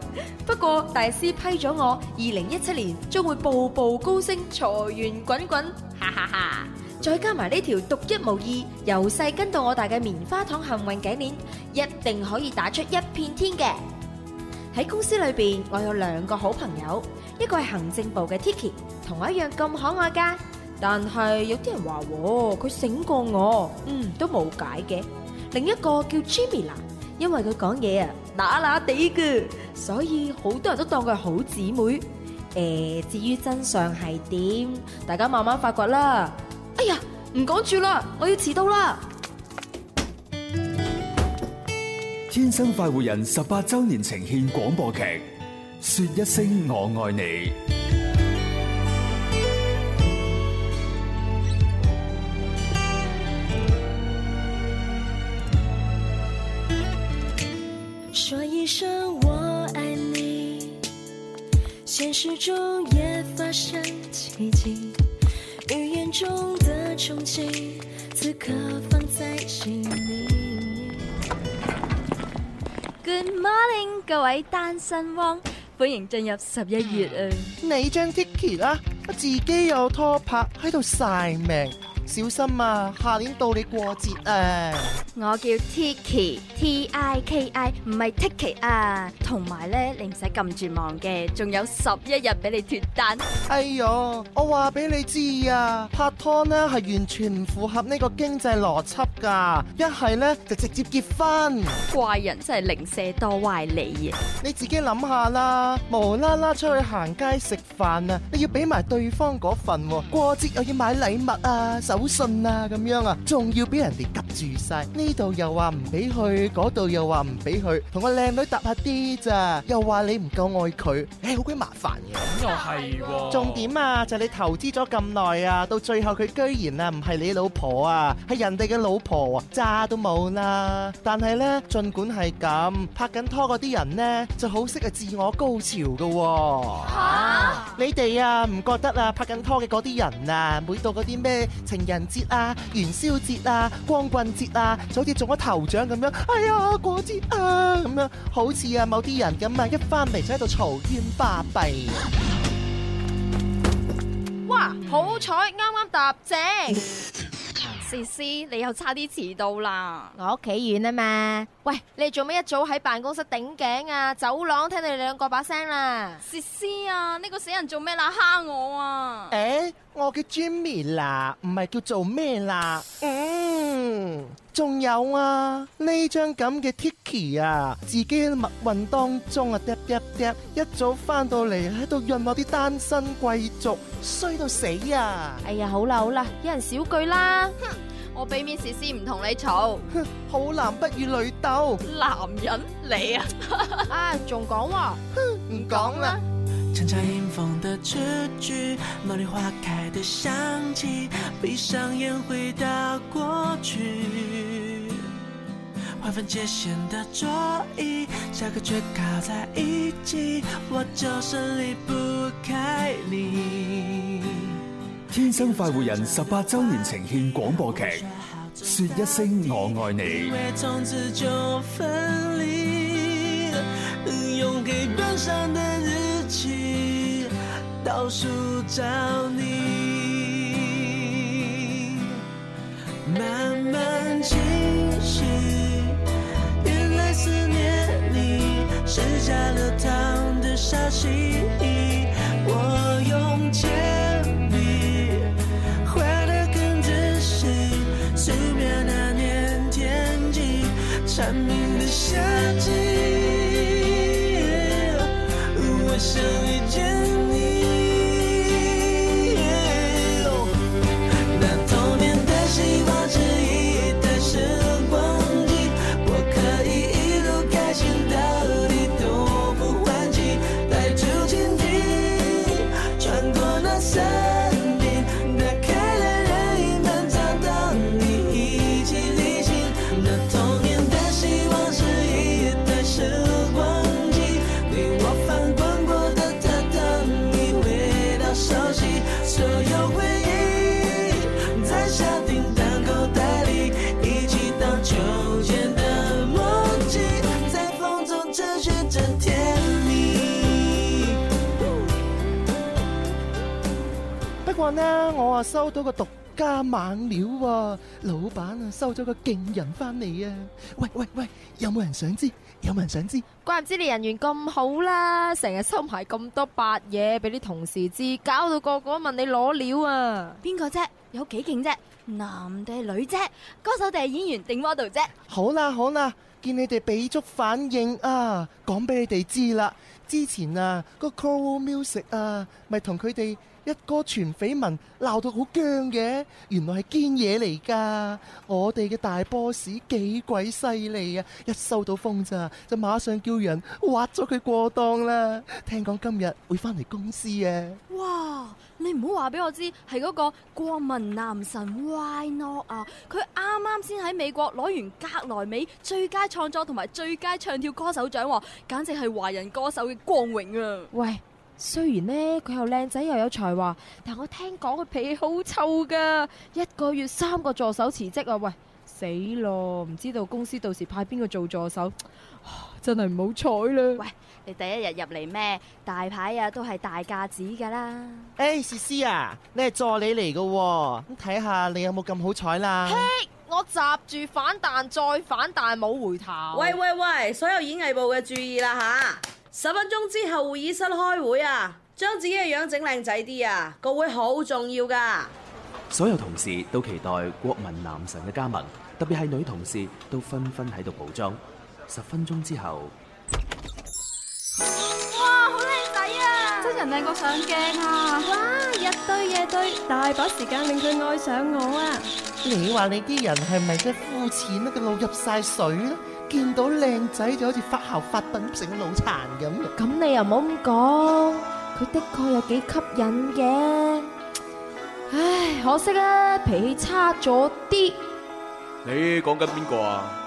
Speaker 8: 不過大師批咗我，二零一七年將會步步高升，財源滾滾，哈哈哈！再加埋呢條獨一無二、由細跟到我大嘅棉花糖幸運頸鏈，一定可以打出一片天嘅。喺公司裏邊，我有兩個好朋友，一個係行政部嘅 Tiki，同我一樣咁可愛噶。但係有啲人話喎，佢醒過我，嗯，都冇解嘅。另一個叫 Jimmy 啦，因為佢講嘢啊乸乸地嘅，所以好多人都當佢係好姊妹。誒、至於真相係點，大家慢慢發掘啦。哎呀，唔講住啦，我要遲到啦。
Speaker 5: 天生快活人十八周年呈獻廣播劇《說一聲我愛你》。
Speaker 10: 说一声我爱你，现实中也发生奇迹，语言中的憧憬，此刻放在心里。
Speaker 30: Good morning，各位單身汪，歡迎進入十一月啊！
Speaker 7: 你張 Tiki 啦，我自己有拖拍喺度晒命，小心啊！下年到你過節啊！
Speaker 30: 我叫 Tiki，T I K I，唔係 Tiki 啊！同埋咧，你唔使咁絕望嘅，仲有十一日俾你脱單。
Speaker 10: 哎呦，
Speaker 30: 我
Speaker 10: 話俾你知啊，拍拖呢係完全唔符合呢個經濟邏輯㗎，一係呢就直接結婚。
Speaker 30: 怪人真係零舍多壞你啊！
Speaker 10: 你自己諗下啦，無啦啦出去行街食飯啊，你要俾埋對方嗰份喎、過節又要買禮物啊、手信啊咁樣啊，仲要俾人哋及住晒，呢度又話唔俾去，嗰度又話唔俾去，同個靚女搭下啲咋，又話你唔夠愛佢，唉，好鬼麻煩嘅。
Speaker 3: 又係喎
Speaker 10: 重點啊，就係你投資咗咁耐啊，到最後佢居然啊唔係你老婆啊，係人哋嘅老婆啊，渣都冇啦。但係呢，儘管係咁，拍緊拖嗰啲人呢，就好識啊自我高潮㗎喎、你哋啊，唔覺得啊，拍緊拖嘅嗰啲人啊，每到嗰啲咩情人節啊、元宵節啊、光棍節啊，就好似中咗頭獎咁樣，哎呀過節啊咁樣，好似啊某啲人咁啊，一翻嚟就喺度嘈冤巴閉。
Speaker 11: 哇，好彩啱啱搭正。
Speaker 30: 思思，你又差啲遲到啦！
Speaker 8: 我屋企遠啊嘛，喂，你哋做咩一早喺辦公室頂頸啊？走廊聽到你兩個把聲啦。
Speaker 14: 思思啊，呢、個死人做咩啦？蝦我啊！
Speaker 10: 誒，我叫 Jimmy 啦，唔係叫做咩啦。嗯，仲有啊，呢張咁嘅 Tiki 啊，自己喺密運當中啊，嗒嗒嗒，一早翻到嚟喺度潤我啲單身貴族，衰到死啊！
Speaker 8: 哎呀，好啦好啦，一人少句啦。
Speaker 14: 我俾面思思唔同你嘈，
Speaker 10: 好男不與女鬥，
Speaker 14: 男人你啊！
Speaker 8: 啊，仲講喎，
Speaker 10: 唔講啦。
Speaker 13: 常常迎风的痴句，茉莉花开的香气，闭上眼回到过去。划分界限的桌椅，下课却靠在一起，我就是离不开你。
Speaker 5: 天生快活人十八周年呈獻廣播劇《說一聲我愛你》。
Speaker 13: 因为从此就分离，用黑板上的日期倒数找你，慢慢清晰，原来思念你是加了糖的消息，我用铅笔画得更仔细，随便那年天气，蝉鸣的夏季，我想遇见你。那童年的希望是一代时光机，我可以一路开心到底都不换季，带出蜻蜓。穿过那山顶，打开了任意门，找到你一起旅行。那童年的希望是一台时光机，你我翻滚过的榻榻米，味道熟悉，所有回忆在沙丁档口袋里，一起荡秋千的默契，在风中持续着甜蜜。
Speaker 10: 不過呢，我啊收到個獨家猛料喎、老闆啊收咗個勁人翻嚟啊！喂喂喂，有冇人想知？有冇人想知？
Speaker 8: 怪唔知你人緣咁好啦，成日收埋咁多白嘢俾啲同事知，搞到個個問你攞料啊！
Speaker 14: 邊個啫？有幾勁啫？男定係女啫？歌手定係演員定 model 啫？
Speaker 10: 好啦好啦，見你哋俾足反應啊，講俾你哋知啦。之前啊，個 Coral Music 啊，咪同佢哋一哥傳緋聞，鬧到好僵嘅，原來係堅嘢嚟㗎。我哋嘅大 boss 幾鬼犀利啊！一收到風咋，就馬上叫人挖咗佢過檔啦。聽講今日會翻嚟公司啊！
Speaker 14: 哇！你唔好話俾我知係嗰個國民男神 Why Not 啊！佢啱啱先喺美國攞完格萊美最佳創作同埋最佳唱跳歌手獎喎，簡直係華人歌手嘅光榮啊！
Speaker 8: 喂，雖然呢，佢又靚仔又有才華，但我聽講佢脾氣好臭噶，一個月三個助手辭職啊！喂，死咯，唔知道公司到時派邊個做助手， 真係唔好彩啦！喂，
Speaker 14: 你第一日入嚟咩？大牌啊，都係大架子㗎啦！
Speaker 10: 誒，思思啊，你係助理嚟嘅喎，咁睇下你有冇咁好彩啦。
Speaker 8: 我閘住反彈再反彈冇回頭。
Speaker 15: 喂喂喂，所有演藝部嘅注意啦吓！十分鐘之後會議室開會啊，將自己嘅樣整靚仔啲啊，個會好重要噶。
Speaker 16: 所有同事都期待國民男神嘅加盟，特別係女同事都紛紛喺度補妝。十分鐘之後，
Speaker 17: 哇，好靚仔啊！真人靚過上鏡啊！哇，日對夜對，大把時間令佢愛上我啊！
Speaker 10: 你話你啲人係咪真係膚
Speaker 7: 啊
Speaker 10: 淺呢？個腦入晒水咧，見到靚仔就好似發姣發品成個腦殘咁。
Speaker 7: 啊
Speaker 8: 咁你又唔好咁講，佢的確有幾吸引嘅。唉，可惜啊，脾氣差咗啲。
Speaker 19: 你講緊邊個啊？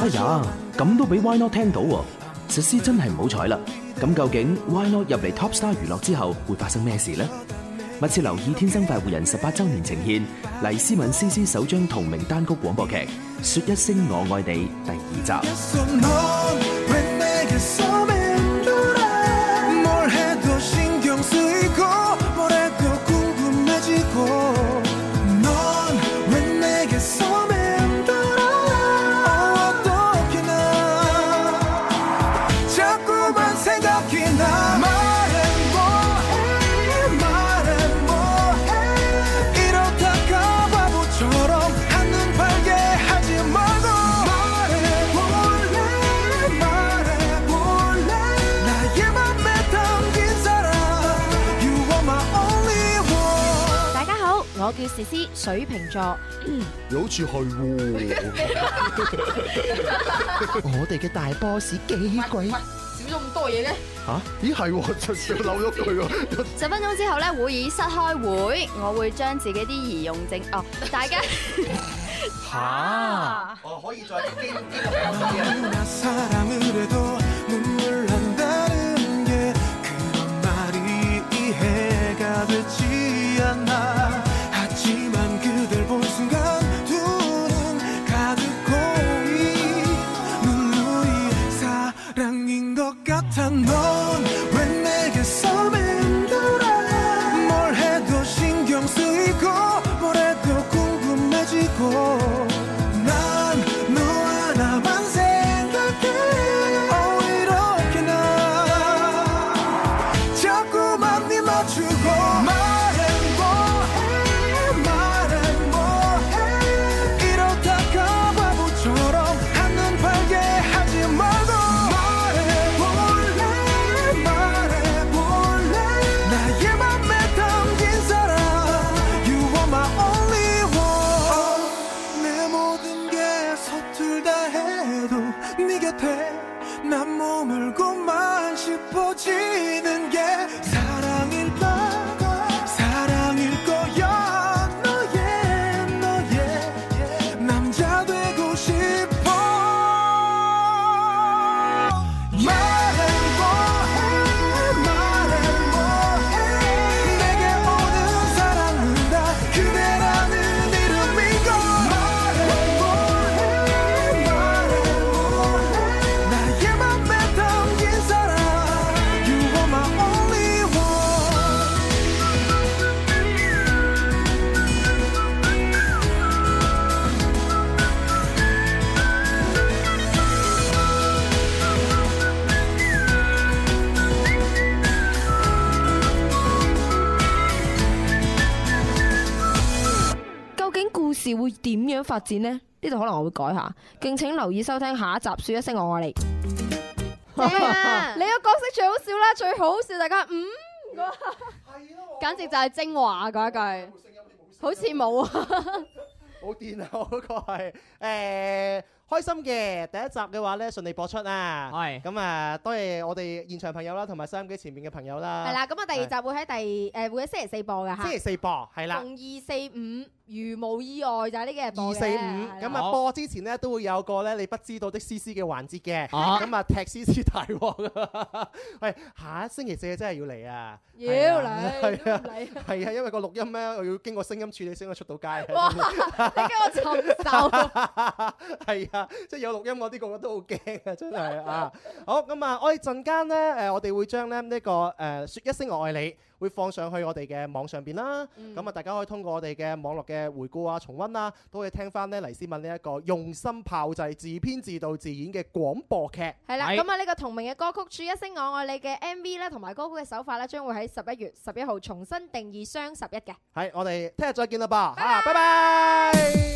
Speaker 16: 哎呀，咁都俾 Y Not 聽到喎，實施真係唔好彩啦。咁究竟 Y Not 入嚟 Top Star 娛樂之後會發生咩事呢？密切留意《天生快活人》十八週年呈現黎思敏詩詩首張同名單曲廣播劇《說一聲我愛你》第二集。
Speaker 17: 넌왜 내게
Speaker 11: take up enough. More and more, hey, more and more, hey. 이러다가 바보처럼 한눈 팔게 하지 말고. 말해볼래, 말해볼래. 나의 맘에 담긴 사람. You are my only one.
Speaker 4: 大家好，我叫思思，水瓶座。
Speaker 10: 又好似係喎， 我哋嘅大 boss 幾鬼
Speaker 4: 少咗咁多嘢嘅。
Speaker 10: 嚇？咦係喎，就扭咗佢喎。
Speaker 1: 十分鐘之後咧，會議室開會，我會將自己啲儀容整 哦，大家
Speaker 11: 아.
Speaker 10: 哦，可以再經
Speaker 11: 나 사랑을 해도 눈물 난다는 게 그런 말이 이해가 되지 않아 하지만 그댈 본 순간 두 눈 가득 고이 눈물이 사랑인 것 같아 넌 왜 내게서 맴돌아 뭘 해도 신경 쓰이고 뭘 해도 궁금해지고 난 너 하나만 생각해 Oh 이렇게 나 자꾸만 네 맞추고 말해 뭐해 말해 뭐해 이러다가 바보처럼 한눈 팔게 하지 말고 말해볼래 말해볼래 나의 맘에 담긴 사람 You are my only one 어, 내 모든 게 서툴다 해도 네 곁에 난 머물고만 싶어지는 게 사랑일 거야 사랑일 거야 너의 너의 남자 되고 싶어 말해 뭐해 말해 뭐해 내게 오는 사랑은 다 그대라는 이름이고 말해 뭐해 말해 뭐해 나의 맘에 담긴 사랑 You are my only one
Speaker 8: 究竟故事會點樣發展呢？呢度可能我會改下，敬請留意收聽下一集《説一聲我愛你》。
Speaker 2: 你個角色最好笑啦，最好笑，大家嗯嗰下，簡直就係精華啊嗰一 句，好似冇啊！
Speaker 7: 好癲啊！我 嗰個係誒開心嘅第一集嘅話咧，順利播出啊！係咁啊，多謝我哋現場朋友啦，同埋收音機前面嘅朋友啦。
Speaker 2: 係啦，咁啊第二集會喺第誒會喺星期四播嘅嚇，
Speaker 7: 星期四播，係啦。
Speaker 2: 逢二四五，如無意外就係呢幾日
Speaker 7: 二
Speaker 2: 播嘅
Speaker 7: 四五咁啊！
Speaker 2: 好
Speaker 7: 播之前咧都會有個咧你不知道的 C C 嘅環節嘅，
Speaker 2: 啊
Speaker 7: 咁啊踢 C C 大鑊啊！ 喂，下一星期四真係要嚟啊！
Speaker 2: 妖 嚟
Speaker 7: 係啊
Speaker 2: 都
Speaker 7: 係
Speaker 2: 唔
Speaker 7: 啊
Speaker 2: 嚟，
Speaker 7: 係啊，因為個錄音咧我要經過聲音處理先可以出到街。
Speaker 2: 哇！ 你俾我尋仇，
Speaker 7: 係啊，即係有錄音嗰啲個個都好驚啊！真係啊！好咁啊，我哋陣間咧誒，我哋會將咧呢個誒説一聲我愛你。會放上去我哋嘅網上邊啦，咁啊大家可以通過我哋嘅網絡嘅回顧啊、重温啊，都可以聽翻呢黎思敏呢一個用心炮製自編自導自演嘅廣播劇。
Speaker 2: 係啦，咁啊呢個同名嘅歌曲《説一聲我愛你》嘅 MV 咧，同埋歌曲嘅手法咧，將會喺十一月十一號重新定義雙十一嘅。
Speaker 7: 係，我哋聽日再見啦噃，啊，拜拜。